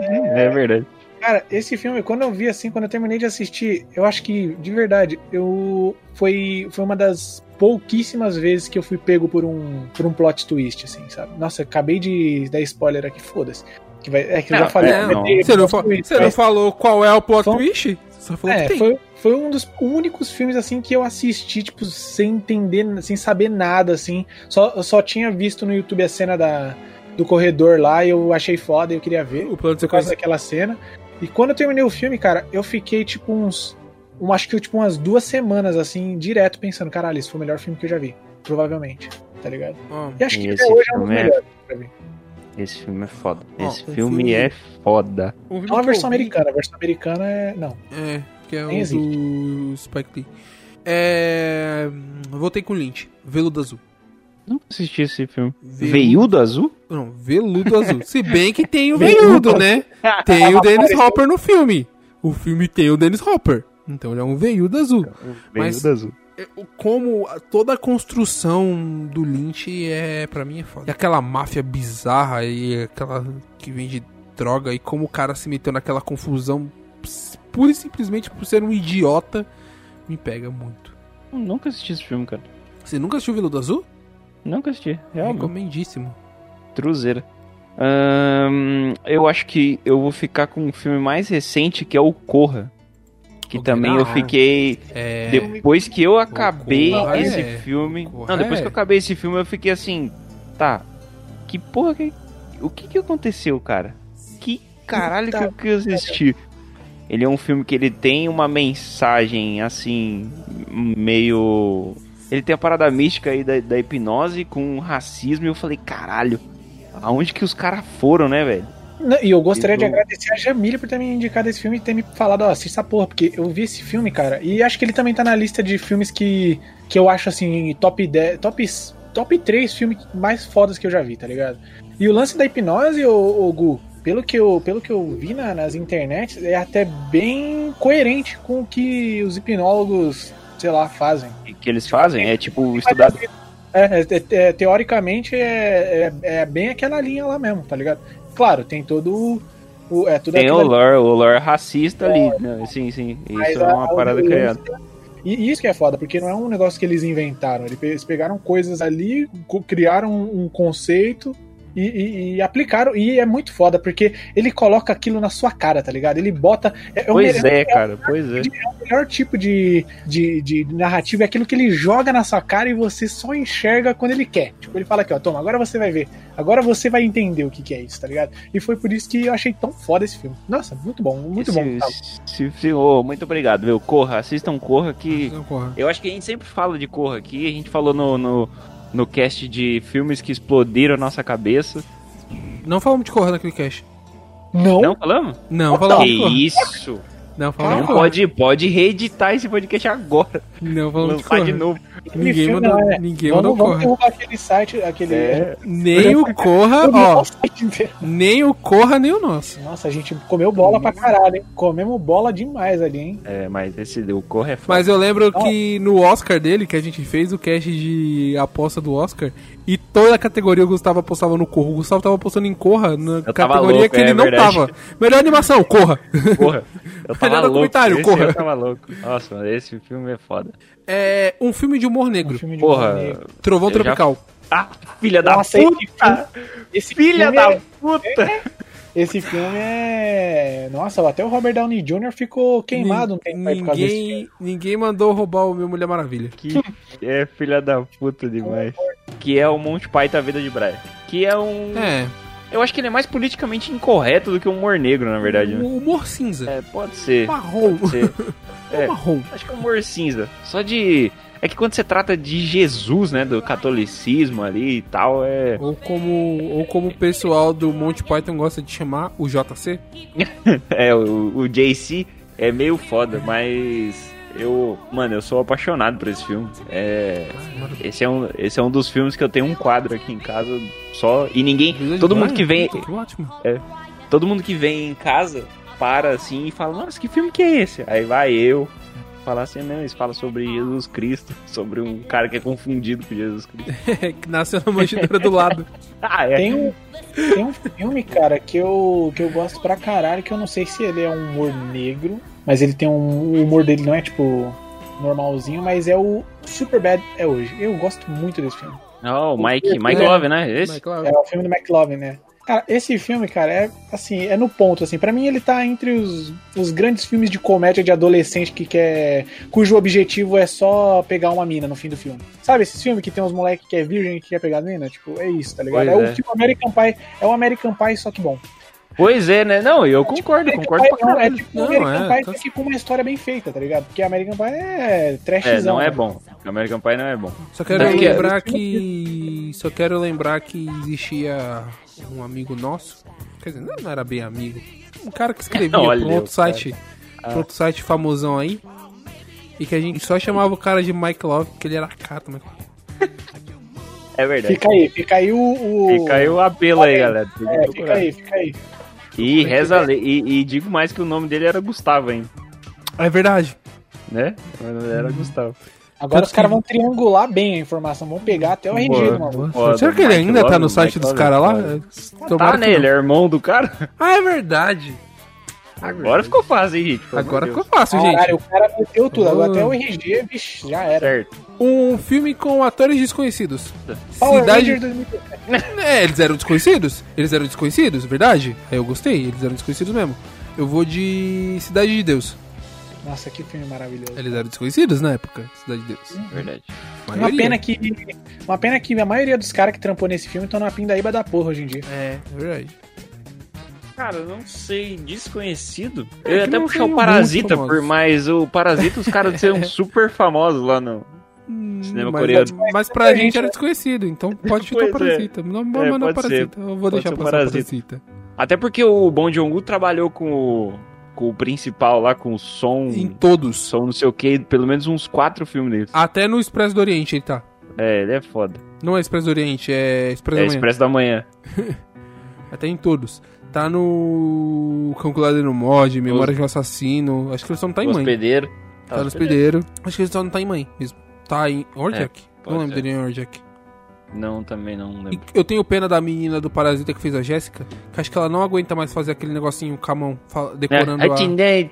E: É verdade.
F: Cara, esse filme, quando eu vi assim, quando eu terminei de assistir, eu acho que, de verdade, eu foi, foi uma das pouquíssimas vezes que eu fui pego por um, por um plot twist, assim, sabe? Nossa, acabei de dar spoiler aqui, foda-se. Que vai, é que eu
E: Não,
F: já falei.
E: é,
F: vai
E: não.
F: ter
D: Você não,
F: plot
D: fa-
F: twist,
D: você não
F: mas-
D: falou qual é o plot
F: Só-
D: twist? Você só falou
F: É,
D: que tem.
F: foi, foi um dos únicos filmes assim que eu assisti, tipo, sem entender, sem saber nada, assim. Só, eu só tinha visto no YouTube a cena da, do corredor lá, e eu achei foda, eu queria ver
D: O plano de
F: por
D: sequência.
F: causa daquela cena. E quando eu terminei o filme, cara, eu fiquei tipo uns. Um, acho que tipo umas duas semanas, assim, direto pensando, caralho, esse foi o melhor filme que eu já vi. Provavelmente, tá ligado?
D: Ó,
F: E acho que
E: Esse
F: até hoje é um dos
E: filme é-
F: melhores.
E: Esse filme é foda.
D: Ó,
E: Esse
D: um
E: filme
D: filme-
E: é foda.
D: um filme
F: Não a
D: que
F: versão
D: eu vi-
F: americana, a versão americana é. Não.
D: É, que é
F: Nem
D: o do Spike Lee. É. Voltei com o Lynch. Veludo Azul.
E: Não assisti esse filme.
D: Veludo-
E: Veiudo Azul?
D: Não, Veludo Azul. Se bem que tem o Veludo, né? Tem
F: Ah,
D: o Dennis Hopper no filme. O filme tem o Dennis Hopper. Então ele é um Veludo Azul. Mas-
E: Veiudo Azul.
D: Eu- como a- toda a construção do Lynch é para mim é foda. E aquela máfia bizarra e aquela que vende droga e como o cara se meteu naquela confusão ps- pura e simplesmente por ser um idiota me pega muito.
E: Eu Nunca assisti esse filme, cara.
D: Você nunca assistiu Veludo Azul?
E: Nunca assisti. Realmente.
D: Recomendíssimo.
E: Truzeira. Ahn, eu acho que eu vou ficar com um filme mais recente que é o Corra. Que
D: O
E: também eu
D: Corra.
E: fiquei.
D: É,
E: Depois que eu acabei
D: Corra é-
E: esse filme.
D: o Corra
E: Não, depois
D: é-
E: que eu acabei esse filme, eu fiquei assim. Tá. Que porra que. O que que aconteceu, cara? Que caralho que eu quis assistir? Ele é um filme que ele tem uma mensagem assim. Meio. Ele tem a parada mística aí da, da hipnose com racismo. E eu falei, caralho, aonde que os caras foram, né, velho?
F: Não, E eu gostaria
E: Então-
F: de agradecer a Jamília por ter me indicado esse filme e ter me falado, ó, assista essa porra, porque eu vi esse filme, cara, e acho que ele também tá na lista de filmes que, que eu acho, assim, top 10, top, s- top 3 filmes mais fodas que eu já vi, tá ligado? E o lance da hipnose, ô, ô Gu, pelo que eu, pelo que eu vi na- nas internets, é até bem coerente com o que os hipnólogos, sei lá, fazem.
E: E que eles fazem? É tipo estudar.
F: É, é, é, teoricamente é, é, é bem aquela linha lá mesmo, tá ligado? Claro, tem todo o. o- é, tudo
E: Tem o
F: aquilo
E: lore, o lore racista ali. Não, sim, sim. Isso é
F: a-
E: uma
F: a-
E: parada
F: o-
E: criada.
F: E e isso que é foda, porque não é um negócio que eles inventaram. ele- Eles pegaram coisas ali, co- criaram um um conceito e, e- e aplicaram. E é muito foda, porque ele coloca aquilo na sua cara, tá ligado? Ele bota. É, é o
E: Pois
F: melhor-
E: é, cara, pois é.
F: o melhor tipo de, de, de narrativa é aquilo que ele joga na sua cara e você só enxerga quando ele quer. Tipo, ele fala aqui, ó, toma, agora você vai ver. Agora você vai entender o que, que é isso, tá ligado? E foi por isso que eu achei tão foda esse filme. Nossa, muito bom, muito
E: Esse-
F: bom. Tá?
E: esse- esse- ô, muito obrigado, meu. Corra, assistam Corra que.
D: não corra.
E: Eu acho que a gente sempre fala de Corra aqui. A gente falou no, no, no cast de filmes que explodiram a nossa cabeça.
D: Não falamos de corra naquele cast.
F: Não,
E: Não falamos?
D: Não
E: Que
D: falamos de corra.
E: isso?
D: Não falamos
E: Não
D: de corra.
E: pode, pode reeditar esse podcast agora.
D: Não falamos de
E: Lançar de
D: corra.
E: novo.
F: aquele
D: Ninguém
F: filme
D: mandou,
F: lá, é.
D: ninguém mandou
F: Vamos,
D: corra.
F: vamos derrubar aquele site, aquele.
E: É.
D: Nem o
E: Ah,
D: corra, ó. Nem o corra, nem o nosso.
F: Nossa, a gente comeu bola pra caralho, hein? Comemos bola demais ali, hein?
E: É, mas esse o Corra é foda.
D: Mas eu lembro que no Oscar dele, que a gente fez o cast de aposta do Oscar, e toda a categoria o Gustavo apostava no Corra. O Gustavo tava apostando em Corra na
E: tava
D: categoria
E: louco,
D: que ele
E: é
D: não
E: verdade.
D: tava. Melhor animação, Corra.
E: Corra. Eu tava
D: Melhor
E: louco.
D: documentário,
E: esse
D: Corra.
E: Eu tava louco. Nossa, mano, esse filme é foda.
D: É um filme de humor negro.
F: filme de
E: É, Porra.
F: maneiro.
D: Trovão
E: Eu já-
D: Tropical.
E: Ah, filha da
F: Nossa,
E: puta!
F: esse filme, esse
E: Filha
F: filme
E: da
F: é-
E: puta!
F: Esse filme é. Nossa, até o Robert Downey Jr. ficou queimado um tempo aí por causa desse filme.
D: Ninguém, ninguém mandou roubar o meu Mulher Maravilha.
E: Que é filha da puta demais. Que é o Monty Python A Vida de Brian. Que é um.
D: É,
E: Eu acho que ele é mais politicamente incorreto do que o humor negro, na verdade. Né?
D: o humor cinza.
E: É, pode ser.
D: Marrom.
E: Pode ser.
D: Marrom.
E: Acho que é um humor cinza. Só de. É que quando você trata de Jesus, né, do catolicismo ali e tal, é.
D: Ou como, ou como o pessoal do Monty Python gosta de chamar, o JC.
E: é o, o JC é meio foda, mas. Eu, mano, eu sou apaixonado por esse filme. É, esse, é um, esse é um dos filmes que eu tenho um quadro aqui em casa só. E ninguém. Todo mundo que vem.
D: Puta, Que ótimo.
E: Todo mundo que vem em casa para assim e fala, nossa, que filme que é esse? Aí vai eu falar assim, não, eles falam sobre Jesus Cristo, sobre um cara que é confundido com Jesus Cristo.
D: É, que nasceu na manjedoura do lado.
E: Ah, é.
F: Tem um, tem um filme, cara, que eu, que eu gosto pra caralho, que eu não sei se ele é um humor negro, mas ele tem um. O humor dele não é tipo normalzinho, mas é o Super Bad é hoje. Eu gosto muito desse filme.
E: Oh, o Mike, Mike
D: É.
E: Love, né? Esse?
D: Mas, claro.
F: É o filme do McLovin, né? Cara, esse filme, cara, é assim, é no ponto, assim. Pra mim, ele tá entre os, os grandes filmes de comédia de adolescente que quer. cujo objetivo é só pegar uma mina no fim do filme. Sabe esses filmes que tem uns moleques que é virgem e que quer pegar mina? Tipo, é isso, tá ligado? É,
E: Pois é.
F: o tipo American Pie, é o American Pie, só que bom.
E: Pois é, né? Não, eu concordo,
F: American
E: concordo
F: Pie
E: pra
F: não, é
E: caralho.
F: tipo
D: Não,
F: American
D: é,
F: Pie,
D: tá
F: só que com uma história bem feita, tá ligado? Porque American Pie é
E: É,
F: trashzão.
E: não é
F: né?
E: bom. American Pie não é bom.
D: Só quero
E: É porque-
D: lembrar que. Só quero lembrar que existia um amigo nosso. Quer dizer, não era bem amigo. Um cara que escrevia pra um
E: Olha,
D: outro
E: o cara.
D: site. pra outro site famosão aí. E que a gente só chamava o cara de Mike Love, porque ele era cato, Mike Love.
E: É verdade.
F: Fica aí, fica aí o. o-
E: Fica aí o apelo aí, galera. Tem que
F: É, fica
E: procurar.
F: aí, fica aí.
E: E reza a lei. E, e digo mais que o nome dele era Gustavo, hein?
D: É verdade.
E: Né? Mas Era Gustavo.
F: Agora os
D: que-
F: caras vão triangular bem a informação, vão pegar até o RG do
E: Boa,
F: maluco.
E: boa,
D: Será
E: do
D: que ele
E: Mike
D: ainda tá
E: Love,
D: no
E: do
D: site
E: Mike
D: dos
E: Love,
D: caras lá?
E: Love.
D: Tomara
E: Tá,
D: que
E: né? Ele é irmão do cara.
D: não. Ah, é verdade.
E: Agora ficou fácil, hein, gente? Pelo amor
D: Agora
E: de
D: ficou fácil, gente.
F: Caralho, o cara meteu tudo. Agora
D: Oh.
F: até o RG, bicho, já
E: Deus.
F: era.
E: Certo.
D: Um filme com atores desconhecidos.
F: Power
D: Cidade.
F: Ranger 2013.
D: É, eles eram desconhecidos? Eles eram desconhecidos, verdade? Aí eu gostei, eles eram desconhecidos mesmo. Eu vou de Cidade de Deus.
F: Nossa, que filme maravilhoso.
D: Eles eram desconhecidos na época, Cidade de Deus.
E: Verdade.
D: é
F: Uma pena, que, uma pena que a maioria dos caras que trampou nesse filme estão na pindaíba da porra hoje em dia.
D: É, é verdade.
E: Cara, eu não sei, desconhecido.
D: É
E: eu ia
D: que
E: até
D: não
E: puxar
D: tem
E: o
D: muitos
E: Parasita,
D: famosos.
E: por mas o Parasita, os caras são super famosos lá no cinema coreano.
D: Mas, mas pra gente
F: né?
D: era desconhecido, então pode chutar
E: Pois é.
D: Parasita. Não, não,
E: É,
D: não, não,
E: pode ser.
D: Parasita. Eu vou
E: Pode
D: deixar
E: ser um
D: passar
E: Parasita.
D: Parasita.
E: Até porque o Bong Joon-ho trabalhou com o, com o principal lá, com o som,
D: Em todos.
E: som não sei o que, pelo menos uns quatro filmes dele.
D: Até no Expresso do Oriente ele tá.
E: É, ele é foda.
D: Não é Expresso do Oriente, é Expresso
E: É
D: da Manhã.
E: Expresso da Manhã.
D: Até em todos. Tá no Cão Colado no Mod, Memória de um Assassino. Acho que ele só não tá em
E: o
D: mãe.
E: Hospedeiro.
D: Tá no hospedeiro. Acho que ele só não tá em mãe mesmo. Tá em Orjack.
E: É, pode
D: não lembro
E: ser.
D: dele em Orjack.
E: Não, também não
D: E
E: lembro.
D: eu tenho pena da menina do Parasita que fez a Jéssica, que acho que ela não aguenta mais fazer aquele negocinho com a mão,
F: É,
D: fa-
E: É,
D: decorando a... Nossa, cara,
F: Eu, eu
E: o Ah, meu primo.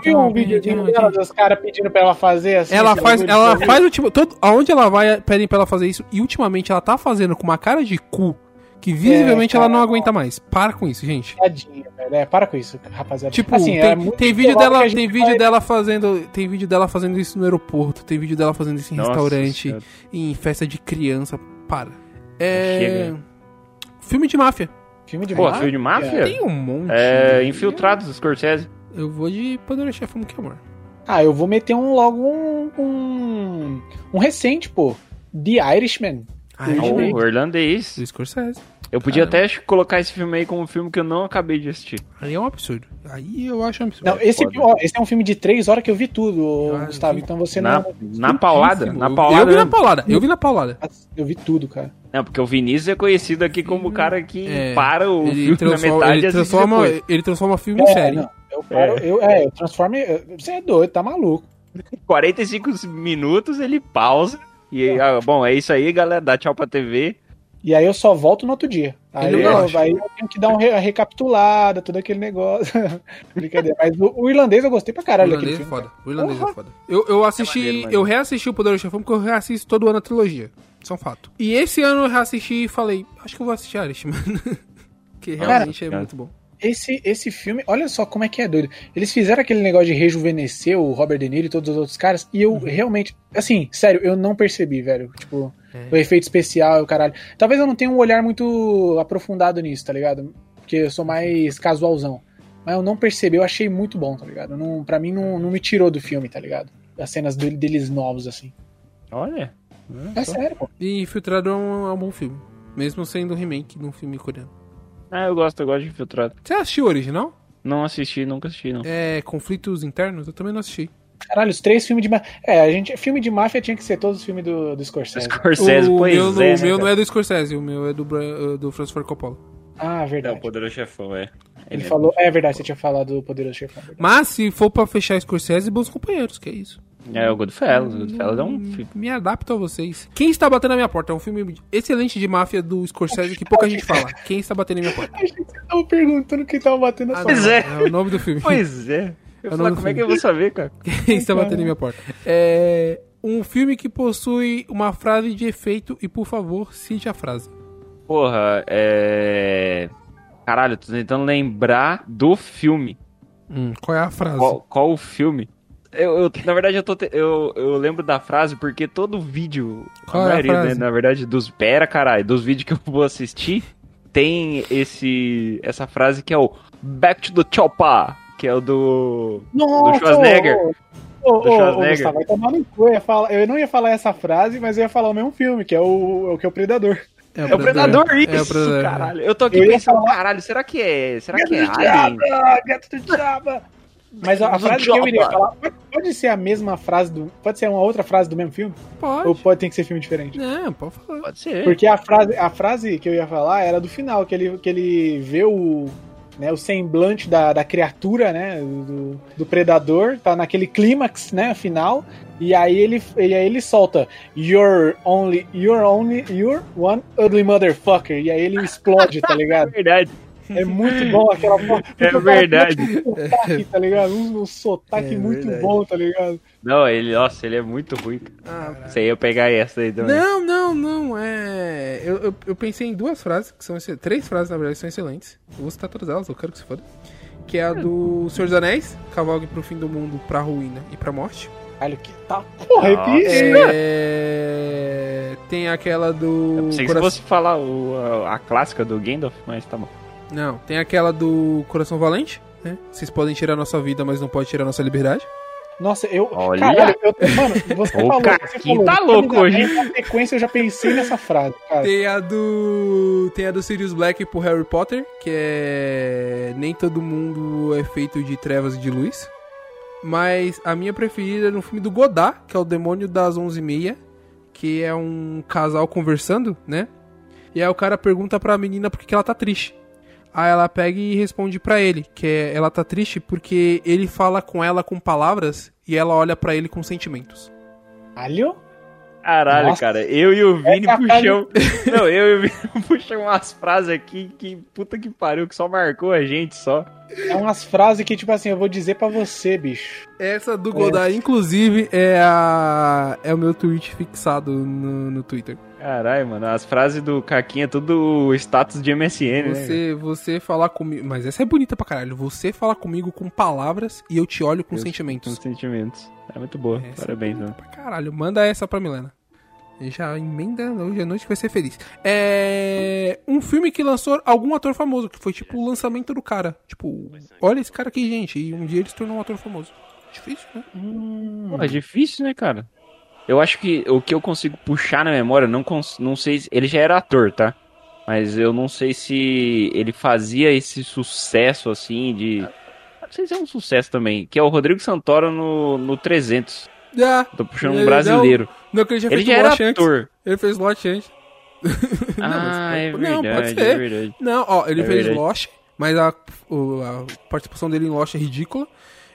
F: vi um vídeo dela, dos caras pedindo pra ela fazer assim.
D: Ela
F: esse
D: faz,
F: bagulho
D: ela
F: de-
D: faz o tipo, todo, aonde ela vai, pedem pra ela fazer isso, e ultimamente ela tá fazendo com uma cara de cu, que visivelmente ela
F: É, cara.
D: não aguenta mais. Para com isso, gente.
F: Tadinha, velho. É, para com isso, rapaziada.
D: Tipo,
F: Assim,
D: tem,
F: é muito
D: tem vídeo
F: provável
D: dela,
F: que a gente
D: tem vídeo
F: vai-
D: dela fazendo, tem vídeo dela fazendo isso no aeroporto, tem vídeo dela fazendo isso em
E: Nossa
D: restaurante,
E: Senhora.
D: em festa de criança, para. É,
E: Chega.
D: filme de máfia.
F: Filme de
E: Pô,
F: máfia?
E: filme de máfia?
D: Tem um monte.
E: É,
D: né?
E: Infiltrados, Scorsese.
D: Eu vou de Poderoso Chefão que amor.
F: Ah, eu vou meter um logo um. um, um recente, pô. The Irishman.
D: Ah,
E: Ah,
F: Irishman.
E: O irlandês.
D: Do Scorsese.
E: Eu podia
D: Caramba.
E: até colocar esse filme aí como um filme que eu não acabei de assistir.
D: Aí é um absurdo. Aí eu acho um absurdo.
F: Não, esse,
E: foda.
F: ó, esse é um filme de três horas que eu vi tudo, ô,
D: Ah,
F: Gustavo.
D: vi-
F: Então você
E: na,
F: não.
E: na paulada. Na
D: Eu-
E: paulada.
D: Eu vi na
E: né?
D: paulada. Eu vi na paulada.
F: Eu vi tudo, cara.
E: Não, porque o Vinícius é conhecido aqui como o cara que
D: É,
E: para o
D: Ele
E: filme na
D: transforma,
E: metade e
D: ele,
E: assiste
D: transforma,
E: depois. É,
D: ele transforma filme em série.
F: É, não, eu paro, eu, é, eu transformo. eu- Você é doido, tá maluco.
E: 45 minutos ele pausa. E aí, ah, bom, é isso aí, galera. Dá tchau pra TV.
F: E aí eu só volto no outro dia. Aí,
D: Ele não
F: eu,
D: acha.
F: aí eu tenho que dar uma re- recapitulada, todo aquele negócio. Brincadeira. Mas o, o irlandês eu gostei pra
D: O
F: caralho daquele
D: irlandês é
F: filme.
D: foda. O irlandês é foda. Eu, eu assisti,
E: É maneiro,
D: eu reassisti o Poderoso Chefão porque eu reassisto todo ano a trilogia. Isso é um fato. E esse ano eu reassisti e falei, acho que eu vou assistir Irishman. que
E: Cara,
D: realmente é
E: cara.
D: muito bom.
F: Esse, esse filme, olha só como é que é doido. Eles fizeram aquele negócio de rejuvenescer o Robert De Niro e todos os outros caras, e eu realmente, assim, sério, eu não percebi, velho. Tipo,
D: É.
F: o efeito especial e o caralho. Talvez eu não tenha um olhar muito aprofundado nisso, tá ligado? Porque eu sou mais casualzão. Mas eu não percebi, eu achei muito bom, tá ligado? Não, pra mim não, não me tirou do filme, tá ligado? as cenas dele- deles novos, assim.
E: Olha.
F: É sério, pô.
D: E Infiltrado é um, é um bom filme. Mesmo sendo um remake de um filme coreano.
E: Ah, eu gosto, eu gosto de infiltrado.
D: Você assistiu o original?
E: Não assisti, nunca assisti, não.
D: É Conflitos Internos? Eu também não assisti.
F: Caralho, os três filmes de máfia. É, a gente, filme de máfia tinha que ser todos os filmes do, do Scorsese.
E: Scorsese,
D: o
E: pois
D: meu, não-
E: é.
D: o meu
E: né,
D: não é do Scorsese, o meu é do, Bra- do Francis Ford Coppola.
F: Ah,
E: cara? É
F: verdade.
E: o Poderoso Chefão, é.
F: Ele
E: é-
F: falou, é verdade, você tinha falado do Poderoso Chefão. é verdade.
D: Mas se for pra fechar Scorsese, bons companheiros, que é isso.
E: É, o Goodfellas. O Goodfellas é um filme.
D: Me adapto a vocês. Quem está batendo na minha porta? É um filme excelente de máfia do Scorsese que pouca gente fala. Quem está batendo na minha porta?
F: Achei que você tava perguntando quem tava batendo a
D: Ah,
F: sua.
E: Pois
D: não,
E: é.
D: o nome do filme.
E: Pois é. Eu
D: É o
E: falar,
D: nome do
E: como é que
D: filme.
E: eu vou saber, cara?
D: Quem está batendo na minha porta? É um filme que possui uma frase de efeito e, por favor, cite a frase.
E: Porra, é. Caralho, tô tentando lembrar do filme.
D: Hum, qual é a frase?
E: Qual, qual o filme? Eu, eu- na verdade, eu, tô te- eu, eu lembro da frase porque todo vídeo,
D: Qual é
E: a
D: a
E: maioria, né,
D: frase?
E: na verdade, dos. Pera, caralho, dos vídeos que eu vou assistir, tem esse essa frase que é o Back to the Choppa, que é o do.
F: Nossa,
E: Do Schwarzenegger.
F: ô, ô, ô,
E: Do
F: ô,
E: Schwarzenegger.
F: Gustavo, vai tomar no cu. Eu ia, falar- eu não ia falar essa frase, mas eu ia falar o mesmo filme, que é o, é o que é o Predador.
E: É o Predador, isso,
D: É o Predador.
E: caralho. Eu tô aqui
F: Eu ia
E: pensando, caralho, será que é. Será que é
F: Gato do
E: Alien?
F: Diaba! Gato do Diaba! Mas a, a
E: Do
F: frase que eu iria
E: Diaba.
F: falar pode, pode ser a mesma frase do. Pode ser uma outra frase do mesmo filme?
D: Pode.
F: Ou pode ter que ser filme diferente?
D: Não, pode falar.
E: Pode ser.
F: Porque a frase, a frase que eu ia falar era do final, que ele, que ele vê o. Né, o semblante da, da criatura, né? Do, do predador, tá naquele clímax, né? Final. E aí ele, e aí ele solta You're only, you're only, you're one ugly motherfucker. E aí ele explode, tá ligado?
E: É verdade.
F: É muito bom aquela porra.
E: É
F: Porque o cara
E: verdade.
F: tem um Sotaque, tá ligado? Um, um sotaque
D: É
F: muito
D: verdade.
F: bom, tá ligado?
E: Não, ele, nossa, ele é muito ruim. Você ia pegar essa aí também.
D: Ah, Não, não, não. É. Eu, eu, eu pensei em duas frases, que são excel- três frases, na verdade, que são excelentes. Eu vou citar todas elas, eu quero que se foda. Que é a do Senhor dos Anéis, cavalgue pro fim do mundo, pra ruína e pra morte.
F: Caralho, que tá porra, é
E: Nossa.
F: bicho.
D: É... Tem aquela
E: Eu
D: do.
E: pensei que
D: Cora-
E: se fosse falar o- a, a clássica do Gandalf, mas tá bom.
D: Não, tem aquela do Coração Valente, né? Vocês podem tirar nossa vida, mas não pode tirar nossa liberdade.
F: Nossa, eu.
E: Olha.
F: Caralho, eu, mano, você
E: O
F: falou. Você falou
E: Caquinho tá
F: do
E: louco
F: Caminho da
E: hoje,
F: Terra, Na sequência eu já pensei nessa frase, cara.
D: Tem a do. Tem a do Sirius Black pro Harry Potter, que é. Nem todo mundo é feito de trevas e de luz. Mas a minha preferida é no filme do Godard, que é o Demônio das Onze e Meia, que é um casal conversando, né? E aí o cara pergunta pra menina por que que ela tá triste. Aí ela pega e responde pra ele, que é, ela tá triste porque ele fala com ela com palavras e ela olha pra ele com sentimentos.
F: Caralho?
E: Caralho,
F: Nossa.
E: cara, eu e o Vini
F: Essa frase-
E: puxamos. Não, eu e o Vini puxamos umas frases aqui que puta que pariu, que só marcou a gente só.
F: É umas frases que, tipo assim, eu vou dizer pra você, bicho.
D: Essa
E: É.
D: do Godard, inclusive, é a é o meu tweet fixado no, no Twitter.
E: Caralho, mano, as frases do Caquinha é tudo status de MSN, né?
D: Você, você falar comigo. Mas essa é bonita pra caralho. Você fala comigo com palavras e eu te olho com
E: Eu- Com
D: sentimentos.
E: sentimentos. É muito boa,
D: Essa
E: parabéns, mano.
D: Pra caralho, manda essa pra Milena. Já emenda hoje à noite que vai ser feliz. É. Um filme que lançou algum ator famoso, que foi tipo o lançamento do cara. Tipo, olha esse cara aqui, gente. E um dia ele se tornou um ator famoso. Difícil, né?
E: Pô, é difícil, né, cara? Eu acho que o que eu consigo puxar na memória, eu não, cons- não sei se. Ele já era ator, tá? Mas eu não sei se ele fazia esse sucesso assim de. Não sei se é um sucesso também, que é o Rodrigo Santoro no, no 300.
D: Ah,
E: Tô puxando
D: Ele
E: um brasileiro.
D: não, que ele já
E: ele
D: fez
E: já
D: o
E: era
D: Lost antes.
E: ator.
D: Ele fez Lost antes. Não, mas
E: ah,
D: pode-
E: é
D: não,
E: verdade,
D: pode
E: é
D: ser.
E: verdade.
D: Não, ó, ele
E: É
D: fez
E: verdade.
D: Lost, mas a, o- a participação dele em Lost é ridícula.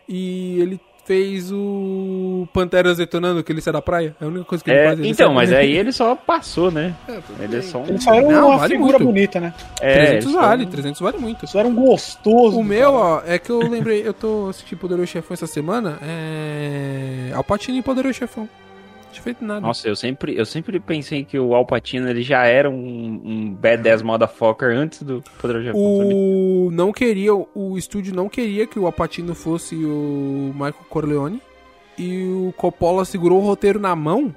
D: E ele fez o Panteras detonando, que ele sai da praia. É a única coisa que ele
E: É,
D: faz. ele
E: então,
D: sai-
E: mas aí ele só passou, né? Ele é só um.
F: Eles só eram
D: Não,
F: uma
D: vale
F: figura
D: muito.
F: bonita, né?
E: É,
D: 300
E: só-
D: vale, 300 vale muito.
F: Eles só eram gostoso.
E: Um
D: O meu, ó, é que eu lembrei, eu tô assistindo Poderoso Chefão essa semana, é... Alpatino e Poderoso Chefão. Não tinha feito nada.
E: Nossa, eu sempre, eu sempre pensei que o Alpatino ele já era um, um badass motherfucker antes do Poderoso Chefão. sabia?
D: O não queria, o estúdio não queria que o Apatino fosse o Michael Corleone e o Coppola segurou o roteiro na mão,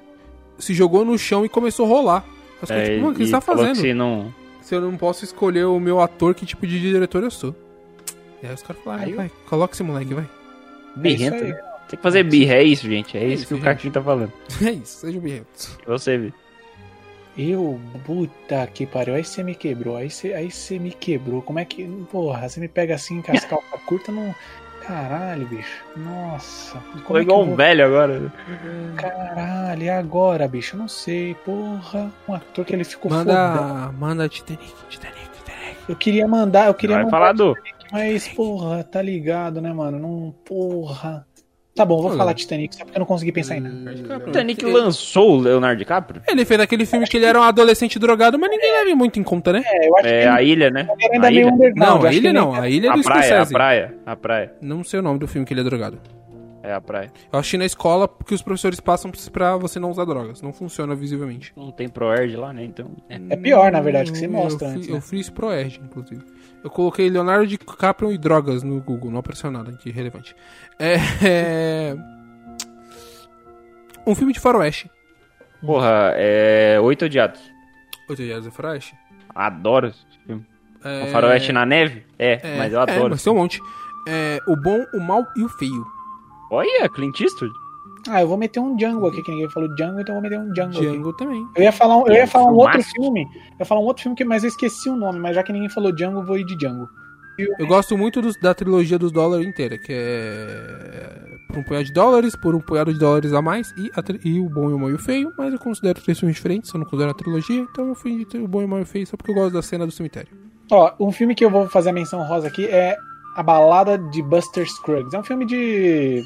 D: se jogou no chão e começou a rolar. As coisas,
E: É,
D: tipo, mano, o que
E: e
D: você tá
E: falou
D: fazendo?
E: que se não...
D: Se eu não posso escolher o meu ator, que tipo de diretor eu sou? E aí os caras falaram,
F: Aí
D: ah, vai, coloca esse moleque, vai.
F: É isso
E: Birrento,
F: aí.
E: né? Tem que fazer birra, é isso, gente. É isso que o
D: gente.
E: Caquinho tá falando.
D: É isso, sejam bem-vindos.
E: E Você, Vi.
F: Eu, puta que pariu, aí você me quebrou, aí você, aí você me quebrou. Como é que. Porra, você me pega assim com as calças curtas não. Caralho, bicho. Nossa. Como
E: Foi
F: é que
E: igual
F: eu
E: um
F: vou...
E: velho agora.
F: Caralho, e agora, bicho? Eu não sei. Porra, um ator que ele ficou fodão.
D: Manda, manda Titanic, Titanic, Titanic.
F: Eu queria mandar, eu queria
E: Vai
D: um
F: mandar.
E: falar do.
F: Mas, porra, tá ligado, né, mano? Não, porra. Tá bom, vou
D: Olha.
F: falar Titanic, só porque eu não consegui pensar em nada.
D: Hum.
E: Titanic lançou o Leonardo DiCaprio?
D: Ele fez aquele filme que ele era um adolescente drogado, mas ninguém leva muito em conta, né?
F: É, eu acho
E: É,
F: que
E: a ilha, né?
F: ele ainda
E: A
F: é meio
E: ilha.
F: underground.
D: Não,
F: eu
D: a
F: acho
D: ilha
F: que
D: não,
F: ele-
D: a ilha é do
E: A praia, a
D: Scorsese.
E: praia, a praia.
D: Não sei o nome do filme que ele é drogado.
E: É a praia.
D: Eu achei na escola porque os professores passam pra você não usar drogas. Não funciona visivelmente.
E: Não tem ProErd lá, né? Então. é.
F: É pior, na verdade, que você mostra
D: eu,
F: antes,
D: fi-
F: né?
D: eu fiz pro Erd, inclusive. Eu coloquei Leonardo DiCaprio e drogas no Google. Não apareceu nada aqui relevante. É, é... Um filme de faroeste.
E: Porra, é. Oito odiados.
D: Oito Dias do é Faroeste?
E: Adoro esse filme.
D: É...
E: O um Faroeste na neve? É,
D: É,
E: mas eu adoro.
D: É, mas tem um monte. É, o bom, o mal e o feio.
E: Olha, Clint Eastwood.
F: Ah, eu vou meter um Django aqui, que ninguém falou Django, então eu vou meter um Django. aqui.
D: Django também.
F: Eu ia falar um,
E: É,
F: eu ia falar um outro
E: Filmaço.
F: filme. Eu ia falar um outro filme, que, mas eu esqueci o nome, mas já que ninguém falou Django, eu vou ir de Django.
D: Eu gosto muito dos- da trilogia dos dólares inteira, que é por um punhado de dólares, por um punhado de dólares a mais, e, a tri- e o bom e o mal e o feio, mas eu considero três filmes diferentes, eu não considero a trilogia, então eu fui de ter o bom e o mal e o feio só porque eu gosto da cena do cemitério.
F: Ó, um filme que eu vou fazer a menção rosa aqui é A Balada de Buster Scruggs. É um filme de.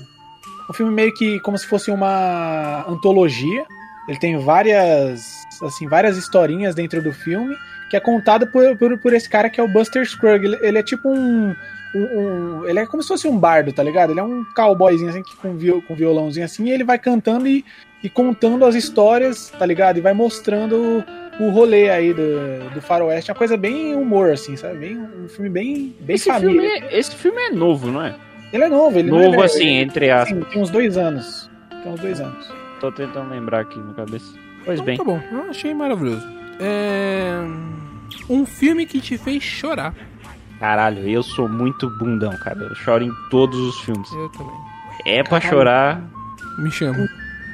F: Um filme meio que como se fosse uma antologia. Ele tem várias. assim, várias historinhas dentro do filme, que é contado por, por, por esse cara que é o Buster Scruggs. Ele, ele é tipo um, um- um- Ele é como se fosse um bardo, tá ligado? Ele é um cowboyzinho assim, que com, viol, com violãozinho assim, e ele vai cantando e, e contando as histórias, tá ligado? E vai mostrando o rolê aí do, do Faroeste. É uma coisa bem humor, assim, sabe? Bem, um filme bem, bem
E: Esse
F: família.
E: filme, é, esse filme é novo, não é?
F: Ele é novo, ele não é
E: novo
F: velho.
E: assim, entre
F: Ele,
E: aspas.
F: assim, tem uns dois anos. Tem uns dois anos.
E: Tô tentando lembrar aqui na cabeça. Pois
D: Então
E: bem.
D: tá bom, eu achei maravilhoso. É... Um filme que te fez chorar.
E: Caralho, eu sou muito bundão, cara. Eu choro em todos os filmes.
D: Eu também.
E: É pra
F: Caralho.
E: chorar.
D: Me chama.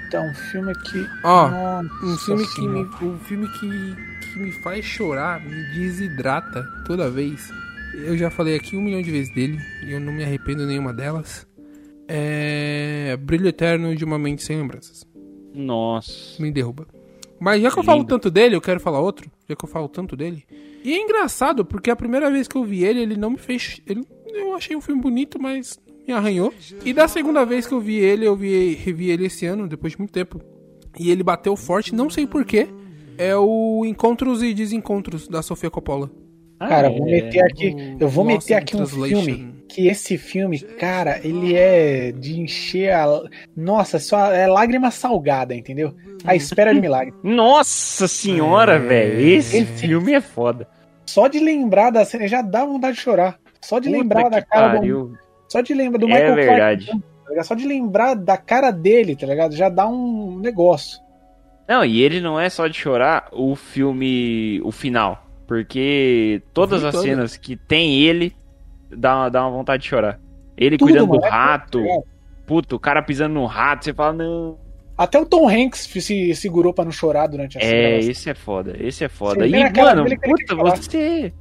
F: Então, um filme que.
D: Ó,
F: Nossa
D: um filme que
F: Senhora.
D: me, um filme que, que me faz chorar, me desidrata toda vez. Eu já falei aqui um milhão de vezes dele e eu não me arrependo nenhuma delas. É Brilho Eterno de uma Mente Sem Lembranças.
E: Nossa.
D: Me derruba. Mas já que eu
E: Lindo.
D: falo tanto dele, eu quero falar outro. Já que eu falo tanto dele. E é engraçado, porque a primeira vez que eu vi ele, ele não me fez. ele- eu achei um filme bonito, mas me arranhou. E da segunda vez que eu vi ele, eu vi, revi ele esse ano, depois de muito tempo. E ele bateu forte, não sei porquê. É o Encontros e Desencontros da Sofia Coppola.
F: Cara,
E: Ah,
F: eu vou
E: é.
F: meter aqui. Eu vou
D: Lost
F: meter
D: in
F: aqui um
D: Translation.
F: filme. Que esse filme, cara, ele é de encher a. Nossa, só é lágrima salgada, entendeu? A espera de milagre.
E: Nossa
F: É.
E: senhora, velho. Esse filme é foda.
F: Só de lembrar da cena, já dá vontade de chorar. Só de lembrar
E: Puta
F: da
E: que
F: cara do,
E: pariu.
F: Só de lembrar do
E: É
F: Michael
E: verdade.
F: Clark. Tá ligado? Só de lembrar da cara dele, tá ligado? Já dá um negócio.
E: Não, e ele não é só de chorar o filme. o final. Porque todas
D: filme
E: as
D: todo.
E: cenas que tem ele dá, uma- dá uma vontade de chorar. Ele
F: Tudo,
E: cuidando do
F: mano, é
E: rato.
F: tudo, tá ligado?
E: Puto, o cara pisando no rato, você fala, não.
F: Até o Tom Hanks se segurou pra não chorar durante a
E: É,
F: cena.
E: esse é foda, esse é foda.
F: Você vê
E: E,
F: na cara
E: mano,
F: dele que ele
E: puta,
F: quer chorar.
E: você.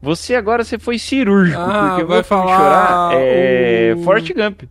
E: Você agora você foi cirúrgico,
D: Ah,
E: porque
D: vai
E: vai falar
D: falar
E: chorar. É.
F: uh.
D: o-
E: Forte Gump.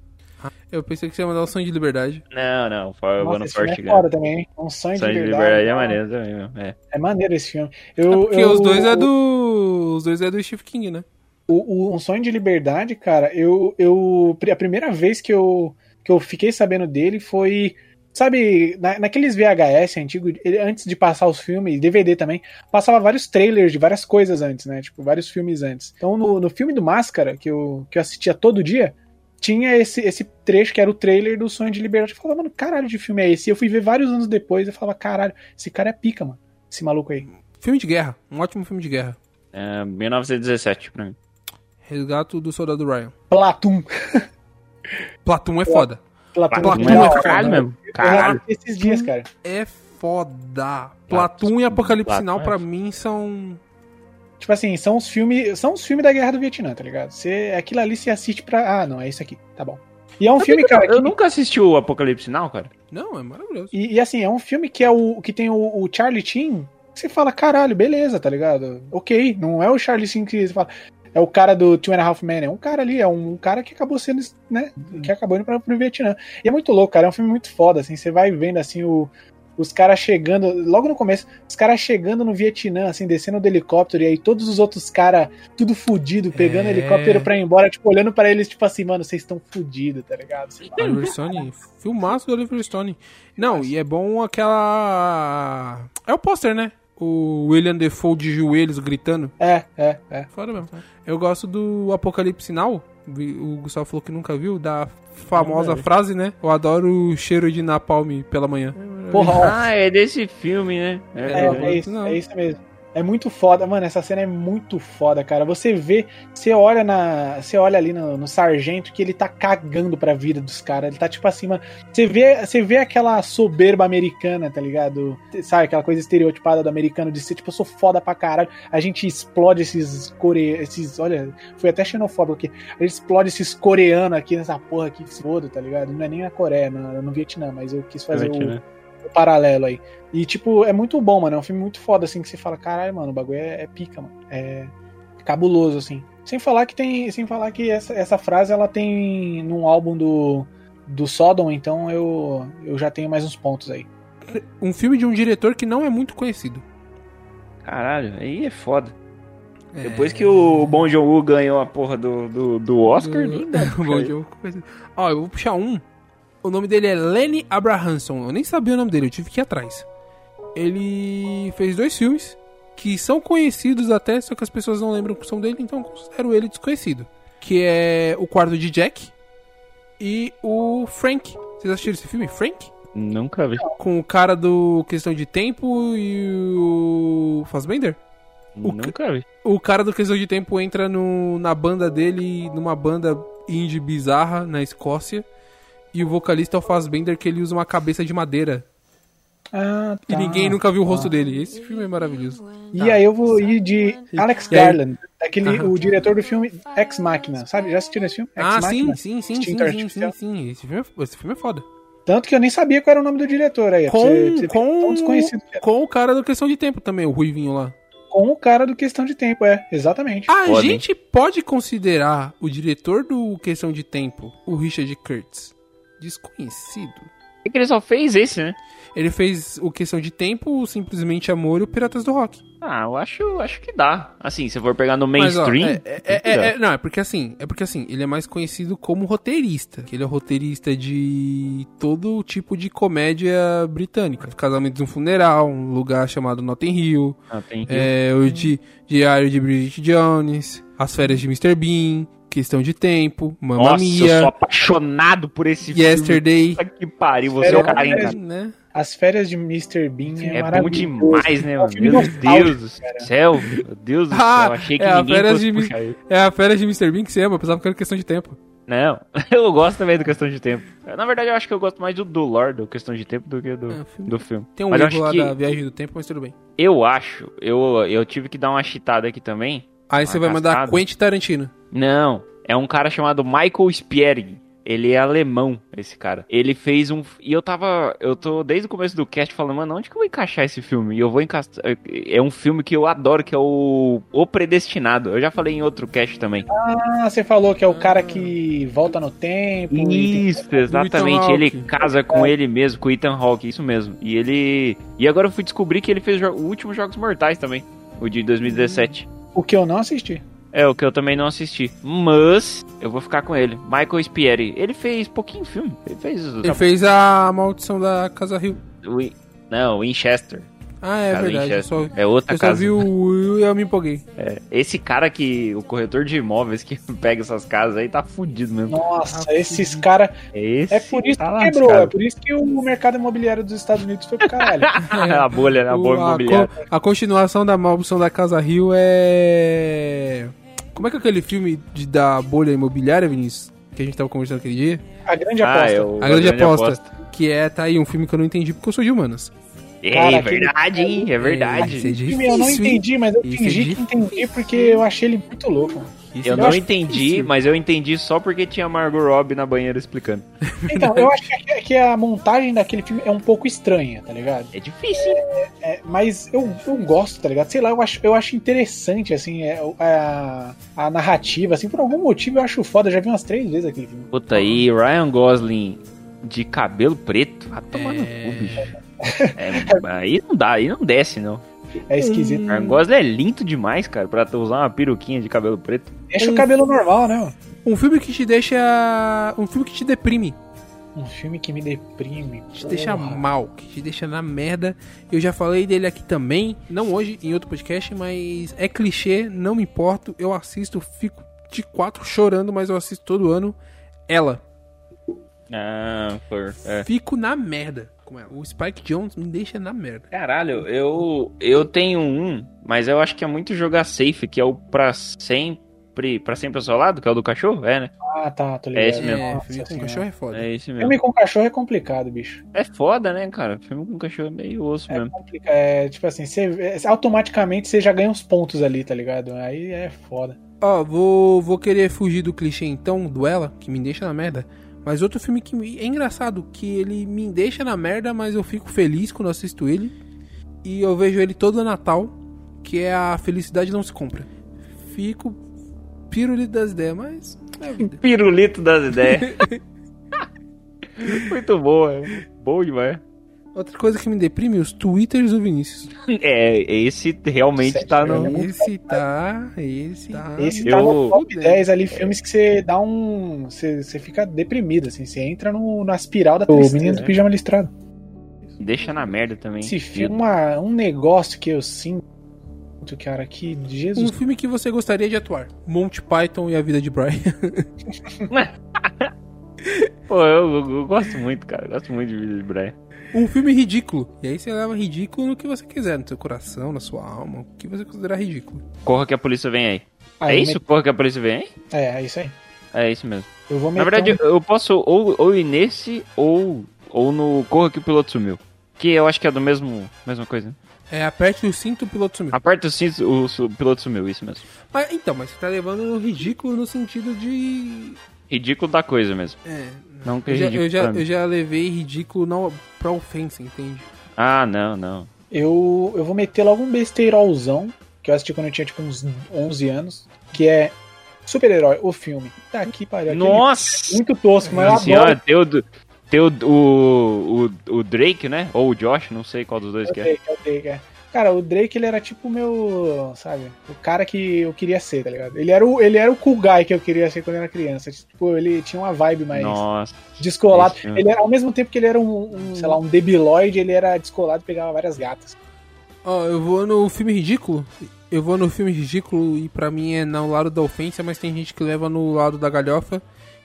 D: Eu pensei que você ia mandar o Sonho de Liberdade.
E: Não, não, eu vou
F: Nossa,
E: no
F: esse filme
E: Forte
F: é
E: Gump.
F: foda também, hein? Um sonho de
E: Sonho de
F: liberdade.
E: liberdade é maneiro também, mesmo. É.
F: É maneiro esse filme.
D: É
F: Eu,
D: porque
F: eu-
D: os dois é do. Os dois é do Steve King, né?
F: o- o- um sonho de liberdade, cara, eu, eu a primeira vez que eu, que eu fiquei sabendo dele foi, sabe, na- naqueles VHS antigos, antes de passar os filmes, DVD também, passava vários trailers de várias coisas antes, né? Tipo, vários filmes antes. Então, no, no filme do Máscara, que eu, que eu assistia todo dia, tinha esse, esse trecho que era o trailer do Sonho de Liberdade. Eu falava, mano, caralho de filme é esse? E eu fui ver vários anos depois e falava, caralho, esse cara é pica, mano. Esse maluco aí.
D: Filme de guerra. Um ótimo filme de guerra.
E: É, 1917 pra mim.
D: Resgato do Soldado Ryan.
F: Platum.
D: Platum é foda.
F: Platum,
E: Platum
D: é da
E: é do
D: hora,
E: caralho mesmo.
F: Eu
E: Caralho.
F: assisti esses dias, cara.
D: É foda. Platum e Apocalipse
E: Platum
D: Sinal
E: é
D: pra
E: foda.
D: mim são.
F: Tipo assim, são os filmes. São os filmes da guerra do Vietnã, tá ligado? Você, aquilo ali você assiste pra. Ah, não, é isso aqui. Tá bom. E é um filme, cara.
E: Eu
F: que-
E: nunca assisti o Apocalipse Now, cara.
D: Não, é maravilhoso.
F: E, e, assim, é um filme que é o que tem o, o Charlie Sheen. que Você fala, caralho, beleza, tá ligado? Ok, não é o Charlie Sheen que você fala. É o cara do Two and a Half Men, é um cara ali, é um cara que acabou sendo, né? Que acabou indo pra, pro Vietnã. E é muito louco, cara, é um filme muito foda, assim, você vai vendo, assim, o, os caras chegando, logo no começo, os caras chegando no Vietnã, assim, descendo do helicóptero, e aí todos os outros caras, tudo fudido, pegando
D: É.
F: o helicóptero pra ir embora, tipo, olhando pra eles, tipo assim, mano, vocês estão fudidos, tá ligado? Sei lá.
D: Oliver Stone, filmaço do Oliver Stone. Não, e é bom aquela. É o pôster, né? O William Defoe de joelhos gritando.
F: É, é, é.
D: Foda mesmo.
E: Tá.
D: Eu gosto do Apocalipse Now. vi- O Gustavo falou que nunca viu, da famosa frase, né? Eu adoro o cheiro de napalm pela manhã.
F: Porra, ó,
E: Ah, é desse filme, né?
F: É,
E: É,
F: é
E: é.
F: isso,
D: Não.
F: é isso mesmo. É muito foda, mano. Essa cena é muito foda, cara. Você vê, você olha na, você olha ali no, no sargento que ele tá cagando pra vida dos caras. Ele tá tipo assim, mano. Você vê, você vê aquela soberba americana, tá ligado? Sabe aquela coisa estereotipada do americano de ser tipo eu sou foda pra caralho. A gente explode esses core, esses, olha, foi até xenofóbico aqui. A gente explode esses coreanos aqui nessa porra aqui, que se foda, tá ligado? Não é nem na Coreia, no, no Vietnã, mas eu quis fazer o,
E: né?
F: o paralelo aí. E, tipo, é muito bom, mano. É um filme muito foda, assim, que você fala, caralho, mano, o bagulho é, é pica, mano. É cabuloso, assim. Sem falar que tem. Sem falar que essa, essa frase ela tem num álbum do, do Sodom, então eu, eu já tenho mais uns pontos aí.
D: Um filme de um diretor que não é muito conhecido.
E: Caralho, aí é foda.
D: É.
E: Depois que o Bon Joon-woo ganhou a porra do, do, do Oscar,
D: Do-
E: nem dá. pra
D: Bom,
E: cair.
D: eu vou começar. Ó, eu vou puxar um. O nome dele é Lenny Abrahamson. Eu nem sabia o nome dele, eu tive que ir atrás. Ele fez dois filmes que são conhecidos até, só que as pessoas não lembram que são dele, então eu considero ele desconhecido. Que é O Quarto de Jack e o Frank. Vocês assistiram esse filme? Frank?
E: Nunca vi.
D: Com o cara do Questão de Tempo e o Fassbender? O ca-
E: Nunca vi.
D: O cara do Questão de Tempo entra no- na banda dele, numa banda indie bizarra na Escócia. E o vocalista é o Fassbender, que ele usa uma cabeça de madeira.
F: Ah, tá.
D: E ninguém nunca viu o rosto dele. Esse filme é maravilhoso.
F: E aí eu vou ir de Alex
D: E aí-
F: Garland, aquele,
D: Aham.
F: o diretor do filme Ex Machina, sabe? Já assistiram esse filme? Ex
D: ah, sim,
F: É
D: sim,
F: Machina?
D: sim, sim, sim,
F: Instinto
D: sim,
F: Artificial.
D: sim. Esse filme é, esse filme é foda.
F: Tanto que eu nem sabia qual era o nome do diretor aí. pra
D: Com,
F: você- pra você ver tão
D: com,
F: desconhecido que é.
D: com o cara do Questão de Tempo também, o Ruivinho lá.
F: com o cara do Questão de Tempo, é, exatamente.
D: A
E: Foda, hein?
D: gente pode considerar o diretor do Questão de Tempo, o Richard Kurtz, desconhecido?
E: É que ele só fez esse, né?
D: Ele fez o Questão de Tempo, o Simplesmente Amor e o Piratas do Rock.
E: Ah, eu acho, acho que dá. Assim, se for pegar no mainstream.
D: Mas, ó, é- é, é- é- não, é porque assim, é porque assim, ele é mais conhecido como roteirista. que Ele é roteirista de todo tipo de comédia britânica. Casamento de um funeral, um lugar chamado Notting Hill,
E: Ah, tem que-
D: é, o Di- Diário de Bridget Jones, As Férias de Mr. Bean, Questão de Tempo, Mamma
E: Nossa, eu sou
D: Mia,
E: apaixonado por esse filme.
D: Yesterday.
E: Puta que pariu, você é
F: Era
E: o cara ainda.
D: né?
F: As férias de Mr. Bean é,
E: É bom
F: maravilhoso.
E: demais, né,
F: É um
E: mano?
F: filme
E: Meu
F: nostálgico,
E: Deus do céu, meu Deus do
D: Ah,
E: céu. Achei que
D: é a
E: ninguém
D: férias
E: fosse
D: de mim.
E: puxar ele.
D: É a Férias de Mr. Bean que você ama, eu pensava que era questão de tempo.
E: Não, eu gosto também do Questão de Tempo. É, Na verdade, eu acho que eu gosto mais do do lore do Questão de Tempo do que do,
D: É, o filme-
E: do filme.
D: Tem um
E: Mas eu
D: livro
E: acho
D: lá
E: que,
D: da Viagem do Tempo, mas tudo bem.
E: eu acho, eu, eu tive que dar uma chitada aqui também.
D: Aí você vai mandar
E: Arrastado.
D: Quentin Tarantino.
E: Não, é um cara chamado Michael Spierig. Ele é alemão, esse cara. Ele fez um. E eu tava. Eu tô desde o começo do cast falando, mano, onde que eu vou encaixar esse filme? E eu vou encaixar. É um filme que eu adoro, que é o. O Predestinado. Eu já falei em outro cast também.
F: Ah, você falou que é o cara que volta no tempo. e tem-
E: Isso, exatamente.
D: Ethan
E: Ele
D: Hawke.
E: casa com ele mesmo, com o Ethan Hawke, isso mesmo. E ele. E agora eu fui descobrir que ele fez jo- o último Jogos Mortais também, o de 2017.
F: O que eu não assisti.
E: É, o que eu também não assisti. Mas eu vou ficar com ele. Michael Spieri. Ele fez pouquinho filme. Ele fez. o-
D: Ele fez a Maldição da Casa Rio.
E: o- não, Winchester.
D: Ah, é
E: Casa
D: verdade. Eu
E: Winchester.
D: só,
E: É outra
D: eu só
E: casa.
D: vi o Will e eu me empolguei.
E: Esse cara que. O corretor de imóveis que pega essas casas aí tá fudido mesmo.
F: Nossa, esses caras.
E: É esse.
F: É por isso
E: tá
F: que quebrou. É
E: lascado.
F: por isso que o mercado imobiliário dos Estados Unidos foi pro caralho.
E: a bolha, né? A
D: O-
E: bolha
D: a,
E: imobiliária.
D: co- a continuação da Maldição da Casa Rio é. Como é que é aquele filme de, da bolha imobiliária, Vinícius? Que a gente tava conversando aquele dia?
F: A grande
E: Ah,
F: aposta.
E: é o-
D: a grande aposta. Que é, tá aí, um filme que eu não entendi porque eu sou de humanas.
E: É
F: Cara, aquele-
E: verdade, hein? É verdade.
D: Isso é difícil,
F: Filme eu não
D: hein?
F: entendi, mas eu
D: Isso é
F: fingi que
D: difícil.
F: entendi porque eu achei ele muito louco. mano.
D: Isso é
E: Eu não
F: acho
E: entendi,
D: difícil.
E: mas eu entendi só porque tinha Margot Robbie na banheira explicando.
F: Então, eu acho que a- que a montagem daquele filme é um pouco estranha, tá ligado?
E: É difícil. hein?
F: É, mas eu, eu gosto, tá ligado? Sei lá, eu acho, eu acho interessante, assim, é, o- a, a narrativa, assim, por algum motivo eu acho foda. Eu já vi umas três vezes aquele filme.
E: Puta aí, Ryan Gosling de cabelo preto. Ah, toma no
D: É.
E: cu, bicho. É, aí não dá, aí não desce, não.
F: É esquisito.
E: Ryan Gosling é lindo demais, cara, pra tu usar uma peruquinha de cabelo preto.
D: Hum, é
F: Deixa o cabelo normal, né? mano?
D: Um filme que te deixa. Um filme que te deprime.
F: Um filme que me deprime.
D: que te deixa
F: porra.
D: mal, que te deixa na merda. Eu já falei dele aqui também, não hoje, em outro podcast, mas é clichê, não me importo. Eu assisto, fico de quatro chorando, mas eu assisto todo ano. Ela.
E: Ah, por. É.
D: Fico na merda com ela. O Spike Jones me deixa na merda.
E: Caralho, eu, eu tenho um, mas eu acho que é muito jogar safe, que é o pra sempre. Pra sempre ao seu lado, que é o do cachorro? É, né?
F: Ah, tá, tô
E: É
F: ligado.
E: esse mesmo.
D: É,
F: Nossa
D: filme com
F: senhora.
D: cachorro é foda.
E: É esse mesmo.
F: Filme com cachorro é complicado, bicho.
E: É foda, né, cara? Filme com cachorro é meio osso
F: É
E: mesmo.
F: complicado. É, tipo assim, você, é, automaticamente você já ganha uns pontos ali, tá ligado? Aí é foda.
D: Ó, vou, vou querer fugir do clichê então, do Ela, que me deixa na merda. Mas outro filme que me- é engraçado, que ele me deixa na merda, mas eu fico feliz quando assisto ele. E eu vejo ele todo Natal, que é a Felicidade Não Se Compra. Fico pirulito das ideias, mas é a vida.
E: Pirulito das ideias. muito boa, é. Bom demais.
D: Outra coisa que me deprime, os twitters do Vinícius.
E: É, esse realmente
F: Sério,
E: tá
F: Ah, Não.
E: no.
D: Esse tá, esse tá.
F: Esse
E: Eu-
F: tá no top
D: eu-
F: 10 ali, filmes que você dá um. Você, você fica deprimido, assim, você entra no, na espiral da tristeza. O menino do pijama listrado.
E: Deixa na merda também.
F: Se filme uma- um negócio que eu sinto, cara, que Jesus.
E: Hum,
D: Um filme que você gostaria de atuar. Monty Python e a Vida de Brian.
E: Pô, eu, eu- eu gosto muito, cara. Eu gosto muito de Vida de Brian.
D: Um filme ridículo. E aí você leva ridículo no que você quiser, no seu coração, na sua alma, o que você considerar ridículo.
E: Corra que a polícia vem aí.
F: Aí Ah,
E: é
F: eu
E: isso? Corra que a polícia vem aí?
F: met- É, é isso aí.
E: É isso mesmo.
F: Eu vou meter
E: Na verdade,
F: um-
E: eu eu posso ou, ou ir nesse ou, ou no Corra que o piloto sumiu. Que eu acho que é do mesmo. Mesma coisa.
D: É, aperte o cinto, o piloto sumiu.
E: Aperta o cinto, o, su- o piloto sumiu, isso mesmo.
D: Mas, então, mas você tá levando no ridículo no sentido de...
E: Ridículo da coisa mesmo.
D: É,
E: Não que é
D: eu já,
E: ridículo.
D: eu, já,
E: pra mim.
D: eu já levei ridículo não, pra ofensa, entende?
E: Ah, não, não.
F: Eu, eu vou meter logo um besteirolzão, que eu assisti quando eu tinha tipo uns 11 anos, que é Super-Herói, o filme. Tá aqui, pariu. aquele-
E: Nossa!
F: Muito tosco, mas eu
E: Nossa
F: adoro.
E: senhora, tem o, do- tem o, o, o, o Drake, né? Ou o Josh, não sei qual dos dois
F: o
E: que é.
F: Drake, é o Drake, é. Cara, o Drake ele era tipo o meu, sabe, o cara que eu queria ser, tá ligado? Ele era o, ele era o cool guy que eu queria ser quando eu era criança. Tipo, ele tinha uma vibe mais
E: Nossa.
F: descolado.
E: esse filme.
F: Ele era, ao mesmo tempo que ele era um, um, sei lá, um debiloide, ele era descolado e pegava várias gatas.
D: Ó, eu vou no filme ridículo. Eu vou no filme ridículo e pra mim é no lado da ofensa, mas tem gente que leva no lado da galhofa,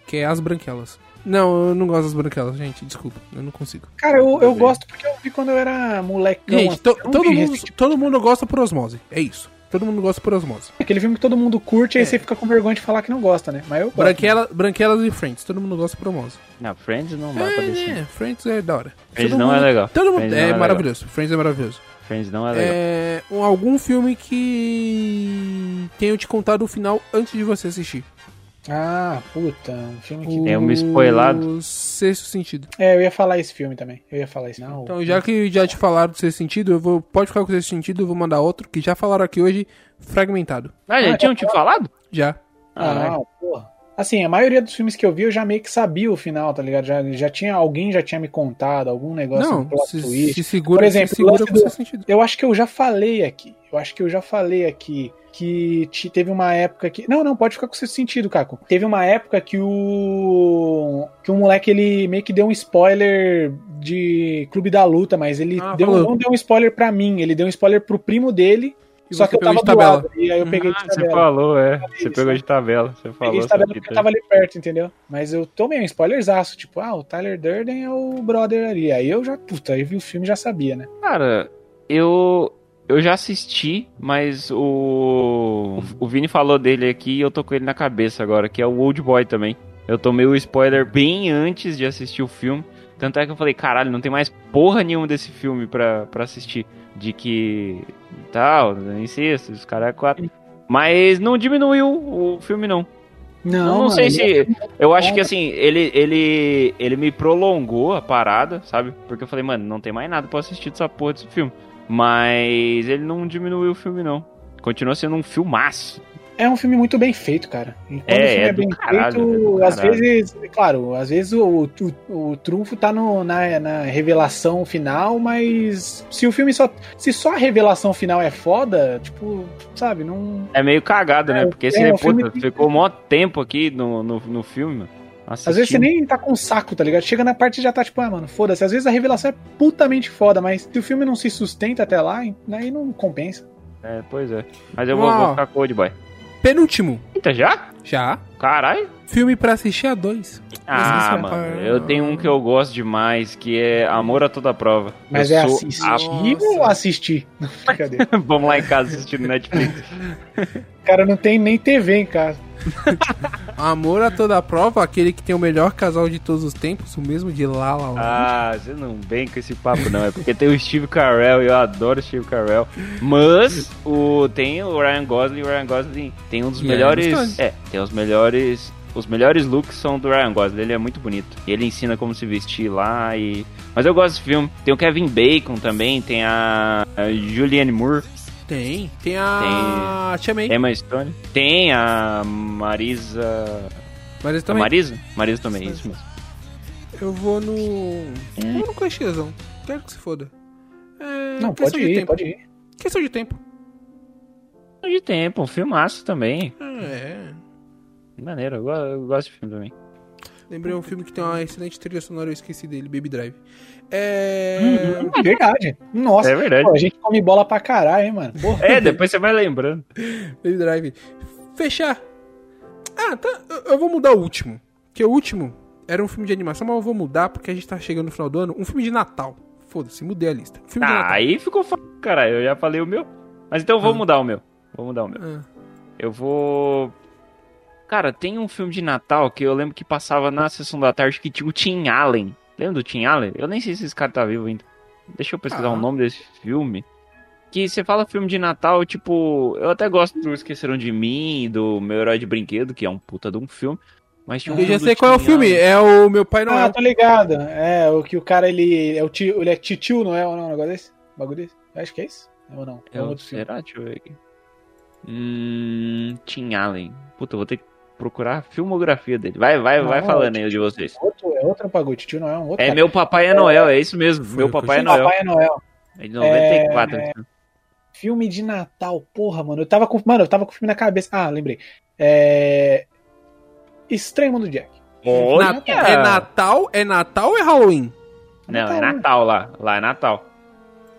D: que é as branquelas. Não, eu não gosto das branquelas, gente, desculpa, eu não consigo.
F: Cara, eu, eu
E: Sim.
F: gosto porque eu vi quando eu era molecão.
D: Gente,
F: assim,
D: to-
F: eu não
D: todo,
F: vi
D: mundo,
F: esse tipo-
D: todo mundo gosta por osmose, é isso. Todo mundo gosta por osmose.
F: Aquele filme que todo mundo curte,
D: É.
F: aí você fica com vergonha de falar que não gosta, né? Mas eu gosto.
D: Branquela, branquelas e Friends, todo mundo gosta por osmose.
E: Na Friends não dá pra
D: É,
E: descer.
D: né? Friends é da hora.
E: Friends
D: Todo
E: não é legal.
D: Todo mundo,
E: Friends não é
D: é,
E: legal.
D: maravilhoso. Friends é maravilhoso.
E: Friends não é legal.
F: Ah,
D: É, um- algum filme que tenho te contado o final antes de você assistir.
F: Ah, puta, um filme que.
E: É um spoilado.
D: O Sexto Sentido.
F: É, eu ia falar esse filme também. Eu ia falar esse filme.
D: Então, já que já te falaram do Sexto Sentido, eu vou, pode ficar com o Sexto Sentido, eu vou mandar outro que já falaram aqui hoje, fragmentado.
E: Ah, já tinham te falado?
D: Já.
F: é Ah, porra. Assim, a maioria dos filmes que eu vi, eu já meio que sabia o final, tá ligado? Já, já tinha, alguém já tinha me contado algum negócio, um
D: Não,
F: plot
D: se,
F: twist.
D: se segura,
F: Por exemplo,
D: se segura
F: lance
D: com o
F: do-
D: Sexto Sentido.
F: Eu acho que eu já falei aqui. Eu acho que eu já falei aqui que te- teve uma época que. Não, não, pode ficar com esse sentido, Caco. Teve uma época que o. que o moleque ele meio que deu um spoiler de Clube da Luta, mas ele
D: Ah,
F: deu,
D: falou.
F: não deu um spoiler pra mim, ele deu um spoiler pro primo dele,
D: E
F: só
D: você
F: que eu
D: pegou
F: tava
D: de
F: do
D: tabela.
F: lado. E aí eu
D: Uhum,
F: peguei de
E: você
F: tabela.
E: falou, é. Você
F: isso.
E: pegou de tabela. Você falou. tá-
F: Peguei de
E: essa
F: tabela porque tá eu
E: fita aí.
F: tava ali perto, entendeu? Mas eu tomei um spoilerzaço, tipo, ah, o Tyler Durden é o brother ali. Aí eu já, puta, aí eu vi o filme e já sabia, né?
E: Cara, eu. Eu já assisti, mas o. O Vini falou dele aqui e eu tô com ele na cabeça agora, que é o Old Boy também. Eu tomei o spoiler bem antes de assistir o filme. Tanto é que eu falei, caralho, não tem mais porra nenhuma desse filme pra, pra assistir. De que. tal, insisto, os caras é quatro. Mas não diminuiu o filme, não. Eu não
F: mano,
E: sei
F: ele- é
E: se. Eu acho que assim, ele, ele, ele me prolongou a parada, sabe? Porque eu falei, mano, não tem mais nada pra assistir dessa porra desse filme. Mas ele não diminuiu o filme, não. Continua sendo um filmaço.
F: É um filme muito bem feito, cara. E quando
E: É,
F: o filme
E: é do caralho, é
F: feito,
E: do
F: às
E: caralho.
F: vezes, claro, às vezes o, o, o trunfo tá no- na, na revelação final, mas se o filme só. Se só a revelação final é foda, tipo, sabe, não.
E: É meio cagado, né? Porque esse
F: é, o
E: puta,
F: filme-
E: ficou mó tempo aqui no, no, no filme, mano.
F: Às vezes você
E: assistindo.
F: nem tá com saco, tá ligado? Chega na parte e já tá tipo, ah, mano, foda-se. Às vezes a revelação é putamente foda, mas se o filme não se sustenta até lá, aí não compensa.
E: É, pois é. Mas eu vou,
D: Uau.
E: vou ficar com o Old Boy.
D: Penúltimo.
E: Eita, já?
D: Já.
E: Caralho.
D: Filme pra assistir a dois.
E: Ah,
D: isso é
E: mano,
D: pra-
E: eu tenho um que eu gosto demais, que é Amor a Toda Prova.
F: Mas
E: eu
F: é
E: sou
F: assistir
E: a
F: ou assistir? Não, brincadeira.
E: Vamos lá em casa assistindo Netflix.
F: cara não tem nem TV em casa.
D: Amor a toda prova, aquele que tem o melhor casal de todos os tempos, o mesmo de Lala. La.
E: Ah, você não vem com esse papo, não. É porque tem o Steve Carell e eu adoro o Steve Carell. Mas o, tem o Ryan Gosling e o Ryan Gosling tem um dos
D: E é
E: melhores.
D: gostoso.
E: É, tem os melhores. Os melhores looks são do Ryan Gosling, ele é muito bonito. E ele ensina como se vestir lá e. Mas eu gosto desse filme. Tem o Kevin Bacon também, tem a, a Julianne Moore,
F: Ah.
D: Tem. Tem a. Chamei.
E: Emma Stone, tem a Marisa.
D: Mas eu
E: A
D: também.
E: Marisa? Marisa também, isso mesmo.
D: Eu vou no.
F: É.
D: Eu vou no Caxiasão. Quero que se foda. É,
F: Não,
D: questão
F: pode
D: de
F: ir,
D: tempo.
F: pode ir.
D: Questão de tempo.
E: De tempo, um filmaço também.
D: É.
E: Maneiro, eu go- eu gosto de filme também.
D: Lembrei um filme que tem uma excelente trilha sonora, eu esqueci dele, Baby Drive. É.
F: É Verdade. Nossa,
E: É verdade.
F: pô, a gente come bola pra caralho, hein, mano. Porra.
E: É, depois você vai lembrando.
D: Baby Drive. Fechar. Ah, tá. eu- Eu vou mudar o último. Que o último era um filme de animação, mas eu vou mudar porque a gente tá chegando no final do ano. Um filme de Natal. Foda-se, mudei a lista. Um filme de
E: Ah,
D: Natal.
E: aí ficou fácil, cara. Eu já falei o meu. Mas então eu vou
D: Ah.
E: mudar o meu. Vou mudar o meu.
D: Ah,
E: Eu vou. Cara, tem um filme de Natal que eu lembro que passava na sessão da tarde que tinha o Tim Allen. Lembra do Tim Allen? Eu nem sei se esse cara tá vivo ainda. Deixa eu pesquisar
D: Ah.
E: o nome desse filme. Que você fala filme de Natal, tipo. Eu até gosto do Esqueceram de Mim, do Meu Herói de Brinquedo, que é um puta de um filme. Mas tinha um
D: eu já
E: filme do
D: sei qual é o
E: Tim
D: filme.
E: Allen.
D: É o Meu Pai
F: Ah,
D: Noel.
F: tô ligado. É, o que o cara, ele é o tio, ele é titio, não é? Ou não, um negócio desse? Um Bagulho desse? Eu acho que é isso. Ou não? É
E: É
F: um
E: o
F: outro filme.
E: será? Deixa eu ver aqui. Hum, Tim Allen. Puta, eu vou ter que procurar a filmografia dele. Vai, vai, vai
F: Não,
E: falando aí de vocês.
F: Outro, é outro bagulho, tio não é um outro.
E: É
F: cara.
E: meu Papai é Noel, é isso mesmo.
D: Foi
E: Meu
D: o que eu
E: Papai é
D: fiz.
E: Noel.
F: Papai Noel.
E: É de 94. né?
F: Filme de Natal, porra, mano. Eu tava com, mano, eu tava com o filme na cabeça. Ah, lembrei. É Estranho Mundo Jack.
E: Olha!
D: Nat- É Natal? É Natal ou é Halloween?
E: Não, é Natal lá. Lá é Natal.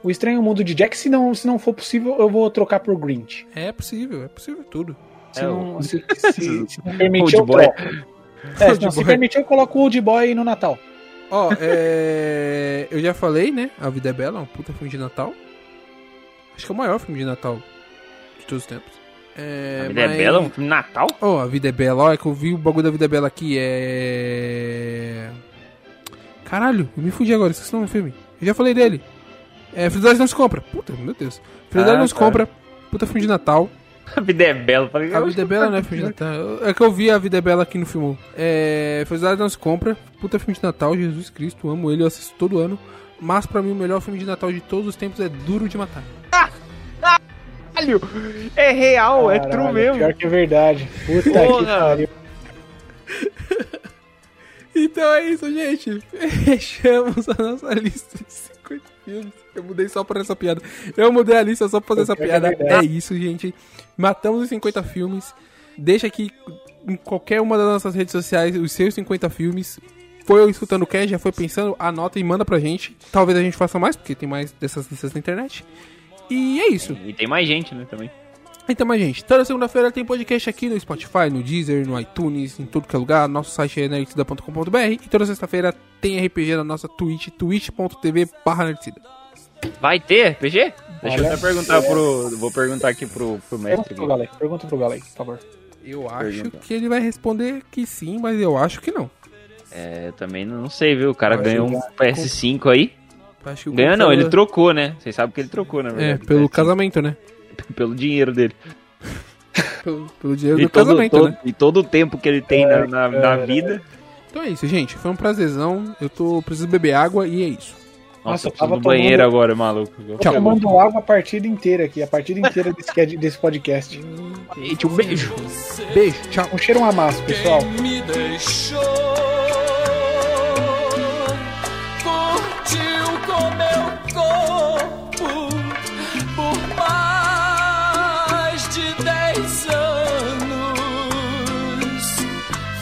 F: O Estranho Mundo de Jack, se não, se não for possível, eu vou trocar pro Grinch.
D: É possível, é possível tudo.
F: Se
E: É,
F: não,
E: o-
F: se, se- se não permitir,
E: Old
F: eu
E: Boy.
F: troco. É, se, não,
D: Old
E: tipo,
F: se
D: Boy.
F: permitir, eu coloco o Old Boy no Natal.
D: Ó, é... eu já falei, né? A Vida é Bela, é um puta filme de Natal. Acho que é o maior filme de Natal de todos os tempos. É,
E: Ele é
D: mas-
E: belo? Um filme de Natal?
D: Ó, A Vida é Bela, olha que eu vi o bagulho da Vida é Bela aqui, é... Caralho, eu me fudi agora, esqueci o nome do filme. Eu já falei dele. É, Felicidade Não Se Compra. Puta, meu Deus. Felicidade
E: Ah,
D: Não Se
E: tá.
D: Compra, puta filme de Natal.
E: A vida é bela. Falei,
D: A
E: eu
D: Vida é
E: acho
D: Bela
E: que- tá
D: não é filme de Natal. É que eu vi a Vida é Bela aqui no filme. É. Felicidade não se compra. Puta filme de Natal, Jesus Cristo, amo ele, eu assisto todo ano. Mas pra mim o melhor filme de Natal de todos os tempos é Duro de Matar.
E: Caralho! É real, é
F: Caralho,
E: true mesmo.
F: Pior que é verdade. Puta que
E: Porra.
F: pariu.
D: Então é isso, gente. Fechamos a nossa lista de 50 filmes. Eu mudei só pra essa piada. Eu mudei a lista só pra fazer essa
F: Pior que é
D: piada. É
F: verdade.
D: isso, gente. Matamos os 50 filmes. Deixa aqui em qualquer uma das nossas redes sociais os seus 50 filmes. Foi escutando o cast, já foi pensando, anota e manda pra gente. Talvez a gente faça mais, porque tem mais dessas listas na internet. E é isso.
E: E tem mais gente, né, também.
D: Então, mas, gente, toda segunda-feira tem podcast aqui no Spotify, no Deezer, no iTunes, em tudo que é lugar. Nosso site é nerdcida.com.br e toda sexta-feira tem RPG na nossa Twitch, twitch.tv barra nerdcida.
E: Vai ter, PG? Deixa eu
F: Olha
E: até perguntar pro... Vou perguntar aqui pro, pro
F: Pergunta
E: mestre.
F: pro Galei, pergunta pro Galei, por favor.
D: Eu acho
E: Pergunta.
D: que ele vai responder que sim, mas eu acho que não.
E: É, também não sei, viu? O cara
D: Eu acho
E: ganhou um
D: que-
E: PS5 aí.
D: Acho que o
E: Ganhou não, ele
D: computador-
E: trocou, né? Vocês sabem que ele trocou, na
D: É,
E: verdade.
D: pelo
E: o PS5,
D: casamento, né?
E: Pelo dinheiro dele.
D: Pelo, pelo dinheiro
E: E
D: do
E: todo,
D: casamento,
E: todo-
D: né?
E: e todo o tempo que ele tem na, na, na vida.
D: Então é isso, gente. Foi um prazerzão. Eu tô preciso beber água e é isso.
E: Nossa,
F: Nossa, eu
E: eu preciso
F: tava
E: do banheiro
F: tomando-
E: agora, maluco. Eu-
D: Tchau.
F: Tô tomando água a partida inteira aqui, a partida inteira desse, cad- desse podcast.
E: Gente, um beijo.
D: Beijo, tchau.
F: Um cheiro um amasso, pessoal.
G: me deixou. Curtiu com meu corpo por mais de dez anos.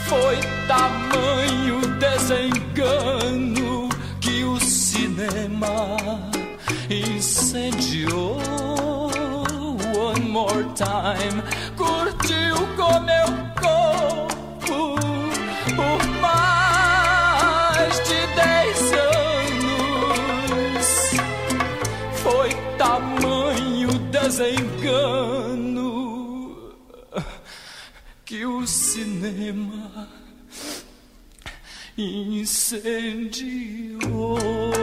G: Foi tamanho desengano que o cinema incendiou. One more time, curtiu com meu corpo por mais de dez anos. Foi tamanho desengano que o cinema incendiou.